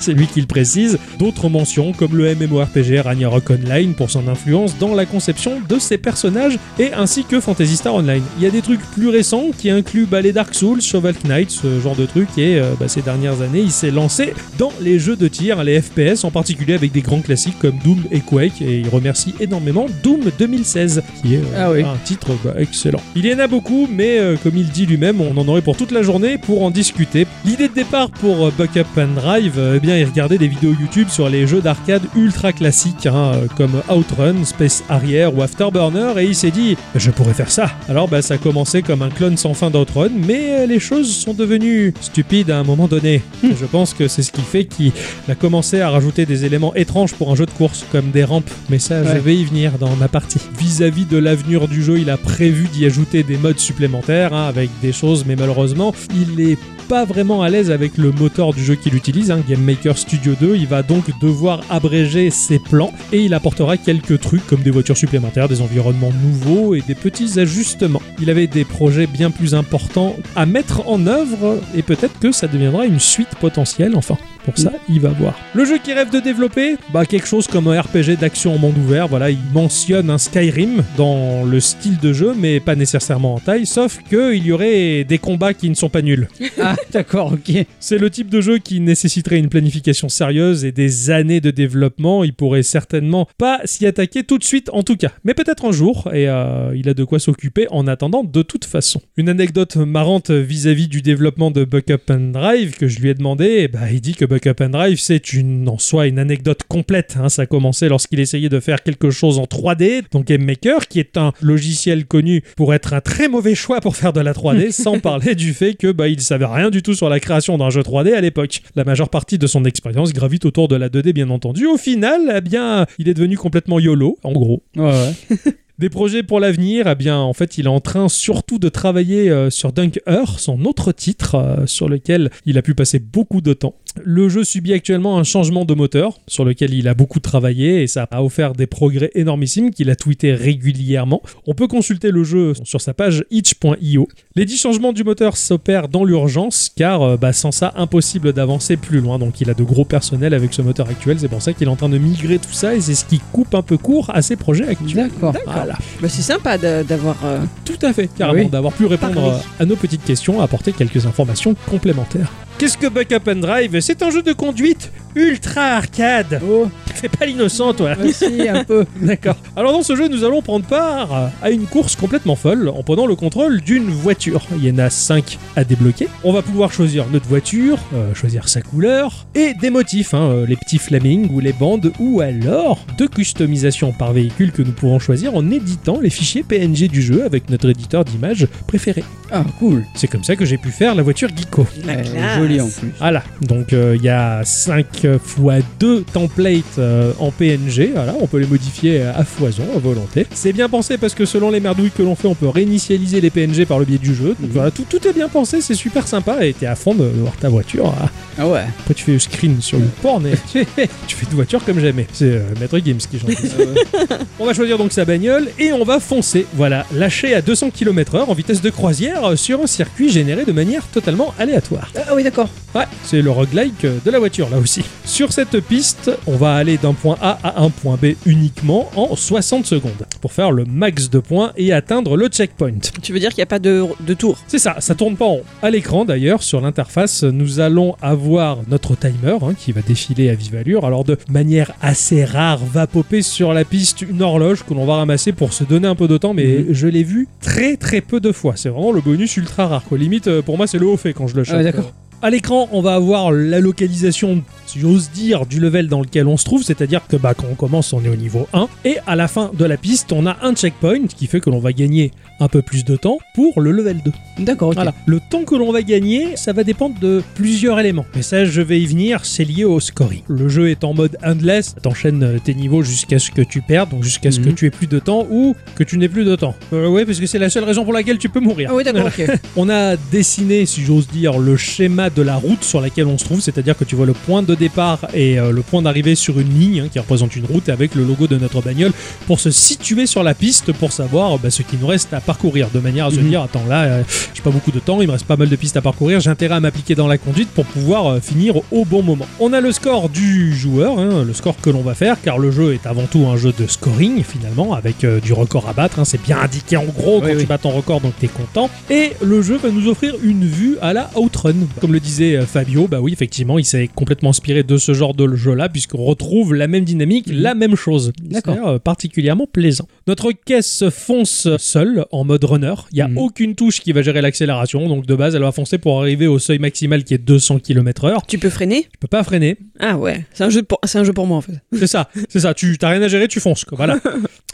Speaker 1: C'est lui qui le précise. D'autres mentions comme le MMORPG Ragnarok Online pour son influence dans la conception de ses personnages et ainsi que Fantasy Star Online. Il y a des trucs plus récents qui incluent bah, les Dark Souls, Shovel Knight, ce genre de trucs et euh, bah, ces dernières années il s'est lancé dans les jeux de tir, les FPS en particulier avec des grands classiques comme Doom et Quake et il remercie énormément Doom 2016 qui est euh,
Speaker 3: Ah oui.
Speaker 1: un titre bah, excellent. Il y en a beaucoup mais euh, comme il dit lui-même on en aurait pour toute la journée pour en discuter. L'idée de départ pour euh, Buck Up and Drive euh, eh bien il regardait des vidéos YouTube sur les jeux d'arcade ultra classiques hein, euh, comme Outrun, Space Harrier ou Afterburner et il s'est dit je pourrais faire ça. Alors bah ça a commencé comme un clone sans fin d'Outrun mais euh, les choses sont devenues stupides à un moment donné.
Speaker 3: Hmm.
Speaker 1: Et Je pense que c'est ce qui fait qu'il a commencé à rajouter des éléments étranges pour un jeu de course, comme des rampes. Mais ça, je
Speaker 3: Ouais.
Speaker 1: vais y venir dans ma partie. Vis-à-vis de l'avenir du jeu, il a prévu d'y ajouter des modes supplémentaires, hein, avec des choses, mais malheureusement, il est pas vraiment à l'aise avec le moteur du jeu qu'il utilise, hein, Game Maker Studio 2. Il va donc devoir abréger ses plans et il apportera quelques trucs comme des voitures supplémentaires, des environnements nouveaux et des petits ajustements. Il avait des projets bien plus importants à mettre en œuvre et peut-être que ça deviendra une suite potentielle enfin. Pour ça, il va voir. Le jeu qu'il rêve de développer, bah quelque chose comme un RPG d'action en monde ouvert. Voilà, il mentionne un Skyrim dans le style de jeu, mais pas nécessairement en taille. Sauf que il y aurait des combats qui ne sont pas nuls.
Speaker 3: Ah, *laughs* d'accord, ok.
Speaker 1: C'est le type de jeu qui nécessiterait une planification sérieuse et des années de développement. Il pourrait certainement pas s'y attaquer tout de suite, en tout cas. Mais peut-être un jour, et euh, il a de quoi s'occuper en attendant de toute façon. Une anecdote marrante vis-à-vis du développement de Buck Up and Drive que je lui ai demandé, eh ben, il dit que Buck Up and Drive, c'est une, en soi une anecdote complète. hein. Ça a commencé lorsqu'il essayait de faire quelque chose en 3D, donc Game Maker, qui est un logiciel connu pour être un très mauvais choix pour faire de la 3D, sans parler du fait que bah, il savait rien du tout sur la création d'un jeu 3D à l'époque. La majeure partie de son expérience gravite autour de la 2D, bien entendu. Au final, eh bien, il est devenu complètement YOLO, en gros.
Speaker 3: Ouais, ouais.
Speaker 1: Des projets pour l'avenir, eh bien, en fait, il est en train surtout de travailler euh, sur Dunk Earth, son autre titre euh, sur lequel il a pu passer beaucoup de temps. Le jeu subit actuellement un changement de moteur sur lequel il a beaucoup travaillé et ça a offert des progrès énormissimes qu'il a tweeté régulièrement. On peut consulter le jeu sur sa page itch.io. Les 10 changements du moteur s'opèrent dans l'urgence car euh, bah, sans ça, impossible d'avancer plus loin. Donc il a de gros personnels avec ce moteur actuel, c'est pour ça qu'il est en train de migrer tout ça et c'est ce qui coupe un peu court à ses projets actuels.
Speaker 3: D'accord.
Speaker 1: Voilà.
Speaker 2: Bah, c'est sympa de- d'avoir. euh,
Speaker 1: Tout à fait, carrément,
Speaker 3: Oui.
Speaker 1: d'avoir pu répondre
Speaker 2: Parler.
Speaker 1: euh, à nos petites questions, apporter quelques informations complémentaires. Qu'est-ce que Buck Up and Drive C'est un jeu de conduite ultra arcade.
Speaker 3: Oh,
Speaker 1: Fais pas l'innocent, toi.
Speaker 3: aussi un peu.
Speaker 1: D'accord. Alors dans ce jeu, nous allons prendre part à une course complètement folle en prenant le contrôle d'une voiture. Il y en a 5 à débloquer. On va pouvoir choisir notre voiture, euh, choisir sa couleur et des motifs, hein, euh, les petits flamings ou les bandes ou alors de customisation par véhicule que nous pourrons choisir en éditant les fichiers PNG du jeu avec notre éditeur d'image préféré.
Speaker 3: Ah, cool.
Speaker 1: C'est comme ça que j'ai pu faire la voiture Geeko.
Speaker 2: La
Speaker 3: Euh,
Speaker 2: classe.
Speaker 3: joli en plus.
Speaker 1: Voilà, donc euh, il y a 5 x 2 templates euh, en PNG, voilà, on peut les modifier euh, à foison, à volonté. C'est bien pensé parce que selon les merdouilles que l'on fait, on peut réinitialiser les PNG par le biais du jeu. Donc voilà, tout, tout est bien pensé, c'est super sympa et t'es à fond de voir ta voiture. Ah,
Speaker 3: Ah ouais.
Speaker 1: Après tu fais le screen sur le porn et tu fais, tu fais de voiture comme jamais. C'est euh, Maître Games qui chante. On va choisir donc sa bagnole et on va foncer. Voilà, lâcher à 200 km/h en vitesse de croisière euh, sur un circuit généré de manière totalement aléatoire.
Speaker 2: Ah oui, d'accord.
Speaker 1: Ouais, c'est le roguelike euh, de la voiture là aussi. Sur cette piste, on va aller d'un point A à un point B uniquement en 60 secondes pour faire le max de points et atteindre le checkpoint.
Speaker 2: Tu veux dire qu'il n'y a pas de, de tour
Speaker 1: C'est ça, ça tourne pas en rond. À l'écran d'ailleurs, sur l'interface, nous allons avoir notre timer hein, qui va défiler à vive allure. Alors de manière assez rare, va popper sur la piste une horloge que l'on va ramasser pour se donner un peu de temps, mais
Speaker 3: Mhm.
Speaker 1: je l'ai vu très très peu de fois. C'est vraiment le bonus ultra rare. Quoi. Limite, euh, pour moi, c'est le haut fait quand je le chope.
Speaker 3: Ah, d'accord.
Speaker 1: À l'écran, on va avoir la localisation, si j'ose dire, du level dans lequel on se trouve, c'est-à-dire que bah, quand on commence, on est au niveau 1, et à la fin de la piste, on a un checkpoint qui fait que l'on va gagner un peu plus de temps pour le level 2.
Speaker 3: D'accord, ok.
Speaker 1: Voilà. Le temps que l'on va gagner, ça va dépendre de plusieurs éléments. Mais ça, je vais y venir, c'est lié au scoring. Le jeu est en mode endless, t'enchaînes euh, tes niveaux jusqu'à ce que tu perdes, donc jusqu'à ce que
Speaker 3: Mhm.
Speaker 1: tu aies plus de temps ou que tu n'aies plus de temps. Euh, ouais, parce que c'est la seule raison pour laquelle tu peux mourir.
Speaker 3: Oh.
Speaker 2: Ah oui, d'accord, ok.
Speaker 1: On a dessiné, si j'ose dire, le schéma de la route sur laquelle on se trouve, c'est-à-dire que tu vois le point de départ et euh, le point d'arrivée sur une ligne hein, qui représente une route avec le logo de notre bagnole pour se situer sur la piste pour savoir euh, bah, ce qui nous reste à parcourir de manière à se
Speaker 3: Mhm.
Speaker 1: dire attends là euh, j'ai pas beaucoup de temps, il me reste pas mal de pistes à parcourir, j'ai intérêt à m'appliquer dans la conduite pour pouvoir euh, finir au bon moment. On a le score du joueur, hein, le score que l'on va faire, car le jeu est avant tout un jeu de scoring finalement, avec euh, du record à battre, hein, c'est bien indiqué en gros quand
Speaker 3: Oui,
Speaker 1: tu
Speaker 3: oui.
Speaker 1: bats ton record, donc t'es content. Et le jeu va nous offrir une vue à la Outrun. Comme le disait euh, Fabio, bah oui, effectivement, il s'est complètement inspiré de ce genre de jeu-là, puisqu'on retrouve la même dynamique,
Speaker 3: Mm.
Speaker 1: la même chose.
Speaker 3: D'accord.
Speaker 1: C'est-à-dire, euh, particulièrement plaisant. Notre caisse fonce seule en mode runner. Il n'y a
Speaker 3: Mhm.
Speaker 1: aucune touche qui va gérer l'accélération. Donc de base, elle va foncer pour arriver au seuil maximal qui est 200 km/h.
Speaker 2: tu peux freiner
Speaker 1: Tu peux pas freiner.
Speaker 2: Ah ouais, c'est un, jeu pour... c'est un jeu pour moi en fait.
Speaker 1: C'est ça, *laughs* c'est ça. Tu t'as rien à gérer, tu fonces. quoi. Voilà.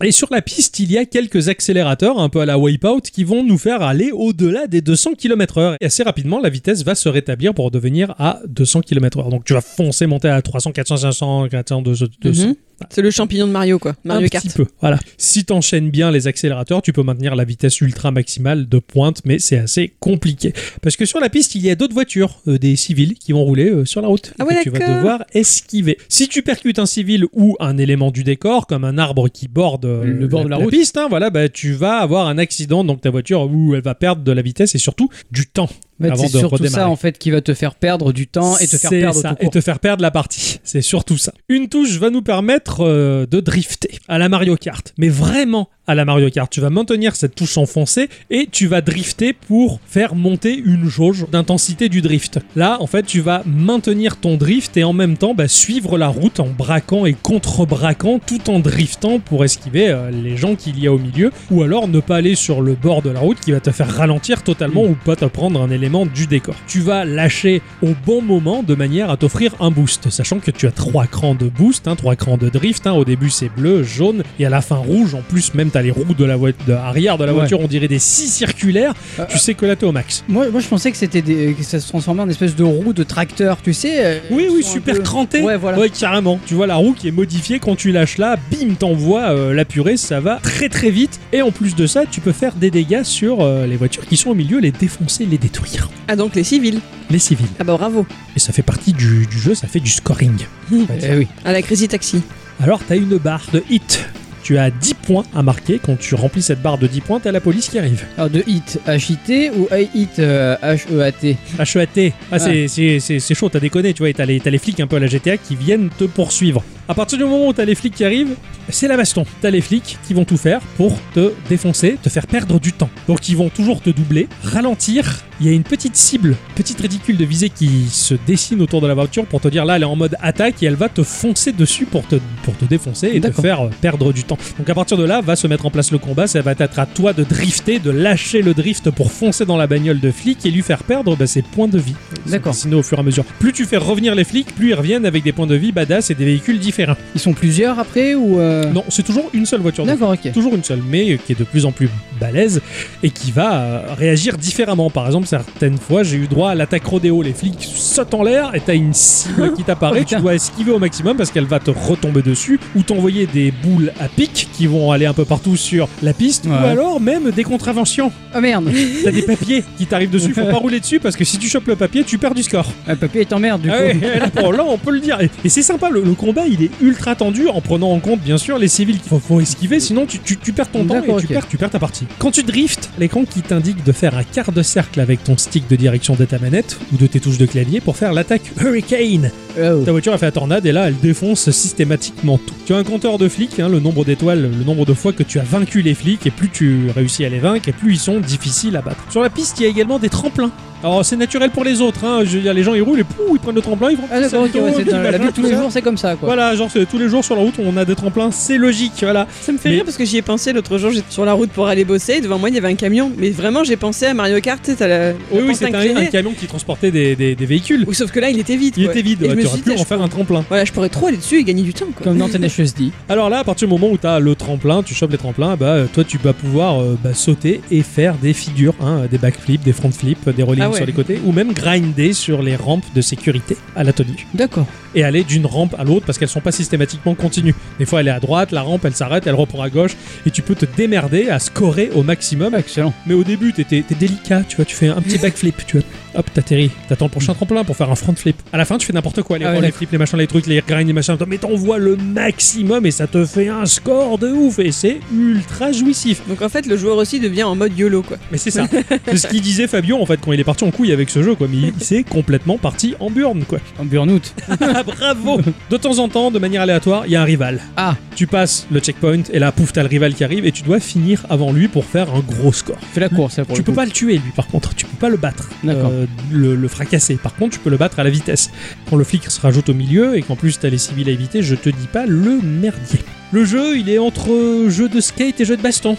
Speaker 1: Et sur la piste, il y a quelques accélérateurs, un peu à la Wipeout, qui vont nous faire aller au-delà des 200 km/h. Et assez rapidement, la vitesse va se rétablir pour redevenir à 200 km/h. Donc tu vas foncer, monter à 300, 400, 500, 400, 200, 200
Speaker 2: Mhm. C'est le champignon de Mario quoi, Mario
Speaker 1: un
Speaker 2: Kart.
Speaker 1: petit peu. Voilà. Si t'enchaînes bien les accélérateurs, tu peux maintenir la vitesse ultra maximale de pointe, mais c'est assez compliqué. Parce que sur la piste, il y a d'autres voitures, euh, des civils, qui vont rouler euh, sur la route.
Speaker 2: Ah
Speaker 1: et
Speaker 2: ouais,
Speaker 1: que tu vas
Speaker 2: d'accord.
Speaker 1: devoir esquiver. Si tu percutes un civil ou un élément du décor, comme un arbre qui borde euh,
Speaker 3: Le bord de la route.
Speaker 1: piste, hein, voilà, bah, tu vas avoir un accident, donc ta voiture, ou elle va perdre de la vitesse et surtout du temps.
Speaker 3: Ouais,
Speaker 1: avant
Speaker 3: c'est
Speaker 1: de
Speaker 3: surtout ça
Speaker 1: redémarrer.
Speaker 3: en fait qui va te faire perdre du temps et te faire
Speaker 1: C'est
Speaker 3: perdre
Speaker 1: ça,
Speaker 3: tout
Speaker 1: et
Speaker 3: court.
Speaker 1: te faire perdre la partie. C'est surtout ça. Une touche va nous permettre euh, de drifter à la Mario Kart, mais vraiment à la Mario Kart. Tu vas maintenir cette touche enfoncée et tu vas drifter pour faire monter une jauge d'intensité du drift. Là, en fait, tu vas maintenir ton drift et en même temps bah, suivre la route en braquant et contre-braquant tout en driftant pour esquiver euh, les gens qu'il y a au milieu ou alors ne pas aller sur le bord de la route qui va te faire ralentir totalement
Speaker 3: Mm.
Speaker 1: ou pas te prendre un élément du décor. Tu vas lâcher au bon moment de manière à t'offrir un boost, sachant que tu as trois crans de boost, hein, trois crans de drift. hein. au début c'est bleu, jaune et à la fin rouge. En plus même t'as les roues de la voie- de arrière de la
Speaker 3: Ouais.
Speaker 1: voiture, on dirait des six circulaires.
Speaker 3: Euh,
Speaker 1: tu sais que là t'es au max.
Speaker 3: Moi, moi je pensais que c'était des- que ça se transformait en espèce de roue de tracteur, tu sais. euh,
Speaker 1: Oui
Speaker 3: ils
Speaker 1: oui
Speaker 3: sont un
Speaker 1: super
Speaker 3: peu-
Speaker 1: cranté.
Speaker 3: Ouais voilà.
Speaker 1: Ouais, carrément. Tu vois la roue qui est modifiée quand tu lâches là, bim, t'envoies euh, la purée, ça va très très vite. Et en plus de ça, tu peux faire des dégâts sur euh, les voitures qui sont au milieu, les défoncer, les détruire.
Speaker 2: Ah donc les civils.
Speaker 1: Les civils.
Speaker 2: Ah bah bravo.
Speaker 1: Et ça fait partie du, du jeu, ça fait du scoring. on va dire.
Speaker 3: Eh oui.
Speaker 2: À la Crazy Taxi.
Speaker 1: Alors, t'as une barre de hit. Tu as 10 points à marquer. Quand tu remplis cette barre de 10 points, t'as la police qui arrive.
Speaker 3: Alors de hit H-I-T ou euh, hit H-E-A-T
Speaker 1: HEAT. Ah, c'est- c'est c'est- c'est chaud, t'as déconné, tu vois. et T'as les, t'as les flics un peu à la GTA qui viennent te poursuivre. À partir du moment où t'as les flics qui arrivent, c'est la baston. T'as les flics qui vont tout faire pour te défoncer, te faire perdre du temps. Donc ils vont toujours te doubler, ralentir. Il y a une petite cible, petite réticule de visée qui se dessine autour de la voiture pour te dire là, elle est en mode attaque et elle va te foncer dessus pour te, pour te défoncer et te
Speaker 3: D'accord.
Speaker 1: faire euh, perdre du temps. Donc à partir de là, va se mettre en place le combat. Ça va être à toi de drifter, de lâcher le drift pour foncer dans la bagnole de flic et lui faire perdre bah, ses points de vie.
Speaker 3: D'accord.
Speaker 1: Sinon, au fur et à mesure. Plus tu fais revenir les flics, plus ils reviennent avec des points de vie badass et des véhicules différents.
Speaker 3: Ils sont plusieurs après ou euh,
Speaker 1: Non, c'est toujours une seule voiture de
Speaker 3: D'accord, ok.
Speaker 1: toujours une seule, mais qui est de plus en plus balèze et qui va euh, réagir différemment. Par exemple, certaines fois, j'ai eu droit à l'attaque rodéo. Les flics sautent en l'air et t'as une cible qui t'apparaît.
Speaker 3: *laughs* Oh,
Speaker 1: tu
Speaker 3: putain.
Speaker 1: dois esquiver au maximum parce qu'elle va te retomber dessus ou t'envoyer des boules à pic qui vont aller un peu partout sur la piste
Speaker 3: Ouais.
Speaker 1: ou alors même des contraventions.
Speaker 3: Oh *laughs* merde
Speaker 1: T'as des papiers qui t'arrivent dessus. Faut pas
Speaker 3: *laughs*
Speaker 1: rouler dessus parce que si tu chopes le papier, tu perds du score.
Speaker 3: Un papier est en merde du coup.
Speaker 1: Ah ouais, là, pour- là, on peut le dire. Et, et c'est sympa, le, le combat il est ultra tendu en prenant en compte bien sûr les civils qu'il faut, faut esquiver, sinon tu, tu- tu perds ton temps et tu,
Speaker 3: D'accord, ok.
Speaker 1: perds, tu perds ta partie. Quand tu driftes, l'écran qui t'indique de faire un quart de cercle avec ton stick de direction de ta manette ou de tes touches de clavier pour faire l'attaque Hurricane.
Speaker 3: Oh.
Speaker 1: Ta voiture a fait la tornade et là elle défonce systématiquement tout. Tu as un compteur de flics, hein, le nombre d'étoiles, le nombre de fois que tu as vaincu les flics et plus tu réussis à les vaincre et plus ils sont difficiles à battre. Sur la piste, il y a également des tremplins. Alors c'est naturel pour les autres, hein. je veux dire, les gens ils roulent et pouh, ils prennent le tremplin, ils vont
Speaker 3: Ah d'accord, ok, ouais, c'est dans la vie de tous les jours, c'est comme ça quoi.
Speaker 1: Voilà, genre c'est- tous les jours sur la route on a des tremplins, c'est logique, voilà.
Speaker 2: Ça me fait
Speaker 1: Mais-
Speaker 2: rire parce que j'y ai pensé l'autre jour, j'étais sur la route pour aller bosser et devant moi il y avait un camion. Mais vraiment j'ai pensé à Mario Kart, tu sais, t'as la, la
Speaker 1: Oui, oui,
Speaker 2: pente
Speaker 1: c'est un,
Speaker 2: inclinée.
Speaker 1: un camion qui transportait des, des- des véhicules.
Speaker 2: Oui, sauf que là il était vide.
Speaker 1: Il
Speaker 2: quoi.
Speaker 1: était vide,
Speaker 2: Et je
Speaker 1: ouais,
Speaker 2: me
Speaker 1: tu
Speaker 2: suis
Speaker 1: aurais
Speaker 2: dit,
Speaker 1: pu
Speaker 2: là,
Speaker 1: en
Speaker 2: je-
Speaker 1: faire un tremplin.
Speaker 2: Voilà, je pourrais trop aller dessus et gagner du temps quoi.
Speaker 3: Comme dans Tenacious D.
Speaker 1: Alors là, à partir du moment où t'as le tremplin, tu chopes les tremplins, bah euh, toi tu vas pouvoir euh, bah, sauter et faire des figures, hein, des backflips, des frontflips, des rollings
Speaker 2: Ah ouais.
Speaker 1: sur les côtés, ou même grinder sur les rampes de sécurité à la tenue.
Speaker 3: D'accord.
Speaker 1: et aller d'une rampe à l'autre parce qu'elles sont pas systématiquement continues. Des fois, elle est à droite, la rampe, elle s'arrête, elle reprend à gauche et tu peux te démerder à scorer au maximum.
Speaker 3: Ah, Excellent.
Speaker 1: Mais au début, t'es t'es- t'es délicat, tu vois, tu fais un
Speaker 3: *laughs*
Speaker 1: petit backflip, tu vois, hop, t'atterris, t'attends le prochain tremplin pour faire un front flip. À la fin, tu fais n'importe quoi, les
Speaker 3: Mm. Ah ouais,
Speaker 1: rolls, les
Speaker 3: d'accord.
Speaker 1: flips, les machins, les trucs, les grinds, les machins, mais t'envoies le maximum et ça te fait un score de ouf et c'est ultra jouissif.
Speaker 2: Donc en fait le joueur aussi devient en mode YOLO quoi.
Speaker 1: Mais
Speaker 3: *laughs*
Speaker 1: c'est ça. c'est ce qu'il disait Fabio en fait quand il est parti en couille avec ce jeu, quoi. Mais il, il s'est complètement parti en burn,
Speaker 3: *laughs*
Speaker 1: quoi.
Speaker 3: En burn-out.
Speaker 1: Ah, bravo De temps en temps, de manière aléatoire, il y a un rival.
Speaker 3: Ah.
Speaker 1: Tu passes le checkpoint et là, pouf, t'as le rival qui arrive et tu dois finir avant lui pour faire un gros score.
Speaker 3: Fais la course là pour
Speaker 1: Tu
Speaker 3: le
Speaker 1: peux
Speaker 3: coup.
Speaker 1: pas le tuer lui par contre, tu peux pas le battre,
Speaker 3: D'accord.
Speaker 1: Euh, le, le fracasser. Par contre, tu peux le battre à la vitesse. Quand le flic se rajoute au milieu et qu'en plus t'as les civils à éviter, je te dis pas le merdier. Le jeu, il est entre jeu de skate et jeu de
Speaker 3: *laughs*
Speaker 1: baston.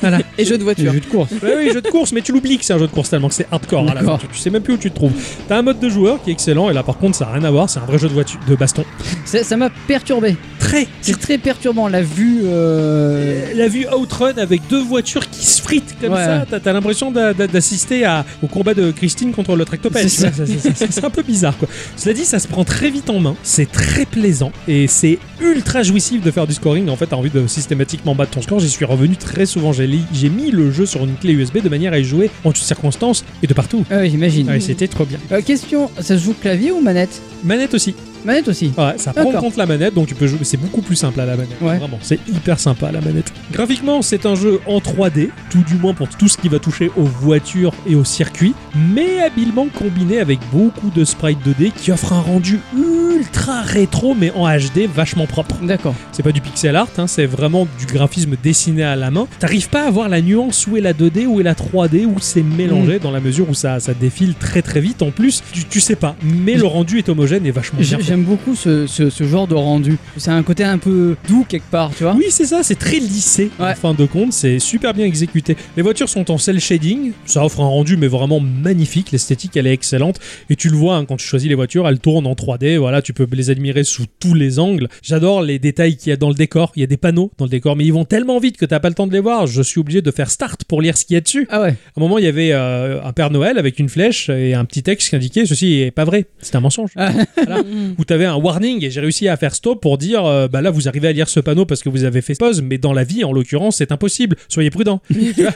Speaker 1: voilà.
Speaker 2: Et jeu de
Speaker 3: Les
Speaker 2: voiture.
Speaker 3: jeux de course.
Speaker 1: Ouais, oui, jeu de course, mais tu l'oublies que c'est un jeu de course tellement que c'est hardcore. À la fin.
Speaker 3: D'accord.
Speaker 1: Tu, tu sais même plus où tu te trouves. T'as un mode de joueur qui est excellent et là par contre ça a rien à voir, c'est un vrai jeu de voiture, de baston.
Speaker 3: Ça ça m'a perturbé.
Speaker 1: Très,
Speaker 3: C'est très perturbant la vue. euh,
Speaker 1: Euh, la vue Outrun avec deux voitures qui se fritent comme
Speaker 3: Ouais,
Speaker 1: ça,
Speaker 3: ouais.
Speaker 1: t'as- t'as l'impression d'a- d'a- d'assister à- au combat de Christine contre le tractopelle.
Speaker 3: C'est
Speaker 1: tu vois, c'est- *laughs* c'est- C'est un peu bizarre quoi. Cela dit, ça se prend très vite en main, c'est très plaisant et c'est ultra jouissif de faire du scoring. En fait, t'as envie de systématiquement battre ton score. J'y suis revenu très souvent. J'ai li- j'ai mis le jeu sur une clé USB de manière à y jouer en toutes circonstances et de partout.
Speaker 3: Ah oui, j'imagine.
Speaker 1: Ouais, C'était trop bien. Euh,
Speaker 3: Euh, question, ça se joue clavier ou manette
Speaker 1: Manette aussi.
Speaker 3: Manette aussi.
Speaker 1: Ouais, ça prend en
Speaker 3: D'accord.
Speaker 1: compte la manette, donc tu peux jouer. C'est beaucoup plus simple à la manette.
Speaker 3: Ouais.
Speaker 1: Vraiment, c'est hyper sympa la manette. Graphiquement, c'est un jeu en 3D, tout du moins pour tout ce qui va toucher aux voitures et aux circuits, mais habilement combiné avec beaucoup de sprites 2D qui offrent un rendu ultra rétro, mais en HD vachement propre.
Speaker 3: D'accord.
Speaker 1: C'est pas du pixel art, hein, c'est vraiment du graphisme dessiné à la main. T'arrives pas à voir la nuance où est la 2D, où est la 3D, où c'est
Speaker 3: Mm.
Speaker 1: mélangé dans la mesure où ça, ça défile très très vite. En plus, tu, tu sais pas, mais le rendu est homogène et vachement bien.
Speaker 3: J'ai- J'aime beaucoup ce, ce- ce genre de rendu. C'est un côté un peu doux quelque part, tu vois.
Speaker 1: Oui, c'est ça, c'est très lissé en
Speaker 3: Ouais.
Speaker 1: fin de compte, c'est super bien exécuté. Les voitures sont en cel shading, ça offre un rendu mais vraiment magnifique, l'esthétique elle est excellente et tu le vois hein, quand tu choisis les voitures, elles tournent en 3D, voilà, tu peux les admirer sous tous les angles. J'adore les détails qu'il y a dans le décor, il y a des panneaux dans le décor mais ils vont tellement vite que t'as pas le temps de les voir, je suis obligé de faire start pour lire ce qu'il y a dessus.
Speaker 3: Ah ouais.
Speaker 1: À un moment, il y avait euh, un Père Noël avec une flèche et un petit texte qui indiquait ceci est pas vrai, c'est un mensonge
Speaker 2: Mm.
Speaker 1: où tu avais un warning et j'ai réussi à faire stop pour dire euh, bah là vous arrivez à lire ce panneau parce que vous avez fait pause mais dans la vie en l'occurrence c'est impossible soyez
Speaker 3: *laughs*
Speaker 1: prudent tu, as,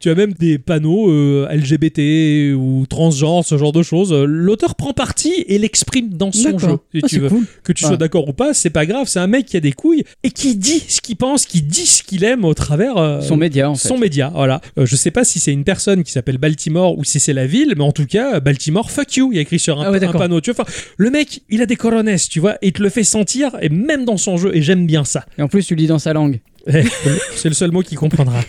Speaker 1: tu as même des panneaux euh, LGBT ou transgenre ce genre de choses Euh, l'auteur prend parti et l'exprime dans son jeu
Speaker 3: D'accord.
Speaker 1: si
Speaker 3: Ah,
Speaker 1: tu
Speaker 3: c'est
Speaker 1: veux
Speaker 3: cool.
Speaker 1: que tu
Speaker 3: Ouais.
Speaker 1: sois d'accord ou pas c'est pas grave c'est un mec qui a des couilles et qui dit ce qu'il pense qui dit ce qu'il aime au travers euh,
Speaker 3: Son média en fait.
Speaker 1: son média, voilà. Euh, je sais pas si c'est une personne qui s'appelle Baltimore ou si c'est la ville, mais en tout cas, euh, Baltimore, fuck you, il y a écrit sur un,
Speaker 3: Ah ouais,
Speaker 1: un
Speaker 3: d'accord.
Speaker 1: panneau. Tu vois, enfin, le mec, il a des coronets, tu vois, et il te le fait sentir, et même dans son jeu, et j'aime bien ça.
Speaker 3: Et en plus, tu lis dans sa langue.
Speaker 1: C'est le seul mot qu'il comprendra.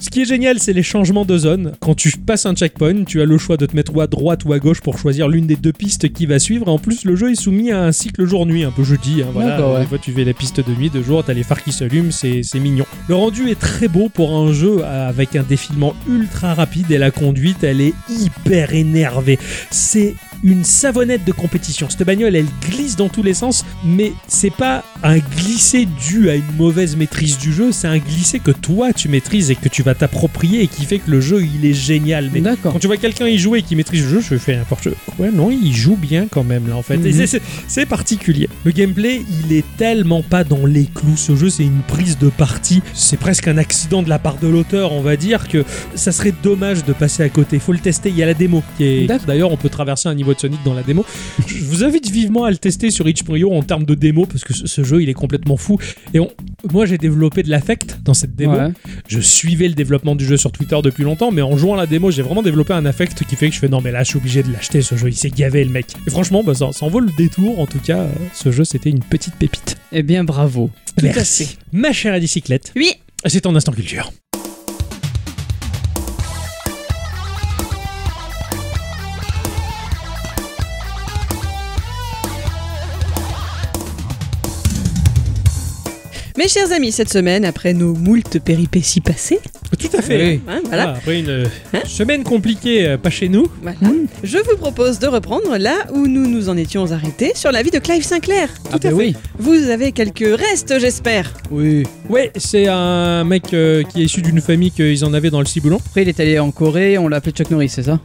Speaker 1: Ce qui est génial, c'est les changements de zone. Quand tu passes un checkpoint, tu as le choix de te mettre ou à droite ou à gauche pour choisir l'une des deux pistes qui va suivre. En plus, le jeu est soumis à un cycle jour-nuit, un peu jeudi. hein, voilà.
Speaker 3: D'accord, ouais.
Speaker 1: Des fois, tu fais la piste de nuit, de jour, t'as les phares qui s'allument, c'est c'est mignon. Le rendu est très beau pour un jeu avec un défilement ultra rapide et la conduite, elle est hyper énervée. C'est une savonnette de compétition. Cette bagnole, elle glisse dans tous les sens, mais c'est pas un glisser dû à une mauvaise maîtrise du jeu, c'est un glisser que toi tu maîtrises et que tu vas t'approprier et qui fait que le jeu il est génial. Mais
Speaker 3: D'accord.
Speaker 1: quand tu vois quelqu'un y jouer et qui maîtrise le jeu, je fais n'importe quoi. Non, il joue bien quand même là en fait. Et
Speaker 3: Mhm.
Speaker 1: c'est- c'est- C'est particulier. Le gameplay, il est tellement pas dans les clous. Ce jeu, c'est une prise de parti. C'est presque un accident de la part de l'auteur, on va dire, que ça serait dommage de passer à côté. Faut le tester. Il y a la démo qui est.
Speaker 3: D'accord.
Speaker 1: D'ailleurs, on peut traverser un niveau de Sonic dans la démo. Je vous invite vivement à le tester sur itch.io en termes de démo parce que ce ce jeu, il est complètement fou. Et on- moi, j'ai développé de l'affect dans cette démo.
Speaker 3: Ouais.
Speaker 1: Je suivais le développement du jeu sur Twitter depuis longtemps, mais en jouant à la démo, j'ai vraiment développé un affect qui fait que je fais non, mais là, je suis obligé de l'acheter ce jeu, il s'est gavé le mec. Et franchement, bah, ça, ça en vaut le détour, en tout cas, euh, ce jeu, c'était une petite pépite.
Speaker 3: Eh bien, bravo.
Speaker 2: à
Speaker 1: Merci. Ma chère à bicyclette,
Speaker 2: Oui,
Speaker 1: c'est ton instant culture.
Speaker 2: mes chers amis, cette semaine, après nos moultes péripéties passées,
Speaker 1: Tout à fait.
Speaker 3: Eh Oui.
Speaker 2: hein, voilà,
Speaker 1: Ah, après une euh, semaine compliquée, euh, pas chez nous.
Speaker 2: voilà, je vous propose de reprendre là où nous nous en étions arrêtés sur la vie de Clive Sinclair.
Speaker 3: ah ben oui.
Speaker 2: Vous avez quelques restes, j'espère.
Speaker 3: Oui.
Speaker 1: Ouais, c'est un mec euh, qui est issu d'une famille qu'ils en avaient dans le ciboulon.
Speaker 3: Après, il est allé en Corée, on l'a appelé Chuck Norris, c'est ça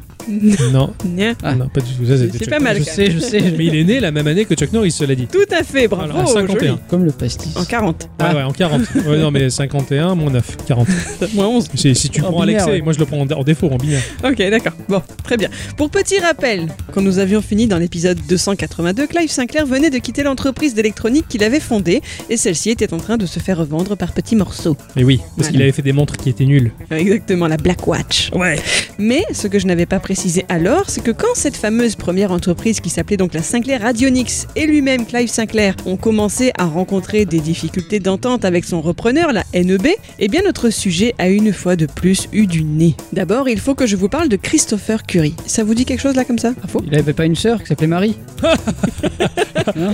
Speaker 1: non,
Speaker 2: Nya.
Speaker 3: Ah.
Speaker 1: non, pas du tout. Ça, c'était
Speaker 2: C'est
Speaker 1: Chuck
Speaker 2: pas mal,
Speaker 1: Norris.
Speaker 3: Je sais, je sais.
Speaker 1: Mais il est né la même année que Chuck Norris, cela dit.
Speaker 2: Tout à fait, bravo.
Speaker 1: Voilà, à 51.
Speaker 2: joli.
Speaker 3: Comme le pastis.
Speaker 2: En 40.
Speaker 1: Ah ouais, en
Speaker 2: *laughs*
Speaker 1: 40. Ouais, non, mais 51, moins 9, 40.
Speaker 2: Moins 11.
Speaker 1: Si, si tu
Speaker 3: En
Speaker 1: prends à
Speaker 3: binaire,
Speaker 1: l'excès,
Speaker 3: ouais.
Speaker 1: moi je le prends en, en défaut, en binaire.
Speaker 2: Ok, d'accord. Bon, très bien. Pour petit rappel, quand nous avions fini dans l'épisode 282, Clive Sinclair venait de quitter l'entreprise d'électronique qu'il avait fondée et celle-ci était en train de se faire revendre par petits morceaux.
Speaker 1: Mais oui, parce qu'il
Speaker 2: Voilà.
Speaker 1: avait fait des montres qui étaient nulles.
Speaker 2: Euh, Exactement, la Black Watch.
Speaker 1: Ouais.
Speaker 2: Mais ce que je n'avais pas précisé alors, c'est que quand cette fameuse première entreprise qui s'appelait donc la Sinclair Radionics et lui-même Clive Sinclair ont commencé à rencontrer des difficultés d'entente avec son repreneur, la NEB, eh bien notre sujet a une fois de plus eu du nez. D'abord, il faut que je vous parle de Christopher Curie. Ça vous dit quelque chose là comme ça Info
Speaker 3: Il avait pas une sœur qui s'appelait Marie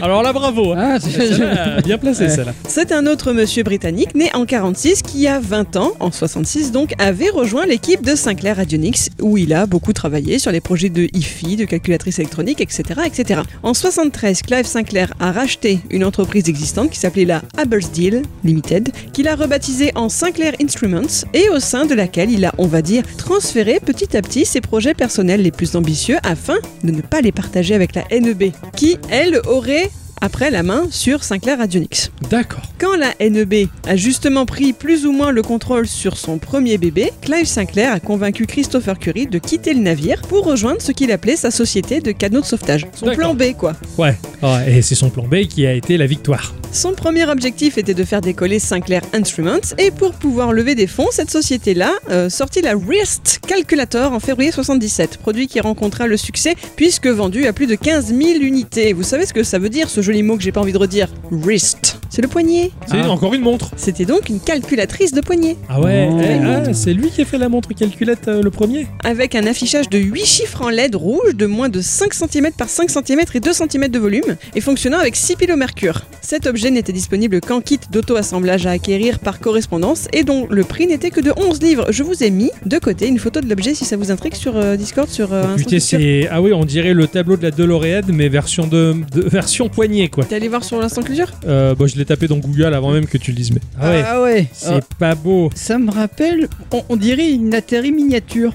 Speaker 1: Alors là, bravo. hein.
Speaker 3: Ah, c'est-
Speaker 1: Celle-là, bien placé,
Speaker 3: Ouais.
Speaker 1: celle-là.
Speaker 2: C'est un autre monsieur britannique né en 46 qui a 20 ans, en 66 donc, avait rejoint l'équipe de Sinclair Radionics où il a beaucoup travaillé sur les projets de hi-fi, de calculatrices électroniques, etc., etc. En 73, Clive Sinclair a racheté une entreprise existante qui s'appelait la Abelsdeal Limited, qu'il a rebaptisée en Sinclair Instruments et au sein de laquelle il a, on va dire, transféré petit à petit ses projets personnels les plus ambitieux afin de ne pas les partager avec la NEB, qui, E elle, aurait après la main sur Sinclair Radionics.
Speaker 1: D'accord.
Speaker 2: Quand la NEB a justement pris plus ou moins le contrôle sur son premier bébé, Clive Sinclair a convaincu Christopher Curry de quitter le navire pour rejoindre ce qu'il appelait sa société de canaux de sauvetage. Son
Speaker 1: D'accord.
Speaker 2: plan B, quoi.
Speaker 1: Ouais. Ouais, et c'est son plan B qui a été la victoire.
Speaker 2: Son premier objectif était de faire décoller Sinclair Instruments et pour pouvoir lever des fonds, cette société-là euh, sortit la Wrist Calculator en février 77, produit qui rencontra le succès puisque vendu à plus de 15 000 unités. Vous savez ce que ça veut dire ce joli mot que j'ai pas envie de redire Wrist. C'est le poignet.
Speaker 1: C'est
Speaker 3: Ah.
Speaker 1: encore une montre.
Speaker 2: C'était donc une calculatrice de poignet.
Speaker 1: Ah ouais.
Speaker 3: Oh.
Speaker 1: eh, ah, c'est lui qui a fait la montre calculette euh, le premier.
Speaker 2: avec un affichage de 8 chiffres en LED rouge de moins de 5 cm par 5 cm et 2 cm de volume et fonctionnant avec 6 piles au mercure. Cet objet n'était disponible qu'en kit d'auto-assemblage à acquérir par correspondance et dont le prix n'était que de 11 livres. Je vous ai mis de côté une photo de l'objet si ça vous intrigue sur euh, Discord, sur euh, Instant
Speaker 1: Oh, Putain,
Speaker 2: Culture.
Speaker 1: c'est ah oui, on dirait le tableau de la DeLorean mais version de, de- *laughs* version poignée quoi.
Speaker 2: T'es allé voir sur l'instant culture
Speaker 1: Euh, bah, je l'ai tapé dans Google avant même que tu le dises mais. Ah ouais.
Speaker 3: Ah ouais.
Speaker 1: C'est
Speaker 3: Ah,
Speaker 1: pas *laughs* beau.
Speaker 3: Ça me rappelle, on, on dirait une atterrie miniature.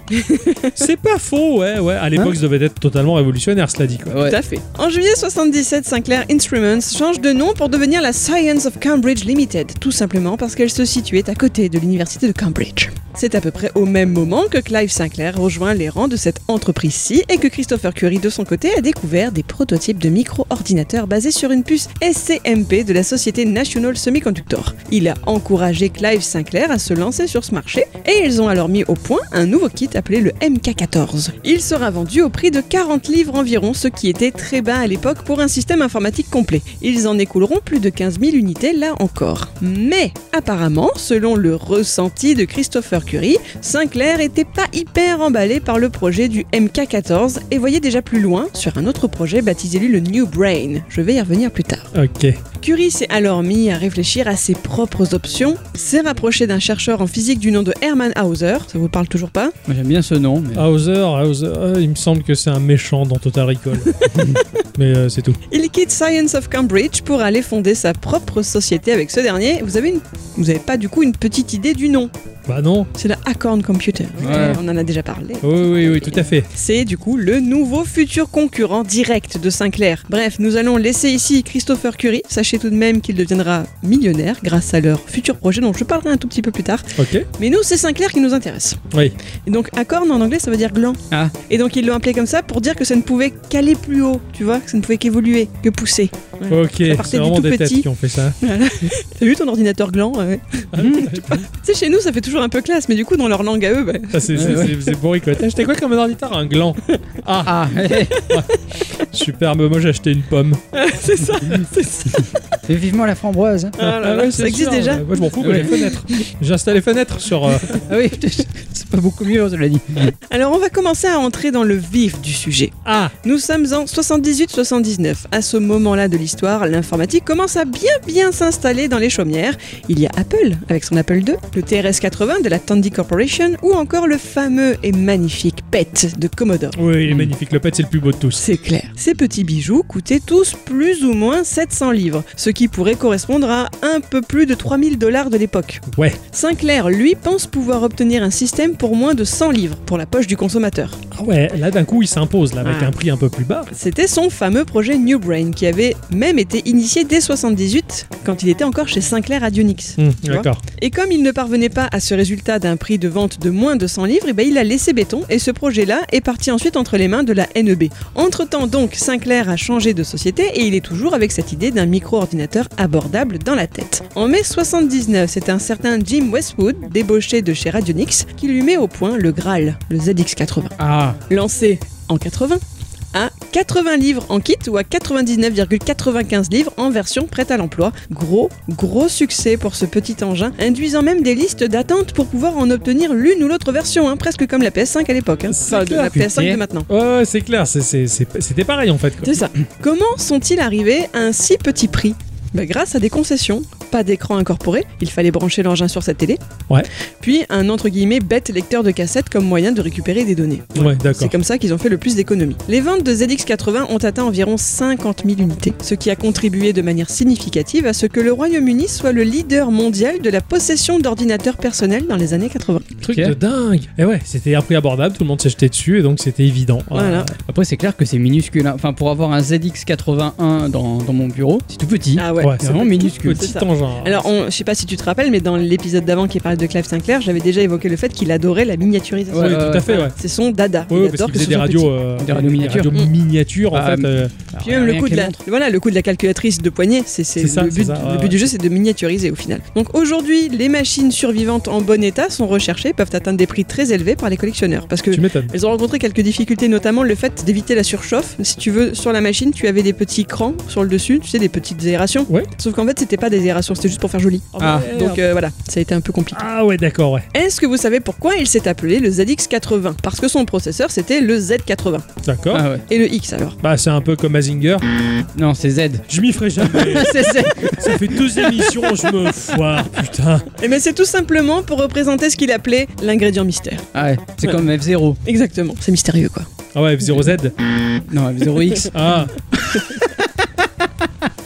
Speaker 1: C'est pas faux, ouais, ouais. À l'époque, ça devait être totalement révolutionnaire, cela dit. Quoi.
Speaker 3: Ouais.
Speaker 2: Tout à fait. En juillet 77, Sinclair Instruments change de nom pour devenir la Science of Cambridge Limited, tout simplement parce qu'elle se situait à côté de l'université de Cambridge. C'est à peu près au même moment que Clive Sinclair rejoint les rangs de cette entreprise-ci et que Christopher Curry, de son côté, a découvert des prototypes de micro-ordinateurs basés sur une puce SCMP de la société National Semiconductor. Il a encouragé Clive Sinclair à se lancer sur ce marché et ils ont alors mis au point un nouveau kit appelé le MK14. Il sera vendu au prix de 40 livres environ, ce qui était très bas à l'époque pour un système informatique complet. Ils en écouleront plus de 15 000 unités là encore. Mais apparemment, selon le ressenti de Christopher Curry, Sinclair était pas hyper emballé par le projet du MK14 et voyait déjà plus loin sur un autre projet baptisé lui le New Brain. Je vais y revenir plus tard.
Speaker 1: Ok.
Speaker 2: Curie s'est alors mis à réfléchir à ses propres options, s'est rapproché d'un chercheur en physique du nom de Hermann Hauser, ça vous parle toujours pas
Speaker 3: Moi, J'aime bien ce nom. mais-
Speaker 1: Hauser, Hauser, euh, il me semble que c'est un méchant dans Total Recall. mais euh, c'est tout.
Speaker 2: Il quitte Science of Cambridge pour aller fonder sa propre société avec ce dernier. Vous avez, une... vous avez pas du coup une petite idée du nom
Speaker 1: Bah non.
Speaker 2: C'est la Acorn Computer. Euh,
Speaker 3: Ouais.
Speaker 2: On en a déjà parlé.
Speaker 1: Oui, oui, oui, tout à fait.
Speaker 2: C'est du coup le nouveau futur concurrent direct de Sinclair. Bref, nous allons laisser ici Christopher Curry. Sachez tout de même qu'il deviendra millionnaire grâce à leur futur projet dont je parlerai un tout petit peu plus tard.
Speaker 1: Ok.
Speaker 2: Mais nous, c'est Sinclair qui nous intéresse.
Speaker 1: Oui.
Speaker 2: Et donc, Acorn en anglais, ça veut dire gland.
Speaker 3: Ah.
Speaker 2: Et donc, ils l'ont appelé comme ça pour dire que ça ne pouvait qu'aller plus haut, tu vois, que ça ne pouvait qu'évoluer, que pousser.
Speaker 1: Ok.
Speaker 2: Ça
Speaker 1: C'est
Speaker 2: partait du
Speaker 1: vraiment
Speaker 2: tout
Speaker 1: des
Speaker 2: petit.
Speaker 1: têtes qui ont fait ça.
Speaker 2: T'as vu ton ordinateur gland ouais. Ah, Tu sais, chez nous, ça fait toujours un peu classe, mais du coup, dans leur langue à eux, bah, *laughs*
Speaker 1: Ça, c'est- c'est
Speaker 3: Ouais, ouais.
Speaker 1: c'est- c'est bourré quoi. T'as acheté quoi comme un ordinateur Un gland. Ah,
Speaker 3: Ah,
Speaker 1: superbe. Moi, j'ai acheté une pomme.
Speaker 2: c'est ça, c'est ça.
Speaker 3: fais vivement la framboise. hein.
Speaker 2: Ah là
Speaker 1: Ah
Speaker 2: là,
Speaker 1: ouais,
Speaker 2: ça
Speaker 1: c'est
Speaker 2: existe
Speaker 1: sûr.
Speaker 2: déjà.
Speaker 1: Moi, je m'en fous que
Speaker 3: Ouais.
Speaker 1: les fenêtres. J'ai installé fenêtres sur. euh,
Speaker 3: Ah oui, c'est pas beaucoup mieux, on se l'a dit.
Speaker 2: Alors, on va commencer à entrer dans le vif du sujet.
Speaker 1: Ah,
Speaker 2: Nous sommes en 78-79. À ce moment-là de l'histoire, l'informatique commence à bien bien s'installer dans les chaumières. Il y a Apple avec son Apple II, le TRS-80 de la Tandy Corporation ou encore le fameux et magnifique PET de Commodore.
Speaker 1: oui, il est
Speaker 3: Mm.
Speaker 1: magnifique. Le pet, c'est le plus beau de tous.
Speaker 2: C'est clair. Ces petits bijoux coûtaient tous plus ou moins 700 livres, ce qui pourrait correspondre à un peu plus de 3000 dollars de l'époque.
Speaker 1: Ouais.
Speaker 2: Sinclair, lui, pense pouvoir obtenir un système pour moins de 100 livres pour la poche du consommateur.
Speaker 1: Ah ouais, là d'un coup il s'impose là avec
Speaker 2: Ah.
Speaker 1: un prix un peu plus bas.
Speaker 2: C'était son fameux projet New Brain qui avait même été initié dès 78 quand il était encore chez Sinclair Radionics.
Speaker 1: Hmm,
Speaker 2: vois
Speaker 1: D'accord.
Speaker 2: Et comme il ne parvenait pas à ce résultat d'un prix de vente de moins de 100 livres, eh ben, il a laissé béton et ce projet-là est parti ensuite entre les mains de la NEB. Entre-temps donc, Sinclair a changé de société et il est toujours avec cette idée d'un micro-ordinateur abordable dans la tête. En mai 79, c'est un certain Jim Westwood, débauché de chez Radionics, qui lui met au point le Graal, le ZX80
Speaker 3: Ah,
Speaker 2: lancé en 80 à 80 livres en kit ou à 99,95 livres en version prête à l'emploi. Gros, gros succès pour ce petit engin, induisant même des listes d'attente pour pouvoir en obtenir l'une ou l'autre version, hein, presque comme la PS5 à l'époque, hein.
Speaker 1: C'est
Speaker 2: Enfin, de la
Speaker 1: clair,
Speaker 2: PS5 de
Speaker 1: putain.
Speaker 2: maintenant.
Speaker 1: Ouais, ouais, c'est clair, c'est- c'est- c'est- c'était pareil en fait. quoi.
Speaker 2: C'est ça. Comment sont-ils arrivés à un si petit prix Bah, Ben, Grâce à des concessions pas d'écran incorporé, il fallait brancher l'engin sur sa télé.
Speaker 1: Ouais.
Speaker 2: Puis un entre guillemets bête lecteur de cassette comme moyen de récupérer des données.
Speaker 1: Ouais, d'accord.
Speaker 2: C'est comme ça qu'ils ont fait le plus d'économies. Les ventes de ZX80 ont atteint environ 50 000 unités, ce qui a contribué de manière significative à ce que le Royaume-Uni soit le leader mondial de la possession d'ordinateurs personnels dans les années 80.
Speaker 1: Truc
Speaker 3: Ok.
Speaker 1: de dingue. Et ouais, c'était un prix abordable, tout le monde s'est jeté dessus et donc c'était évident. Euh,
Speaker 2: Voilà.
Speaker 3: Après, c'est clair que c'est minuscule. hein. Enfin, pour avoir un ZX81 dans, dans mon bureau, c'est tout petit.
Speaker 2: Ah
Speaker 1: Ouais,
Speaker 2: ouais.
Speaker 1: c'est
Speaker 3: vraiment
Speaker 1: un tout
Speaker 3: minuscule.
Speaker 1: Petit hein.
Speaker 2: C'est ça.
Speaker 1: engin.
Speaker 2: Alors, on- je sais pas si tu te rappelles, mais dans l'épisode d'avant qui parle de Clive Sinclair, j'avais déjà évoqué le fait qu'il adorait la miniaturisation.
Speaker 1: oui,
Speaker 3: Ouais,
Speaker 1: tout
Speaker 3: ouais,
Speaker 1: à fait, ouais.
Speaker 2: C'est son dada.
Speaker 1: Oui,
Speaker 2: il
Speaker 1: oui,
Speaker 2: adore
Speaker 1: parce
Speaker 2: que
Speaker 1: qu'ils
Speaker 2: ce
Speaker 1: faisaient des
Speaker 2: soit
Speaker 1: radios,
Speaker 2: petit.
Speaker 1: euh,
Speaker 3: Des radios miniatures.
Speaker 2: Mm.
Speaker 1: radios miniatures, en
Speaker 3: Ah,
Speaker 1: fait.
Speaker 3: mais-
Speaker 1: euh,
Speaker 3: Alors,
Speaker 2: Puis même le
Speaker 3: rien
Speaker 2: coup, de
Speaker 3: qu'elle
Speaker 2: la,
Speaker 3: montre.
Speaker 2: voilà, le coup de la calculatrice de poignet, c'est c'est
Speaker 1: C'est ça,
Speaker 2: le,
Speaker 1: c'est
Speaker 2: but,
Speaker 1: ça, ouais.
Speaker 2: le but du jeu, c'est de miniaturiser au final. Donc aujourd'hui, les machines survivantes en bon état sont recherchées et peuvent atteindre des prix très élevés par les collectionneurs. Parce que
Speaker 1: Tu m'étonnes.
Speaker 2: elles ont rencontré quelques difficultés, notamment le fait d'éviter la surchauffe. Si tu veux, sur la machine, tu avais des petits crans sur le dessus, tu sais, des petites aérations.
Speaker 1: Ouais.
Speaker 2: Sauf qu'en fait, c'était pas des aérations, c'était juste pour faire joli.
Speaker 3: Ah,
Speaker 2: Donc euh, voilà, ça a été un peu compliqué.
Speaker 1: Ah ouais, d'accord, ouais.
Speaker 2: Est-ce que vous savez pourquoi il s'est appelé le ZX80 Parce que son processeur c'était le Z80.
Speaker 1: D'accord.
Speaker 3: Ah ouais.
Speaker 2: Et le X alors
Speaker 1: Bah, c'est un peu comme Mazinger.
Speaker 3: Non, c'est Z.
Speaker 1: Je m'y ferai jamais.
Speaker 3: c'est Z.
Speaker 1: Ça fait deux *laughs* émissions, je me foire, putain.
Speaker 2: Eh bien c'est tout simplement pour représenter ce qu'il appelait l'ingrédient mystère.
Speaker 3: Ah ouais, c'est comme F0.
Speaker 2: Exactement, c'est mystérieux quoi.
Speaker 1: Ah ouais, F0Z.
Speaker 3: Non, F0X.
Speaker 1: Ah,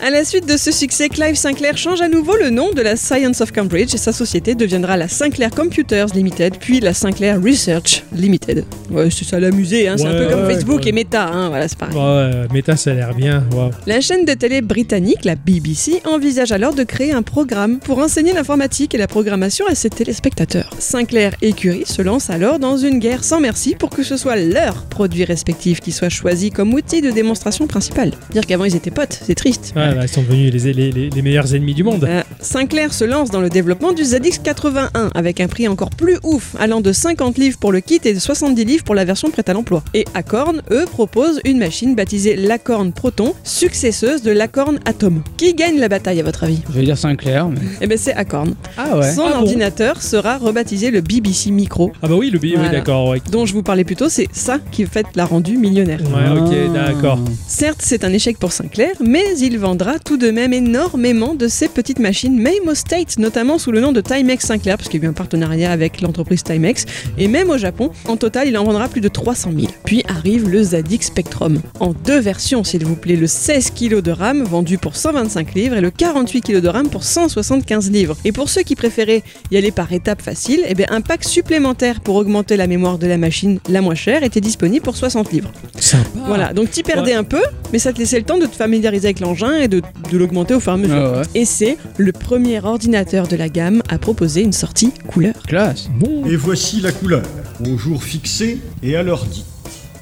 Speaker 2: À la suite de ce succès, Clive Sinclair change à nouveau le nom de la Science of Cambridge et sa société deviendra la Sinclair Computers Limited, puis la Sinclair Research Limited. Ouais, c'est ça l'amuser, hein, c'est un
Speaker 1: Ouais,
Speaker 2: peu comme
Speaker 1: ouais,
Speaker 2: Facebook
Speaker 1: ouais.
Speaker 2: et Meta, hein, voilà, c'est pareil.
Speaker 1: ouais, euh, Meta, ça a l'air bien. waouh.
Speaker 2: La chaîne de télé britannique, la BBC, envisage alors de créer un programme pour enseigner l'informatique et la programmation à ses téléspectateurs. Sinclair et Curie se lancent alors dans une guerre sans merci pour que ce soit leur produit respectif qui soit choisi comme outil de démonstration principale. Dire qu'avant ils étaient potes, c'est triste.
Speaker 1: Ah, là, ils sont devenus les, les- les- les meilleurs ennemis du monde.
Speaker 2: Euh, Sinclair se lance dans le développement du ZX81 avec un prix encore plus ouf, allant de 50 livres pour le kit et de 70 livres pour la version prête à l'emploi. Et Acorn, eux, proposent une machine baptisée l'Acorn Proton, successeuse de l'Acorn Atom. Qui gagne la bataille à votre avis
Speaker 3: Je vais dire Sinclair. Mais...
Speaker 2: Eh ben c'est Acorn.
Speaker 3: Ah
Speaker 2: Son
Speaker 1: Ah bon
Speaker 2: ordinateur sera rebaptisé le BBC Micro.
Speaker 1: Ah bah oui, le B, oui,
Speaker 2: Voilà.
Speaker 1: d'accord, ouais.
Speaker 2: Dont je vous parlais plus tôt, c'est ça qui en fait l'a rendu millionnaire.
Speaker 1: Ouais, ok,
Speaker 3: Ah.
Speaker 1: d'accord.
Speaker 2: Certes, c'est un échec pour Sinclair, mais il vendra tout de même énormément de ses petites machines, même aux States, notamment sous le nom de Timex Sinclair, parce qu'il y a eu un partenariat avec l'entreprise Timex, et même au Japon. En total, il en vendra plus de 300 000. Puis arrive le Zadix Spectrum, en deux versions, s'il vous plaît, le 16 kg de RAM vendu pour 125 livres et le 48 kg de RAM pour 175 livres. Et pour ceux qui préféraient y aller par étapes faciles, eh bien, un pack supplémentaire pour augmenter la mémoire de la machine la moins chère était disponible pour 60 livres.
Speaker 1: Sympa.
Speaker 2: Voilà, donc t'y perdais un peu, mais ça te laissait le temps de te familiariser avec l'engin et de, de l'augmenter au fur et à mesure.
Speaker 3: Ah ouais.
Speaker 2: Et c'est le premier ordinateur de la gamme à proposer une sortie couleur.
Speaker 3: Classe.
Speaker 1: Bon,
Speaker 5: Et voici la couleur, au jour fixé et à l'heure dite.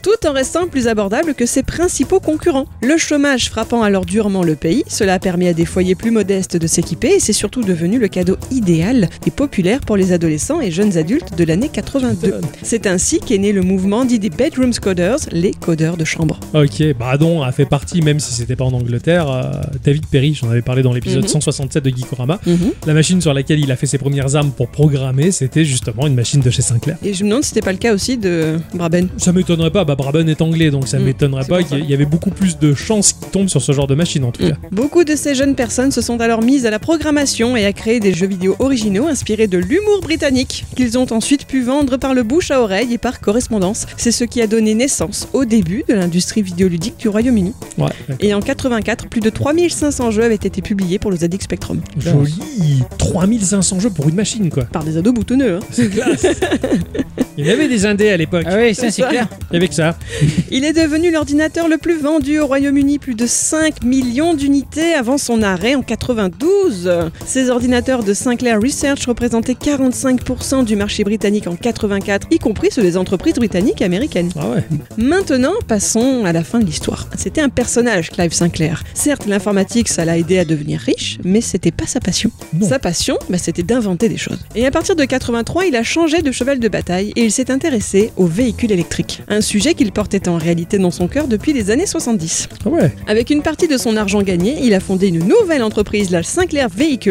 Speaker 2: Tout en restant plus abordable que ses principaux concurrents. Le chômage frappant alors durement le pays, cela a permis à des foyers plus modestes de s'équiper et c'est surtout devenu le cadeau idéal et populaire pour les adolescents et jeunes adultes de l'année 82. C'est ainsi qu'est né le mouvement dit des Bedroom Coders, les codeurs de chambre.
Speaker 1: ok, Bradon a fait partie, même si c'était pas en Angleterre, euh, David Perry, j'en avais parlé dans l'épisode
Speaker 2: Mhm.
Speaker 1: 167 de Geekorama,
Speaker 3: Mhm.
Speaker 1: la machine sur laquelle il a fait ses premières armes pour programmer, c'était justement une machine de chez Sinclair.
Speaker 2: Et je me demande si c'était pas le cas aussi de Braben.
Speaker 1: Ça m'étonnerait pas, bah Brabham est anglais, donc ça
Speaker 2: Mm,
Speaker 1: m'étonnerait
Speaker 2: c'est
Speaker 1: pas
Speaker 2: pour ça.
Speaker 1: qu'il y avait beaucoup plus de chances qui tombent sur ce genre de machine en tout cas.
Speaker 2: Beaucoup de ces jeunes personnes se sont alors mises à la programmation et à créer des jeux vidéo originaux inspirés de l'humour britannique, qu'ils ont ensuite pu vendre par le bouche à oreille et par correspondance. C'est ce qui a donné naissance au début de l'industrie vidéoludique du Royaume-Uni.
Speaker 1: Ouais,
Speaker 2: Et en 84, plus de 3500 jeux avaient été publiés pour le ZX Spectrum.
Speaker 1: joli 3500 jeux pour une machine quoi.
Speaker 2: Par des ados boutonneux. hein.
Speaker 1: *laughs* Il y avait des indés à l'époque,
Speaker 3: Ah oui, ça
Speaker 2: c'est
Speaker 3: c'est clair.
Speaker 1: il y avait que ça.
Speaker 2: Il est devenu l'ordinateur le plus vendu au Royaume-Uni, plus de 5 millions d'unités avant son arrêt en 92. Ces ordinateurs de Sinclair Research représentaient 45% du marché britannique en 84, y compris ceux des entreprises britanniques et américaines.
Speaker 1: Ah ouais.
Speaker 2: Maintenant, passons à la fin de l'histoire. C'était un personnage, Clive Sinclair. Certes, l'informatique, ça l'a aidé à devenir riche, mais c'était pas sa passion.
Speaker 1: Non.
Speaker 2: Sa passion, bah, c'était d'inventer des choses. Et à partir de 83, il a changé de cheval de bataille et il s'est intéressé aux véhicules électriques. Un sujet qu'il portait en réalité dans son cœur depuis les années 70.
Speaker 1: Ah ouais.
Speaker 2: Avec une partie de son argent gagné, il a fondé une nouvelle entreprise, la Sinclair Vehicles.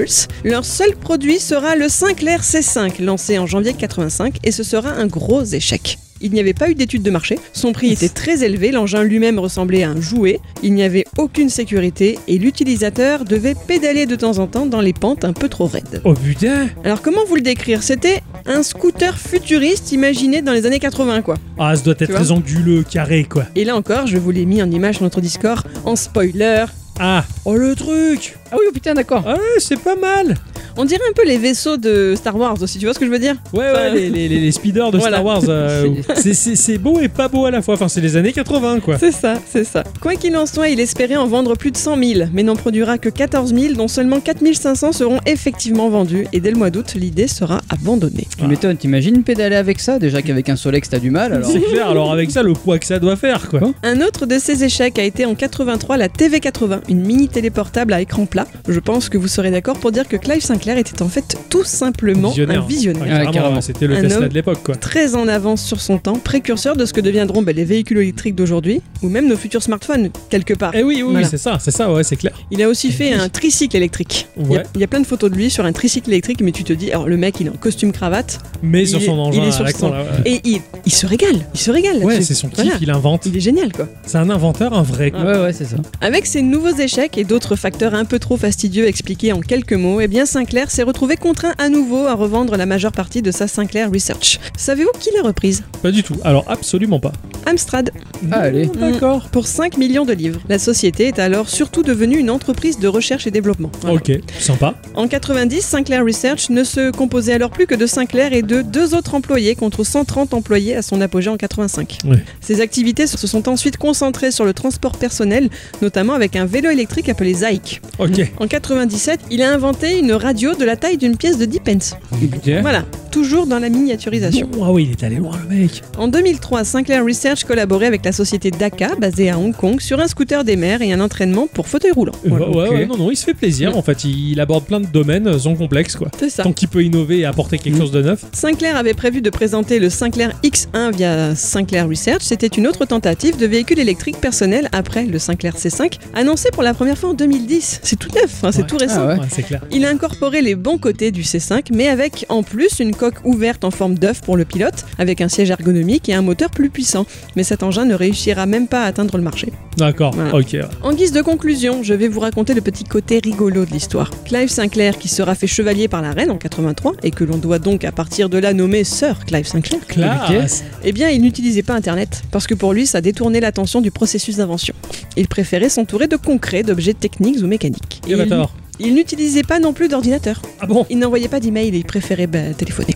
Speaker 2: Leur seul produit sera le Sinclair C5, lancé en janvier 85, et ce sera un gros échec. Il n'y avait pas eu d'étude de marché, son prix était très élevé, l'engin lui-même ressemblait à un jouet, il n'y avait aucune sécurité et l'utilisateur devait pédaler de temps en temps dans les pentes un peu trop raides.
Speaker 1: Oh putain
Speaker 2: Alors comment vous le décrire C'était un scooter futuriste imaginé dans les années 80 quoi.
Speaker 1: Ah, ça doit être
Speaker 2: vois
Speaker 1: très anguleux, carré, quoi.
Speaker 2: Et là encore, je vous l'ai mis en image sur notre Discord en spoiler.
Speaker 1: Ah, oh le truc
Speaker 3: Ah oui, oh putain, d'accord.
Speaker 1: Ah ouais, c'est pas mal
Speaker 2: On dirait un peu les vaisseaux de Star Wars aussi, tu vois ce que je veux
Speaker 1: *laughs*
Speaker 2: dire
Speaker 1: Ouais,
Speaker 2: Enfin,
Speaker 1: ouais, les, les, les- les speeders *laughs* de
Speaker 2: voilà.
Speaker 1: Star Wars. euh, c'est- c'est c'est beau et pas beau à la fois. Enfin, c'est les années 80, quoi.
Speaker 2: C'est ça, c'est ça. Quoi qu'il en soit, il espérait en vendre plus de 100 000, mais n'en produira que 14 000, dont seulement 4 500 seront effectivement vendus, et dès le mois d'août, l'idée sera abandonnée.
Speaker 3: Tu m'étonnes, t'imagines pédaler avec ça Déjà qu'avec un Solex, t'as du mal alors.
Speaker 1: C'est clair, alors avec ça, le poids que ça doit faire, quoi.
Speaker 2: Un autre de ses échecs a été en 83 la TV80, une mini téléportable à écran plat. Je pense que vous serez d'accord pour dire que Clive Sinclair était en fait tout simplement un
Speaker 1: Ouais,
Speaker 2: visionnaire.
Speaker 1: Ah, carrément,
Speaker 3: carrément.
Speaker 1: C'était le
Speaker 2: Un
Speaker 1: Tesla
Speaker 2: homme.
Speaker 1: de l'époque, quoi.
Speaker 2: Très en avance sur son temps, précurseur de ce que deviendront ben, les véhicules électriques d'aujourd'hui, ou même nos futurs smartphones, quelque part.
Speaker 1: Eh oui, oui, oui,
Speaker 2: Voilà.
Speaker 1: c'est ça, c'est ça, ouais, c'est clair.
Speaker 2: Il a aussi fait un tricycle électrique. Il y a-
Speaker 1: Ouais.
Speaker 2: Il y, a plein de photos de lui sur un tricycle électrique, mais tu te dis, alors le mec, il est en costume cravate
Speaker 1: Mais
Speaker 2: Il
Speaker 1: sur
Speaker 2: est-
Speaker 1: son engin,
Speaker 2: il est sur
Speaker 1: à la
Speaker 2: son-
Speaker 1: con, là, ouais.
Speaker 2: et il, il se régale. Il se régale.
Speaker 1: Ouais,
Speaker 2: là-dessus.
Speaker 1: c'est son kiff,
Speaker 2: Voilà.
Speaker 1: il invente.
Speaker 2: Il est génial, quoi.
Speaker 1: C'est un inventeur, un vrai. quoi.
Speaker 3: Ouais, ouais, c'est ça.
Speaker 2: Avec ses nouveaux échecs et d'autres facteurs un peu trop fastidieux expliqués en quelques mots, eh bien Sinclair s'est retrouvé contraint à nouveau à revendre la majeure partie de sa Sinclair Research. Savez-vous qui l'a reprise
Speaker 1: Pas du tout. Alors, absolument pas. Mm,
Speaker 2: Amstrad, Mmh.
Speaker 3: Ah, allez.
Speaker 1: D'accord.
Speaker 2: pour 5 millions de livres. La société est alors surtout devenue une entreprise de recherche et développement. Voilà.
Speaker 1: Ok, sympa.
Speaker 2: En 90, Sinclair Research ne se composait alors plus que de Sinclair et de deux autres employés contre 130 employés à son apogée en 85.
Speaker 1: Ouais.
Speaker 2: Ses activités se sont ensuite concentrées sur le transport personnel, notamment avec un vélo électrique appelé Zyke.
Speaker 1: Ok.
Speaker 2: En 97, il a inventé une radio de la taille d'une pièce de 10 pence.
Speaker 3: Putain.
Speaker 2: Voilà, toujours dans la miniaturisation.
Speaker 1: Bon, ah oui, il est allé loin, le mec.
Speaker 2: En 2003, Sinclair Research collaborait avec la société Daka, basée à Hong Kong, sur un scooter des mers et un entraînement pour fauteuil roulant.
Speaker 1: Euh,
Speaker 3: Voilà,
Speaker 1: ouais,
Speaker 3: ok.
Speaker 1: ouais, non, non, il se fait plaisir, en fait. Il, il aborde plein de domaines, euh, son complexe, quoi.
Speaker 2: C'est ça.
Speaker 1: Tant qu'il peut innover et apporter quelque
Speaker 3: Mm.
Speaker 1: chose de neuf.
Speaker 2: Sinclair avait prévu de présenter le Sinclair X1 via Sinclair Research. C'était une autre tentative de véhicule électrique personnel après le Sinclair C5, annoncé pour la première fois en 2010. C'est tout neuf, hein, c'est
Speaker 1: Ouais.
Speaker 2: tout récent.
Speaker 3: Ah ouais.
Speaker 1: c'est clair.
Speaker 2: Il a incorporé les bons côtés du C5, mais avec en plus une coque ouverte en forme d'œuf pour le pilote, avec un siège ergonomique et un moteur plus puissant. Mais cet engin ne réussira même pas à atteindre le marché.
Speaker 1: D'accord,
Speaker 2: Voilà.
Speaker 1: ok. ouais.
Speaker 2: En guise de conclusion, je vais vous raconter le petit côté rigolo de l'histoire. Clive Sinclair, qui sera fait chevalier par la reine en 83, et que l'on doit donc à partir de là nommer Sir Clive Sinclair,
Speaker 1: Classe.
Speaker 2: eh bien il n'utilisait pas Internet, parce que pour lui ça détournait l'attention du processus d'invention. Il préférait s'entourer de concret, d'objets techniques ou mécaniques.
Speaker 1: Il va
Speaker 2: il
Speaker 1: tort.
Speaker 2: il n'utilisait pas non plus d'ordinateur.
Speaker 1: Ah bon
Speaker 2: Il n'envoyait pas d'email, il préférait bah, téléphoner.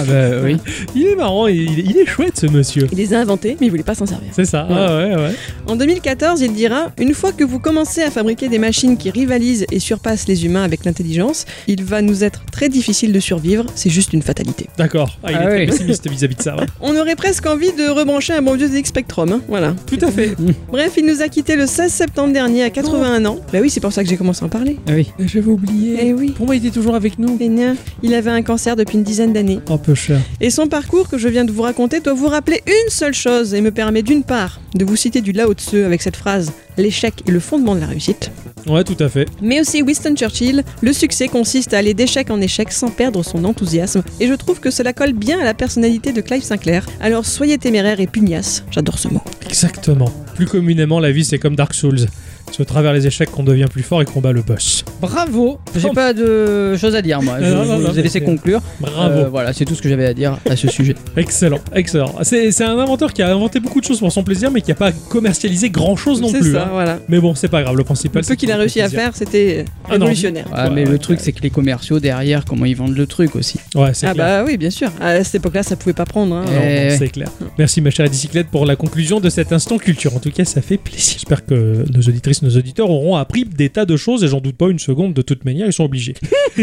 Speaker 3: Ah bah oui.
Speaker 1: Euh, Il est marrant, il, il est chouette, ce monsieur.
Speaker 2: Il les a inventés, mais il voulait pas s'en servir.
Speaker 1: C'est ça. Ah ouais, ouais.
Speaker 2: En 2014, il dira Une fois que vous commencez à fabriquer des machines qui rivalisent et surpassent les humains avec l'intelligence, il va nous être très difficile de survivre, c'est juste une fatalité.
Speaker 1: D'accord. Ah, il
Speaker 3: Ah
Speaker 1: est très
Speaker 3: oui.
Speaker 1: pessimiste vis-à-vis de ça. ouais.
Speaker 2: On aurait presque envie de rebrancher un bon vieux ZX Spectrum, hein, voilà.
Speaker 1: Tout à fait.
Speaker 2: Bref, il nous a quitté le 16 septembre dernier à 81 ans. Bah oui, c'est pour ça que j'ai commencé à en parler.
Speaker 3: Ah oui.
Speaker 1: *laughs* J'avais oublié.
Speaker 2: Eh oui.
Speaker 1: Pour moi, il était toujours avec nous.
Speaker 2: Vénère. Il avait un cancer depuis une dizaine d'années.
Speaker 1: Un peu cher.
Speaker 2: Et son parcours que je viens de vous raconter doit vous rappeler une seule chose et me permet d'une part de vous citer du Lao Tzu avec cette phrase L'échec est le fondement de la réussite.
Speaker 1: Ouais, tout à fait.
Speaker 2: Mais aussi Winston Churchill Le succès consiste à aller d'échec en échec sans perdre son enthousiasme. Et je trouve que cela colle bien à la personnalité de Clive Sinclair. Alors soyez téméraire et pugnace. J'adore ce mot.
Speaker 1: Exactement. Plus communément, la vie, c'est comme Dark Souls. C'est au travers les échecs qu'on devient plus fort et qu'on bat le boss.
Speaker 3: Bravo. J'ai
Speaker 1: Oh.
Speaker 3: pas de choses à dire moi. Je,
Speaker 1: Non, non,
Speaker 3: je
Speaker 1: non,
Speaker 3: vous
Speaker 1: mais
Speaker 3: ai laissé
Speaker 1: c'est-
Speaker 3: conclure.
Speaker 1: Bravo.
Speaker 3: Euh, voilà, c'est tout ce que j'avais à dire à ce sujet.
Speaker 1: Excellent, excellent. C'est c'est un inventeur qui a inventé beaucoup de choses pour son plaisir, mais qui a pas commercialisé grand chose non
Speaker 2: C'est
Speaker 1: plus.
Speaker 2: ça,
Speaker 1: hein.
Speaker 2: voilà.
Speaker 1: Mais bon, c'est pas grave, le principal.
Speaker 2: Le peu
Speaker 1: c'est
Speaker 2: qu'il a
Speaker 1: fait
Speaker 2: réussi à
Speaker 1: plaisir.
Speaker 2: faire, c'était
Speaker 1: Ah non.
Speaker 2: révolutionnaire.
Speaker 3: Ah,
Speaker 1: Ouais,
Speaker 3: mais
Speaker 1: ouais,
Speaker 3: le truc,
Speaker 1: ouais.
Speaker 3: c'est que les commerciaux derrière, comment ils vendent le truc aussi.
Speaker 1: Ouais, c'est
Speaker 2: Ah
Speaker 1: clair.
Speaker 2: bah oui, bien sûr. À cette époque-là, ça pouvait pas prendre. hein.
Speaker 1: Ah non,
Speaker 3: Eh.
Speaker 1: non, c'est clair. Merci ma chère bicyclette pour la conclusion de cet instant culture. En tout cas, ça fait plaisir. J'espère que nos auditrices, nos auditeurs auront appris des tas de choses et j'en doute pas une seconde. De toute manière, ils sont obligés.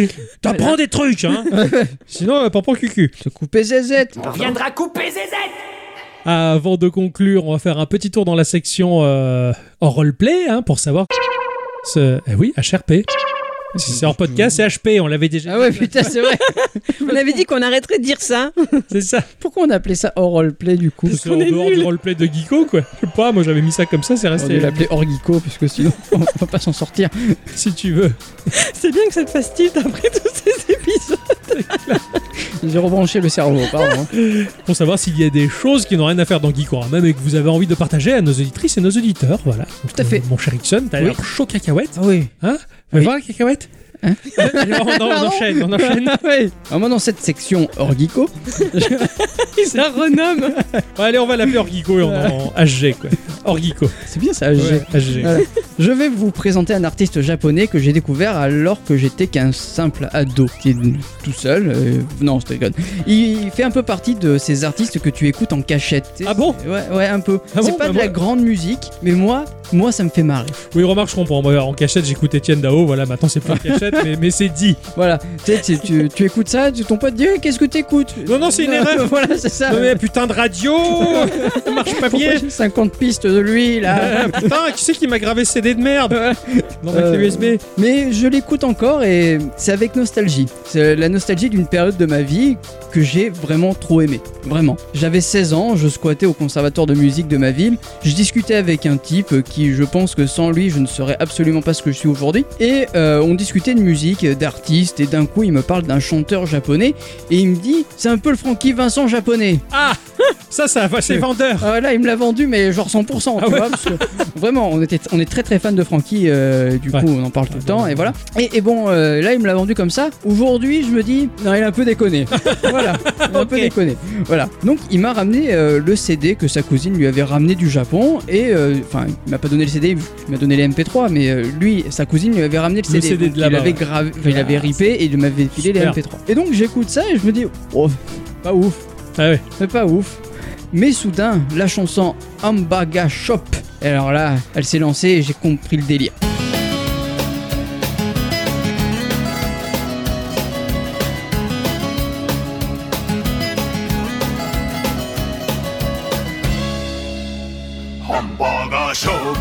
Speaker 1: *laughs* T'apprends des trucs, hein *laughs* Sinon, euh, papa cucu.
Speaker 3: Se couper zézette.
Speaker 4: Viendra couper ZZ
Speaker 1: Avant de conclure, on va faire un petit tour dans la section euh, en roleplay hein, pour savoir. Ce... Eh oui, HRP. Si c'est hors podcast, c'est HP, on l'avait déjà.
Speaker 3: Ah ouais, putain, c'est vrai.
Speaker 2: *laughs* On avait dit qu'on arrêterait de dire ça.
Speaker 1: C'est ça.
Speaker 3: Pourquoi on appelait ça hors roleplay du coup
Speaker 1: Parce
Speaker 2: qu'on
Speaker 1: qu'en
Speaker 2: est
Speaker 1: dehors
Speaker 2: nuls.
Speaker 1: du roleplay de Geeko, quoi. Je sais pas, moi j'avais mis ça comme ça, c'est
Speaker 3: On devait
Speaker 1: resté.
Speaker 3: l'appeler hors geeko parce que sinon *laughs* on peut pas s'en sortir.
Speaker 1: Si tu veux.
Speaker 2: C'est bien que ça te fasse tilt après tous ces épisodes.
Speaker 3: J'ai rebranché le cerveau, pardon. hein.
Speaker 1: *laughs* Pour savoir s'il y a des choses qui n'ont rien à faire dans Geekorama, mais que vous avez envie de partager à nos auditrices et nos auditeurs. Voilà. Tout
Speaker 3: à fait.
Speaker 1: Mon cher Ixon, t'as
Speaker 3: Oui.
Speaker 1: l'air chaud cacahuète.
Speaker 3: Ah oui.
Speaker 1: Hein Fais
Speaker 3: Oui.
Speaker 1: voir la cacahuète
Speaker 3: Hein
Speaker 1: *laughs* Allez, on, on- on enchaîne, on enchaîne.
Speaker 3: Alors moi dans cette section
Speaker 1: *laughs*
Speaker 3: hors geeko,
Speaker 2: Il la renomme.
Speaker 1: Bon, allez, on va l'appeler Orgico et on en HG,
Speaker 3: *laughs*
Speaker 1: quoi. Orgico.
Speaker 3: c'est bien ça, j'ai-
Speaker 1: Ouais, HG.
Speaker 3: Voilà. Je vais vous présenter un artiste japonais que j'ai découvert alors que j'étais qu'un simple ado, qui est tout seul. euh, non, je te déconne. Il fait un peu partie de ces artistes que tu écoutes en cachette. tu sais.
Speaker 1: Ah bon
Speaker 3: Ouais, ouais, un peu.
Speaker 1: Ah
Speaker 3: c'est
Speaker 1: bon
Speaker 3: pas
Speaker 1: Bah
Speaker 3: de la
Speaker 1: moi-
Speaker 3: grande musique, mais moi, moi, ça me fait marrer.
Speaker 1: Oui, remarque, je comprends. Moi, en cachette, j'écoute Étienne Dao. Voilà, maintenant c'est plus en cachette, mais, mais c'est dit.
Speaker 3: Voilà. Tu, sais, tu, tu- tu écoutes ça, tu- ton pote dit Eh, qu'est-ce que t'écoutes
Speaker 1: Non, non, c'est
Speaker 3: *laughs*
Speaker 1: une erreur.
Speaker 3: voilà, c'est ça.
Speaker 1: Non, mais putain de
Speaker 3: *laughs*
Speaker 1: radio Marche
Speaker 3: Ah Pourquoi
Speaker 1: papier
Speaker 3: j'ai 50 pistes de lui
Speaker 1: *laughs*
Speaker 3: là
Speaker 1: Ah, Putain, qui c'est qui m'a gravé ce CD de merde Non, avec
Speaker 3: Euh,
Speaker 1: les USB.
Speaker 3: Mais je l'écoute encore et c'est avec nostalgie. C'est la nostalgie d'une période de ma vie que j'ai vraiment trop aimée. Vraiment. J'avais 16 ans, je squattais au conservatoire de musique de ma ville. Je discutais avec un type qui, je pense que sans lui, je ne serais absolument pas ce que je suis aujourd'hui. Et euh, on discutait de musique, d'artistes, et d'un coup, il me parle d'un chanteur japonais et il me dit c'est un peu le Frankie Vincent japonais.
Speaker 1: Ah Ça, ça va chez vendeur.
Speaker 3: Ah, là, il me l'a vendu, mais genre 100%, tu
Speaker 1: Ah ouais.
Speaker 3: vois, parce que *laughs* vraiment, on, était, on est très très fan de Francky, euh, du
Speaker 1: Ouais.
Speaker 3: coup, on en parle tout le temps, et voilà. Et, et bon, euh, là, il me l'a vendu comme ça. Aujourd'hui, je me dis, non, il a un peu
Speaker 1: *laughs*
Speaker 3: déconné. voilà, il a un peu
Speaker 1: Ok.
Speaker 3: déconné. Voilà. Donc, il m'a ramené euh, le CD que sa cousine lui avait ramené du Japon, et euh, enfin, il m'a pas donné le CD, il m'a donné les MP3, mais euh, lui, sa cousine lui avait ramené le
Speaker 1: Le
Speaker 3: CD.
Speaker 1: CD de
Speaker 3: donc il
Speaker 1: là-bas,
Speaker 3: avait
Speaker 1: ouais.
Speaker 3: gravé, enfin, il avait
Speaker 1: Ah,
Speaker 3: ripé et il m'avait filé
Speaker 1: Super.
Speaker 3: les MP3. Et donc, j'écoute ça et je me dis, oh, pas ouf.
Speaker 1: Ah ouais.
Speaker 3: C'est pas ouf. Mais soudain, la chanson Ambaga Shop. Et alors là, elle s'est lancée et j'ai compris le délire.
Speaker 6: ハンバーガーショー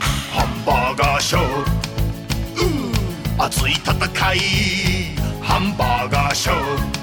Speaker 6: ハンバーガーショーうん熱い戦いハンバーガーショー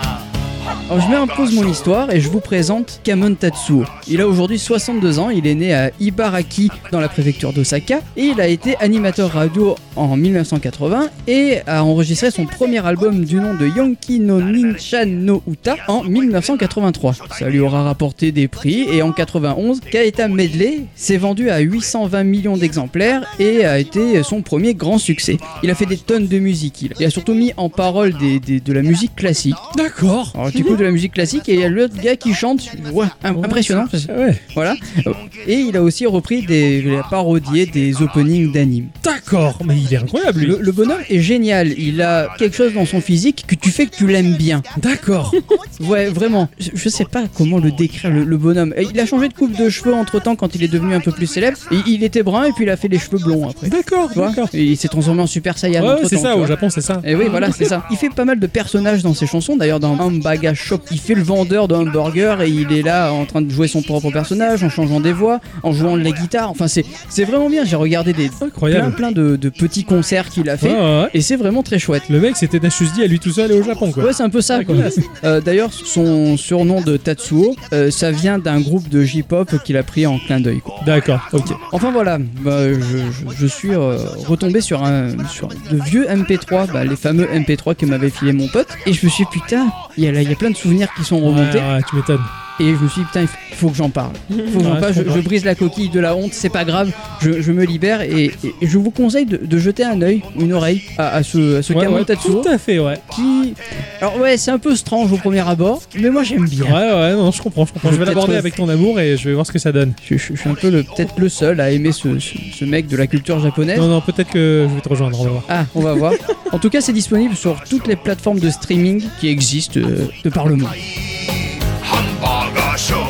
Speaker 3: Alors je mets un pause mon histoire et je vous présente Kamon Tatsuo. Il a aujourd'hui 62 ans, il est né à Ibaraki dans la préfecture d'Osaka et il a été animateur radio en 1980 et a enregistré son premier album du nom de Yonki no Ninsha no Uta en 1983. Ça lui aura rapporté des prix et en 91, Kaeta Medley s'est vendu à 820 millions d'exemplaires et a été son premier grand succès. Il a fait des tonnes de musique, il il a surtout mis en parole des- des- de la musique classique.
Speaker 1: D'accord.
Speaker 3: Alors t'écoutes de la musique classique et il y a l'autre gars qui chante, ouais, im- impressionnant,
Speaker 1: Ah ouais.
Speaker 3: voilà. Et il a aussi repris des, il a parodié des openings d'animes.
Speaker 1: D'accord, mais il est incroyable, lui.
Speaker 3: Le, le bonhomme est génial, il a quelque chose dans son physique que tu fais que tu l'aimes bien.
Speaker 1: D'accord.
Speaker 3: Ouais, vraiment. Je, je sais pas comment le décrire, le, le bonhomme. Et Il a changé de coupe de cheveux entre temps quand il est devenu un peu plus célèbre. Et il était brun et puis il a fait les cheveux blonds après.
Speaker 1: D'accord,
Speaker 3: Tu vois
Speaker 1: d'accord.
Speaker 3: Et il s'est transformé en Super Saiyan.
Speaker 1: Ouais,
Speaker 3: entre-temps,
Speaker 1: c'est
Speaker 3: tu
Speaker 1: ça,
Speaker 3: vois.
Speaker 1: au Japon, c'est ça.
Speaker 3: Et Eh oui, voilà, c'est ça. Il fait pas mal de personnages dans ses chansons. D'ailleurs, dans Hamburger Shop, il fait le vendeur de hamburger et il est là en train de jouer son propre personnage, en changeant des voix, en jouant de la guitare. Enfin, c'est c'est vraiment bien. J'ai regardé des plein
Speaker 1: Incroyable. Oh.
Speaker 3: plein de, de petits concerts qu'il a
Speaker 1: Ouais,
Speaker 3: fait
Speaker 1: ouais, ouais.
Speaker 3: et c'est vraiment très chouette.
Speaker 1: Le mec, c'était Nashusdi à lui tout seul et au Japon, quoi.
Speaker 3: Ouais, c'est un peu ça. quoi. Euh, D'ailleurs, son surnom de Tatsuo, euh, ça vient d'un groupe de J-pop qu'il a pris en clin d'œil. quoi.
Speaker 1: D'accord, ok.
Speaker 3: Enfin voilà, bah, je, je- je suis euh, retombé sur, un, sur de vieux MP3, bah, les fameux MP3 que m'avait filé mon pote, et je me suis dit, putain, il y, a là- il y a plein de souvenirs qui sont remontés,
Speaker 1: Ouais, ouais, tu m'étonnes.
Speaker 3: et je me suis dit putain, il faut- il faut que j'en parle. Il faut que j'en
Speaker 1: Ouais,
Speaker 3: parle,
Speaker 1: je
Speaker 3: je,
Speaker 1: comprends.
Speaker 3: je brise la coquille de la honte, c'est pas grave, je, je me libère, et, et- et je vous conseille de, de jeter un œil, une oreille à, à ce, à ce
Speaker 1: Ouais,
Speaker 3: Kamon
Speaker 1: ouais,
Speaker 3: Tatsuo,
Speaker 1: tout à fait, ouais.
Speaker 3: qui... Alors ouais, c'est un peu strange au premier abord, mais moi j'aime bien.
Speaker 1: Ouais, ouais, non, je comprends, je comprends. Je vais
Speaker 3: Peut-être-
Speaker 1: l'aborder avec ton amour et je vais voir ce que ça donne.
Speaker 3: Je, je- je suis un peu le- peut-être le seul à aimer ce, ce- ce mec de la culture japonaise.
Speaker 1: Non, non, peut-être que je vais te rejoindre, on va voir.
Speaker 3: Ah, on va voir. En tout cas, c'est disponible sur toutes les plateformes de streaming qui existent euh, de par le monde.
Speaker 6: ハンバーガーショー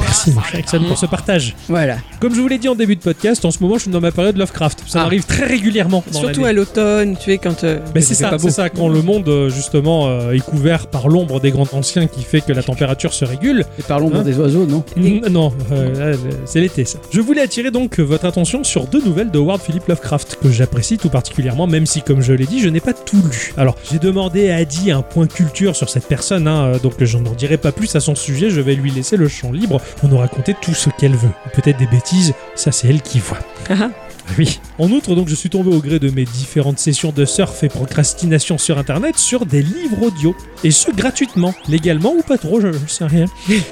Speaker 1: Merci mon cher Ixon pour ce partage.
Speaker 3: Voilà.
Speaker 1: Comme je vous l'ai dit en début de podcast, en ce moment je suis dans ma période Lovecraft. Ça
Speaker 3: Ah.
Speaker 1: m'arrive très régulièrement. dans
Speaker 2: Surtout
Speaker 1: l'année.
Speaker 2: à l'automne, tu sais, quand. euh,
Speaker 1: Mais
Speaker 3: Mais
Speaker 1: c'est
Speaker 3: il fait
Speaker 1: ça,
Speaker 3: pas
Speaker 1: c'est
Speaker 3: beau.
Speaker 1: ça, quand le monde euh, justement euh, est couvert par l'ombre des grands anciens qui fait que la température se régule.
Speaker 3: Et parlons
Speaker 1: Hein
Speaker 3: des oiseaux, non
Speaker 1: Mm, Non, euh, là, c'est l'été ça. Je voulais attirer donc votre attention sur deux nouvelles de Howard Philip Lovecraft que j'apprécie tout particulièrement, même si comme je l'ai dit, je n'ai pas tout lu. Alors j'ai demandé à Adi un point culture sur cette personne, hein, euh, donc je n'en dirai pas plus à son sujet, je vais lui laisser le champ libre pour nous raconter tout ce qu'elle veut. Peut-être des bêtises, ça c'est elle qui voit. *laughs* Oui. En outre, donc, je suis tombé au gré de mes différentes sessions de surf et procrastination sur Internet sur des livres audio. Et ce, gratuitement. Légalement ou pas trop, je, je sais rien.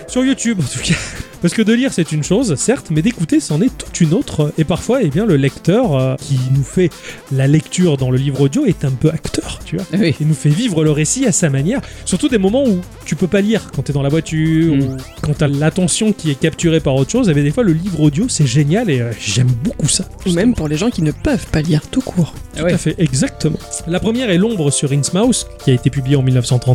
Speaker 1: sur YouTube, en tout cas. Parce que de lire, c'est une chose, certes, mais d'écouter, c'en est toute une autre. Et parfois, eh bien, le lecteur euh, qui nous fait la lecture dans le livre audio est un peu acteur, tu vois.
Speaker 3: *laughs* Oui.
Speaker 1: Et nous fait vivre le récit à sa manière. Surtout des moments où tu peux pas lire quand t'es dans la voiture,
Speaker 3: Mm.
Speaker 1: ou quand t'as l'attention qui est capturée par autre chose. Et bien, des fois, le livre audio, c'est génial et euh, j'aime beaucoup ça.
Speaker 2: Ou même pour les gens qui ne peuvent pas lire tout court.
Speaker 1: Tout à fait, exactement. La première est L'ombre sur Innsmouth, qui a été publiée en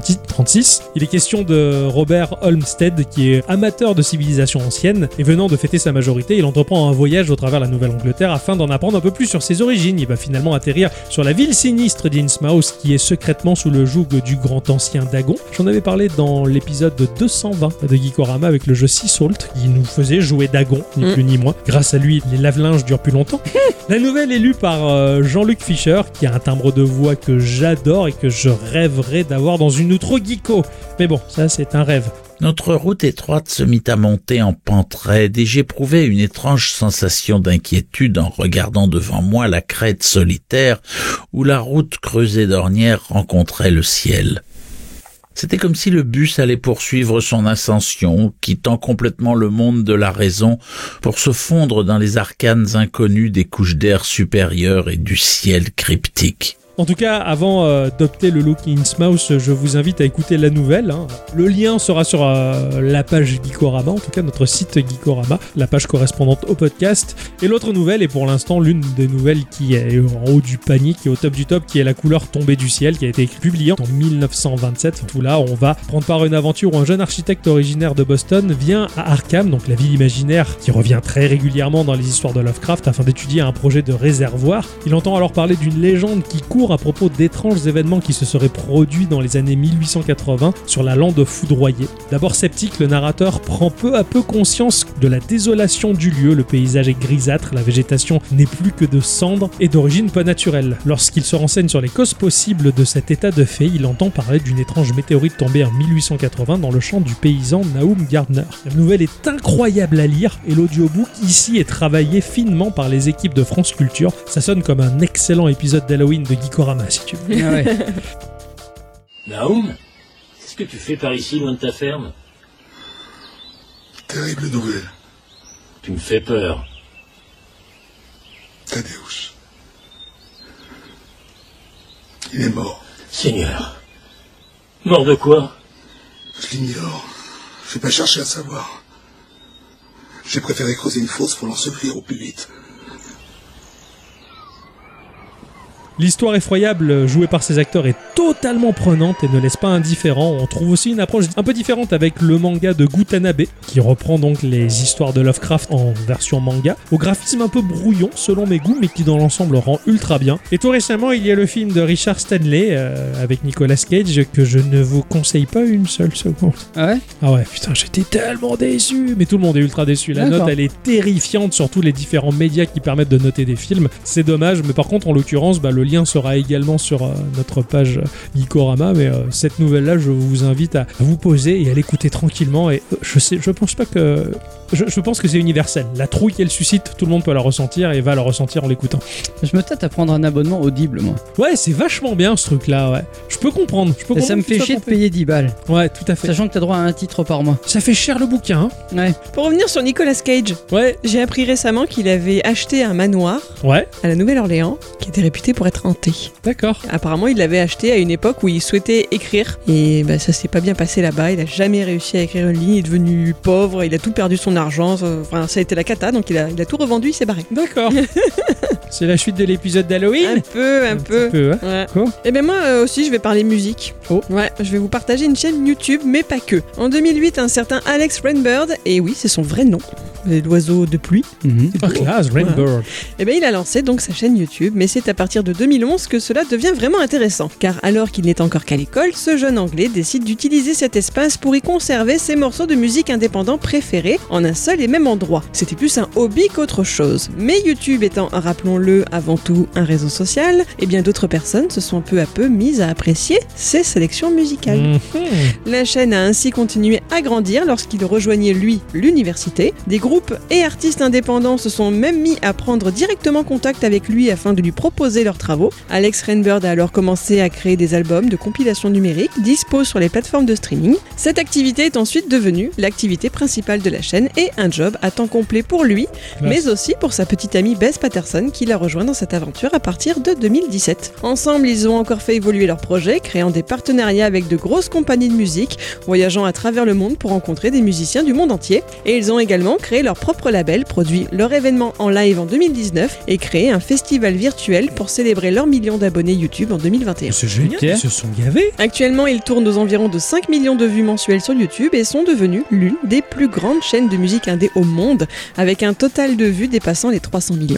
Speaker 1: 1936. Il est question de Robert Olmsted, qui est amateur de civilisation ancienne, et venant de fêter sa majorité, il entreprend un voyage au travers la Nouvelle-Angleterre afin d'en apprendre un peu plus sur ses origines. Il va finalement atterrir sur la ville sinistre d'Innsmouth, qui est secrètement sous le joug du grand ancien Dagon. J'en avais parlé dans l'épisode 220 de Geekorama avec le jeu Sea Salt, qui nous faisait jouer Dagon, ni
Speaker 2: Mm.
Speaker 1: plus ni moins. Grâce à lui, les lave-linges durent plus longtemps. La nouvelle est lue par euh, Jean-Luc Fischer, qui a un timbre de voix que j'adore et que je rêverais d'avoir dans une outro geeko. Mais bon, ça c'est un rêve.
Speaker 7: Notre route étroite se mit à monter en pente raide et j'éprouvais une étrange sensation d'inquiétude en regardant devant moi la crête solitaire où la route creusée d'ornières rencontrait le ciel. C'était comme si le bus allait poursuivre son ascension, quittant complètement le monde de la raison pour se fondre dans les arcanes inconnues des couches d'air supérieures et du ciel cryptique.
Speaker 1: En tout cas, avant euh, d'opter le look Innsmouth, je vous invite à écouter la nouvelle. hein. Le lien sera sur euh, la page Geekorama, en tout cas notre site Geekorama, la page correspondante au podcast. Et l'autre nouvelle est pour l'instant l'une des nouvelles qui est en haut du panier, qui est au top du top, qui est La couleur tombée du ciel, qui a été publiée en 1927. Tout là, on va prendre part à une aventure où un jeune architecte originaire de Boston vient à Arkham, donc la ville imaginaire qui revient très régulièrement dans les histoires de Lovecraft, afin d'étudier un projet de réservoir. Il entend alors parler d'une légende qui court à propos d'étranges événements qui se seraient produits dans les années 1880 sur la lande foudroyée. D'abord sceptique, le narrateur prend peu à peu conscience de la désolation du lieu. Le paysage est grisâtre, la végétation n'est plus que de cendres et d'origine pas naturelle. Lorsqu'il se renseigne sur les causes possibles de cet état de fait, il entend parler d'une étrange météorite tombée en 1880 dans le champ du paysan Naum Gardner. La nouvelle est incroyable à lire et l'audiobook ici est travaillé finement par les équipes de France Culture. Ça sonne comme un excellent épisode d'Halloween de Geekorama si tu veux.
Speaker 3: Ah ouais.
Speaker 8: Naoum, qu'est-ce que tu fais par ici, loin de ta ferme
Speaker 9: Terrible nouvelle,
Speaker 8: Tu me fais peur.
Speaker 9: Thaddeus. Il est mort.
Speaker 8: Seigneur. Mort de quoi
Speaker 9: Je l'ignore. J'ai pas cherché à savoir. J'ai préféré creuser une fosse pour l'ensevelir au plus vite.
Speaker 1: L'histoire effroyable jouée par ces acteurs est totalement prenante et ne laisse pas indifférent. On trouve aussi une approche un peu différente avec le manga de Gutanabe, qui reprend donc les histoires de Lovecraft en version manga, au graphisme un peu brouillon selon mes goûts, mais qui dans l'ensemble rend ultra bien. Et tout récemment, il y a le film de Richard Stanley euh, avec Nicolas Cage que je ne vous conseille pas une seule seconde.
Speaker 3: Ah ouais
Speaker 1: Ah ouais, putain, j'étais tellement déçu. Mais tout le monde est ultra déçu. La
Speaker 3: D'accord.
Speaker 1: note, elle est terrifiante sur tous les différents médias qui permettent de noter des films. C'est dommage, mais par contre, en l'occurrence, bah, le lien sera également sur euh, notre page euh, Geekorama. Mais euh, cette nouvelle-là, je vous invite à, à vous poser et à l'écouter tranquillement. Et euh, je sais, je pense pas que. Je, je pense que c'est universel. La trouille qu'elle suscite, tout le monde peut la ressentir et va la ressentir en l'écoutant.
Speaker 3: Je me tâte à prendre un abonnement audible, moi.
Speaker 1: Ouais, c'est vachement bien ce truc-là, ouais. Je peux comprendre. Je peux
Speaker 3: Et
Speaker 1: comprendre
Speaker 3: ça me
Speaker 1: que tu
Speaker 3: fait
Speaker 1: sois
Speaker 3: chier de
Speaker 1: tenté.
Speaker 3: payer 10 balles,
Speaker 1: Ouais, tout à fait.
Speaker 3: sachant que t'as droit à un titre par mois.
Speaker 1: Ça fait cher le bouquin, hein.
Speaker 3: Ouais.
Speaker 2: Pour revenir sur Nicolas Cage,
Speaker 1: Ouais,
Speaker 2: j'ai appris récemment qu'il avait acheté un manoir
Speaker 1: ouais.
Speaker 2: à la Nouvelle-Orléans, qui était réputé pour être être hanté.
Speaker 1: D'accord.
Speaker 2: Apparemment, il l'avait acheté à une époque où il souhaitait écrire. Et bah, ça s'est pas bien passé là-bas. Il a jamais réussi à écrire une ligne. Il est devenu pauvre. Il a tout perdu son argent. Ça- Enfin, ça a été la cata. Donc, il a, il a tout revendu. Il s'est barré.
Speaker 1: D'accord. *laughs* C'est la suite de l'épisode
Speaker 2: Un
Speaker 1: d'Halloween
Speaker 2: peu, un peu.
Speaker 1: petit hein.
Speaker 2: Ouais.
Speaker 1: Cool.
Speaker 2: Et bien moi euh, aussi je vais parler musique.
Speaker 1: Oh.
Speaker 2: Ouais, je vais vous partager une chaîne YouTube, mais pas que. En 2008, un certain Alex Rainbird, et oui c'est son vrai nom, l'oiseau de pluie,
Speaker 3: Mhm.
Speaker 1: Ah, classe, Rainbird.
Speaker 2: et bien Eh ben, il a lancé donc sa chaîne YouTube, mais c'est à partir de 2011 que cela devient vraiment intéressant. Car alors qu'il n'est encore qu'à l'école, ce jeune anglais décide d'utiliser cet espace pour y conserver ses morceaux de musique indépendants préférés en un seul et même endroit. C'était plus un hobby qu'autre chose. Mais YouTube étant, rappelons-le, avant tout un réseau social, et bien d'autres personnes se sont peu à peu mises à apprécier ses sélections musicales.
Speaker 1: Mhm.
Speaker 2: La chaîne a ainsi continué à grandir lorsqu'il rejoignait, lui, l'université. Des groupes et artistes indépendants se sont même mis à prendre directement contact avec lui afin de lui proposer leurs travaux. Alex Rainbird a alors commencé à créer des albums de compilation numérique dispo sur les plateformes de streaming. Cette activité est ensuite devenue l'activité principale de la chaîne et un job à temps complet pour lui, mais aussi pour sa petite amie Bess Patterson qui l'a rejoint dans cette aventure à partir de 2017. Ensemble, ils ont encore fait évoluer leur projet, créant des partenariats avec de grosses compagnies de musique, voyageant à travers le monde pour rencontrer des musiciens du monde entier. Et ils ont également créé leur propre label, produit leur événement en live en 2019 et créé un festival virtuel pour célébrer leur million d'abonnés YouTube en 2021.
Speaker 1: C'est génial, ils se sont gavés.
Speaker 2: Actuellement, ils tournent aux environs de 5 millions de vues mensuelles sur YouTube et sont devenus l'une des plus grandes chaînes de musique indé au monde, avec un total de vues dépassant les 300 millions.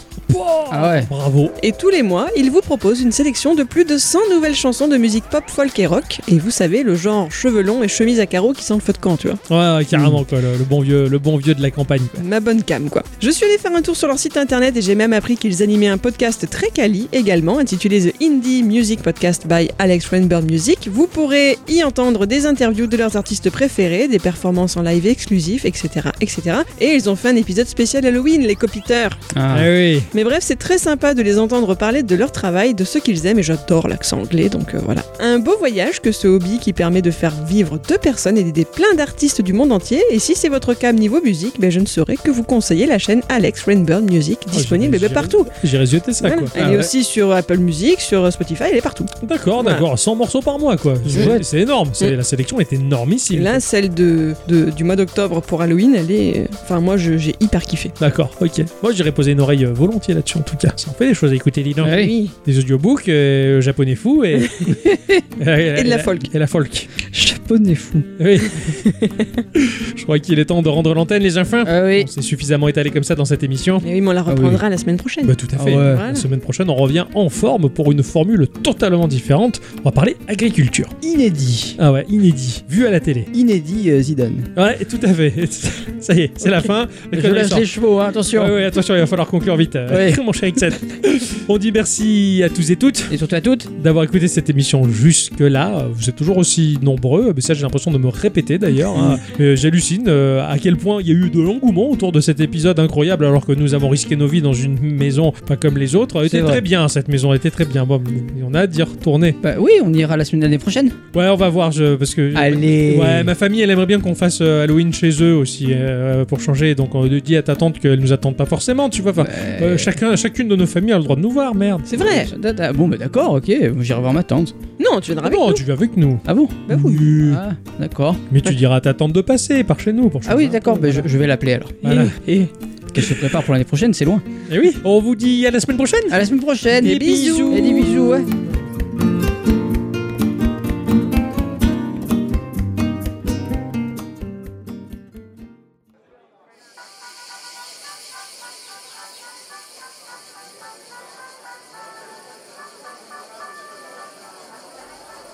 Speaker 3: Ah ouais.
Speaker 1: Bravo.
Speaker 2: Et tous les mois, ils vous proposent une sélection de plus de 100 nouvelles chansons de musique pop, folk et rock. Et vous savez, le genre cheveux longs et chemise à carreaux qui sent le feu de camp, tu vois.
Speaker 1: Ouais, ouais, carrément, quoi, le, le bon vieux, le bon vieux de la campagne. quoi.
Speaker 2: Ma bonne cam, quoi. Je suis allée faire un tour sur leur site internet et j'ai même appris qu'ils animaient un podcast très quali, également intitulé The Indie Music Podcast by Alex Rainbird Music. Vous pourrez y entendre des interviews de leurs artistes préférés, des performances en live exclusives, etc., etc. Et ils ont fait un épisode spécial Halloween, les copiteurs.
Speaker 1: Ah,
Speaker 3: Ah.
Speaker 1: oui.
Speaker 2: Mais bref, c'est très sympa de les entendre parler de leur travail, de ce qu'ils aiment, et j'adore l'accent anglais, donc euh, voilà. Un beau voyage que ce hobby qui permet de faire vivre deux personnes et d'aider plein d'artistes du monde entier, et si c'est votre cas niveau musique, ben je ne saurais que vous conseiller la chaîne Alex Rainbird Music,
Speaker 1: Oh,
Speaker 2: disponible
Speaker 1: j'irai-
Speaker 2: ben, partout.
Speaker 1: J'ai résulté ça,
Speaker 2: Voilà.
Speaker 1: quoi.
Speaker 2: Elle
Speaker 1: Ah
Speaker 2: est
Speaker 1: ouais.
Speaker 2: aussi sur Apple Music, sur euh, Spotify, elle est partout.
Speaker 1: D'accord,
Speaker 2: Voilà.
Speaker 1: d'accord. 100 morceaux par mois, quoi. C'est c'est énorme. C'est- La sélection est énormissime.
Speaker 2: Là, celle de, de- du mois d'octobre pour Halloween, elle est... euh, Enfin, moi, je- j'ai hyper kiffé.
Speaker 1: D'accord, ok. Moi, j'irai poser une oreille euh, volontiers là-dessus, en tout cas. Ça en fait des choses à écouter, dis donc.
Speaker 3: Ouais. Ah Oui.
Speaker 1: Des audiobooks, euh, japonais fou et... *laughs*
Speaker 2: Et de la folk.
Speaker 1: Et la folk.
Speaker 3: Japonais fou.
Speaker 1: Oui. Je crois qu'il est temps de rendre l'antenne, les enfants.
Speaker 3: Ah oui.
Speaker 1: On s'est suffisamment étalé comme ça dans cette émission.
Speaker 2: Mais oui, mais on la
Speaker 3: oui.
Speaker 2: reprendra la semaine prochaine.
Speaker 1: Ah Bah, tout à
Speaker 3: Ah
Speaker 1: fait.
Speaker 3: ouais.
Speaker 1: La
Speaker 2: Voilà.
Speaker 1: semaine prochaine, on revient en forme pour une formule totalement différente. On va parler agriculture.
Speaker 3: Inédit.
Speaker 1: Ah ouais, inédit, vu à la télé.
Speaker 3: Inédit euh, Zidane.
Speaker 1: Ouais, tout à fait. *laughs* Ça y est, c'est la
Speaker 3: Ok.
Speaker 1: fin. Les
Speaker 3: Je
Speaker 1: conneries
Speaker 3: lâche
Speaker 1: sortent.
Speaker 3: les chevaux, hein, attention.
Speaker 1: Ouais, ouais, attention, il va falloir conclure vite, euh, *laughs* mon cher Ixen. On dit merci à tous et toutes
Speaker 3: Et surtout à toutes.
Speaker 1: d'avoir écouté cette émission jusque-là. Vous êtes toujours aussi nombreux, mais ça, j'ai l'impression de me répéter d'ailleurs.
Speaker 3: *laughs*
Speaker 1: hein. Mais J'hallucine euh, à quel point il y a eu de l'engouement autour de cet épisode incroyable, alors que nous avons risqué nos vies dans une maison pas comme les autres. Elle
Speaker 3: C'est
Speaker 1: était
Speaker 3: vrai.
Speaker 1: très bien, cette maison, elle était très bien. Bon, on a hâte d'y retourner.
Speaker 3: Bah oui, on ira la semaine l'année prochaine.
Speaker 1: Ouais, on va voir, je, parce que.
Speaker 3: Allez.
Speaker 1: Ouais, ma famille, elle aimerait bien qu'on fasse euh, Halloween chez eux aussi euh, pour changer. Donc, on dit à ta tante qu'elle nous attende pas forcément, tu vois. Enfin,
Speaker 3: Ouais.
Speaker 1: euh, chacun, chacune de nos familles a le droit de nous voir, merde.
Speaker 2: C'est vrai
Speaker 3: Da- da- Bon, bah d'accord, ok. J'irai voir ma tante.
Speaker 2: Non, tu viendras avec
Speaker 1: non,
Speaker 2: nous.
Speaker 1: Oh, tu viens avec nous.
Speaker 3: Ah bon
Speaker 1: Bah oui. Oui.
Speaker 3: Ah, d'accord.
Speaker 1: Mais tu diras à ta tante de passer par chez nous. Pour
Speaker 3: Ah oui, d'accord, bah, je, je vais l'appeler alors.
Speaker 1: Voilà.
Speaker 3: Et, et- qu'elle se prépare pour l'année prochaine, c'est loin.
Speaker 1: Et oui, on vous dit à la semaine prochaine.
Speaker 3: À la semaine prochaine.
Speaker 1: Des bisous.
Speaker 3: Et des bisous, ouais.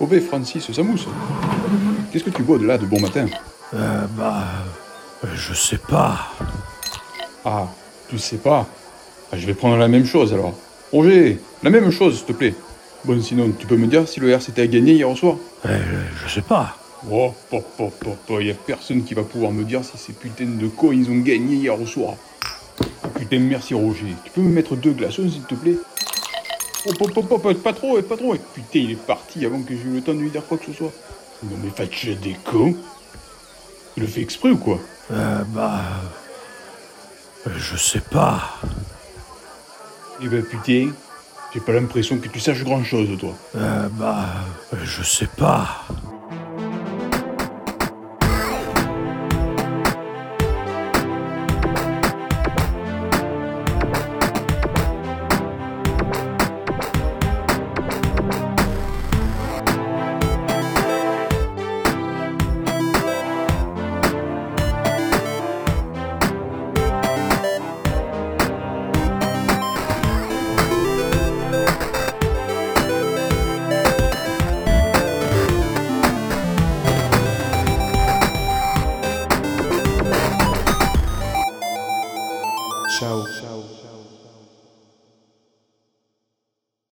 Speaker 10: Obé Francis, ça mousse. Qu'est-ce que tu bois de là de bon matin
Speaker 5: Je sais pas.
Speaker 10: Ah, tu sais pas. Ah, Je vais prendre la même chose alors. Roger, la même chose, s'il te plaît. Bon, sinon, tu peux me dire si le RCT a gagné hier au soir
Speaker 5: Je sais pas.
Speaker 10: Oh, pop, pop, pop, y a personne qui va pouvoir me dire si ces putains de cons, ils ont gagné hier au soir. Putain, merci Roger. Tu peux me mettre deux glaçons, s'il te plaît Oh, pop, pop, pop, pas trop, pas trop. Putain, il est parti avant que j'ai eu le temps de lui dire quoi que ce soit. Non mais faites des cons. Il le fait exprès ou quoi
Speaker 5: Je sais pas.
Speaker 10: Eh ben putain, J'ai pas l'impression que tu saches grand-chose, toi.
Speaker 11: Euh, bah, euh, je sais pas.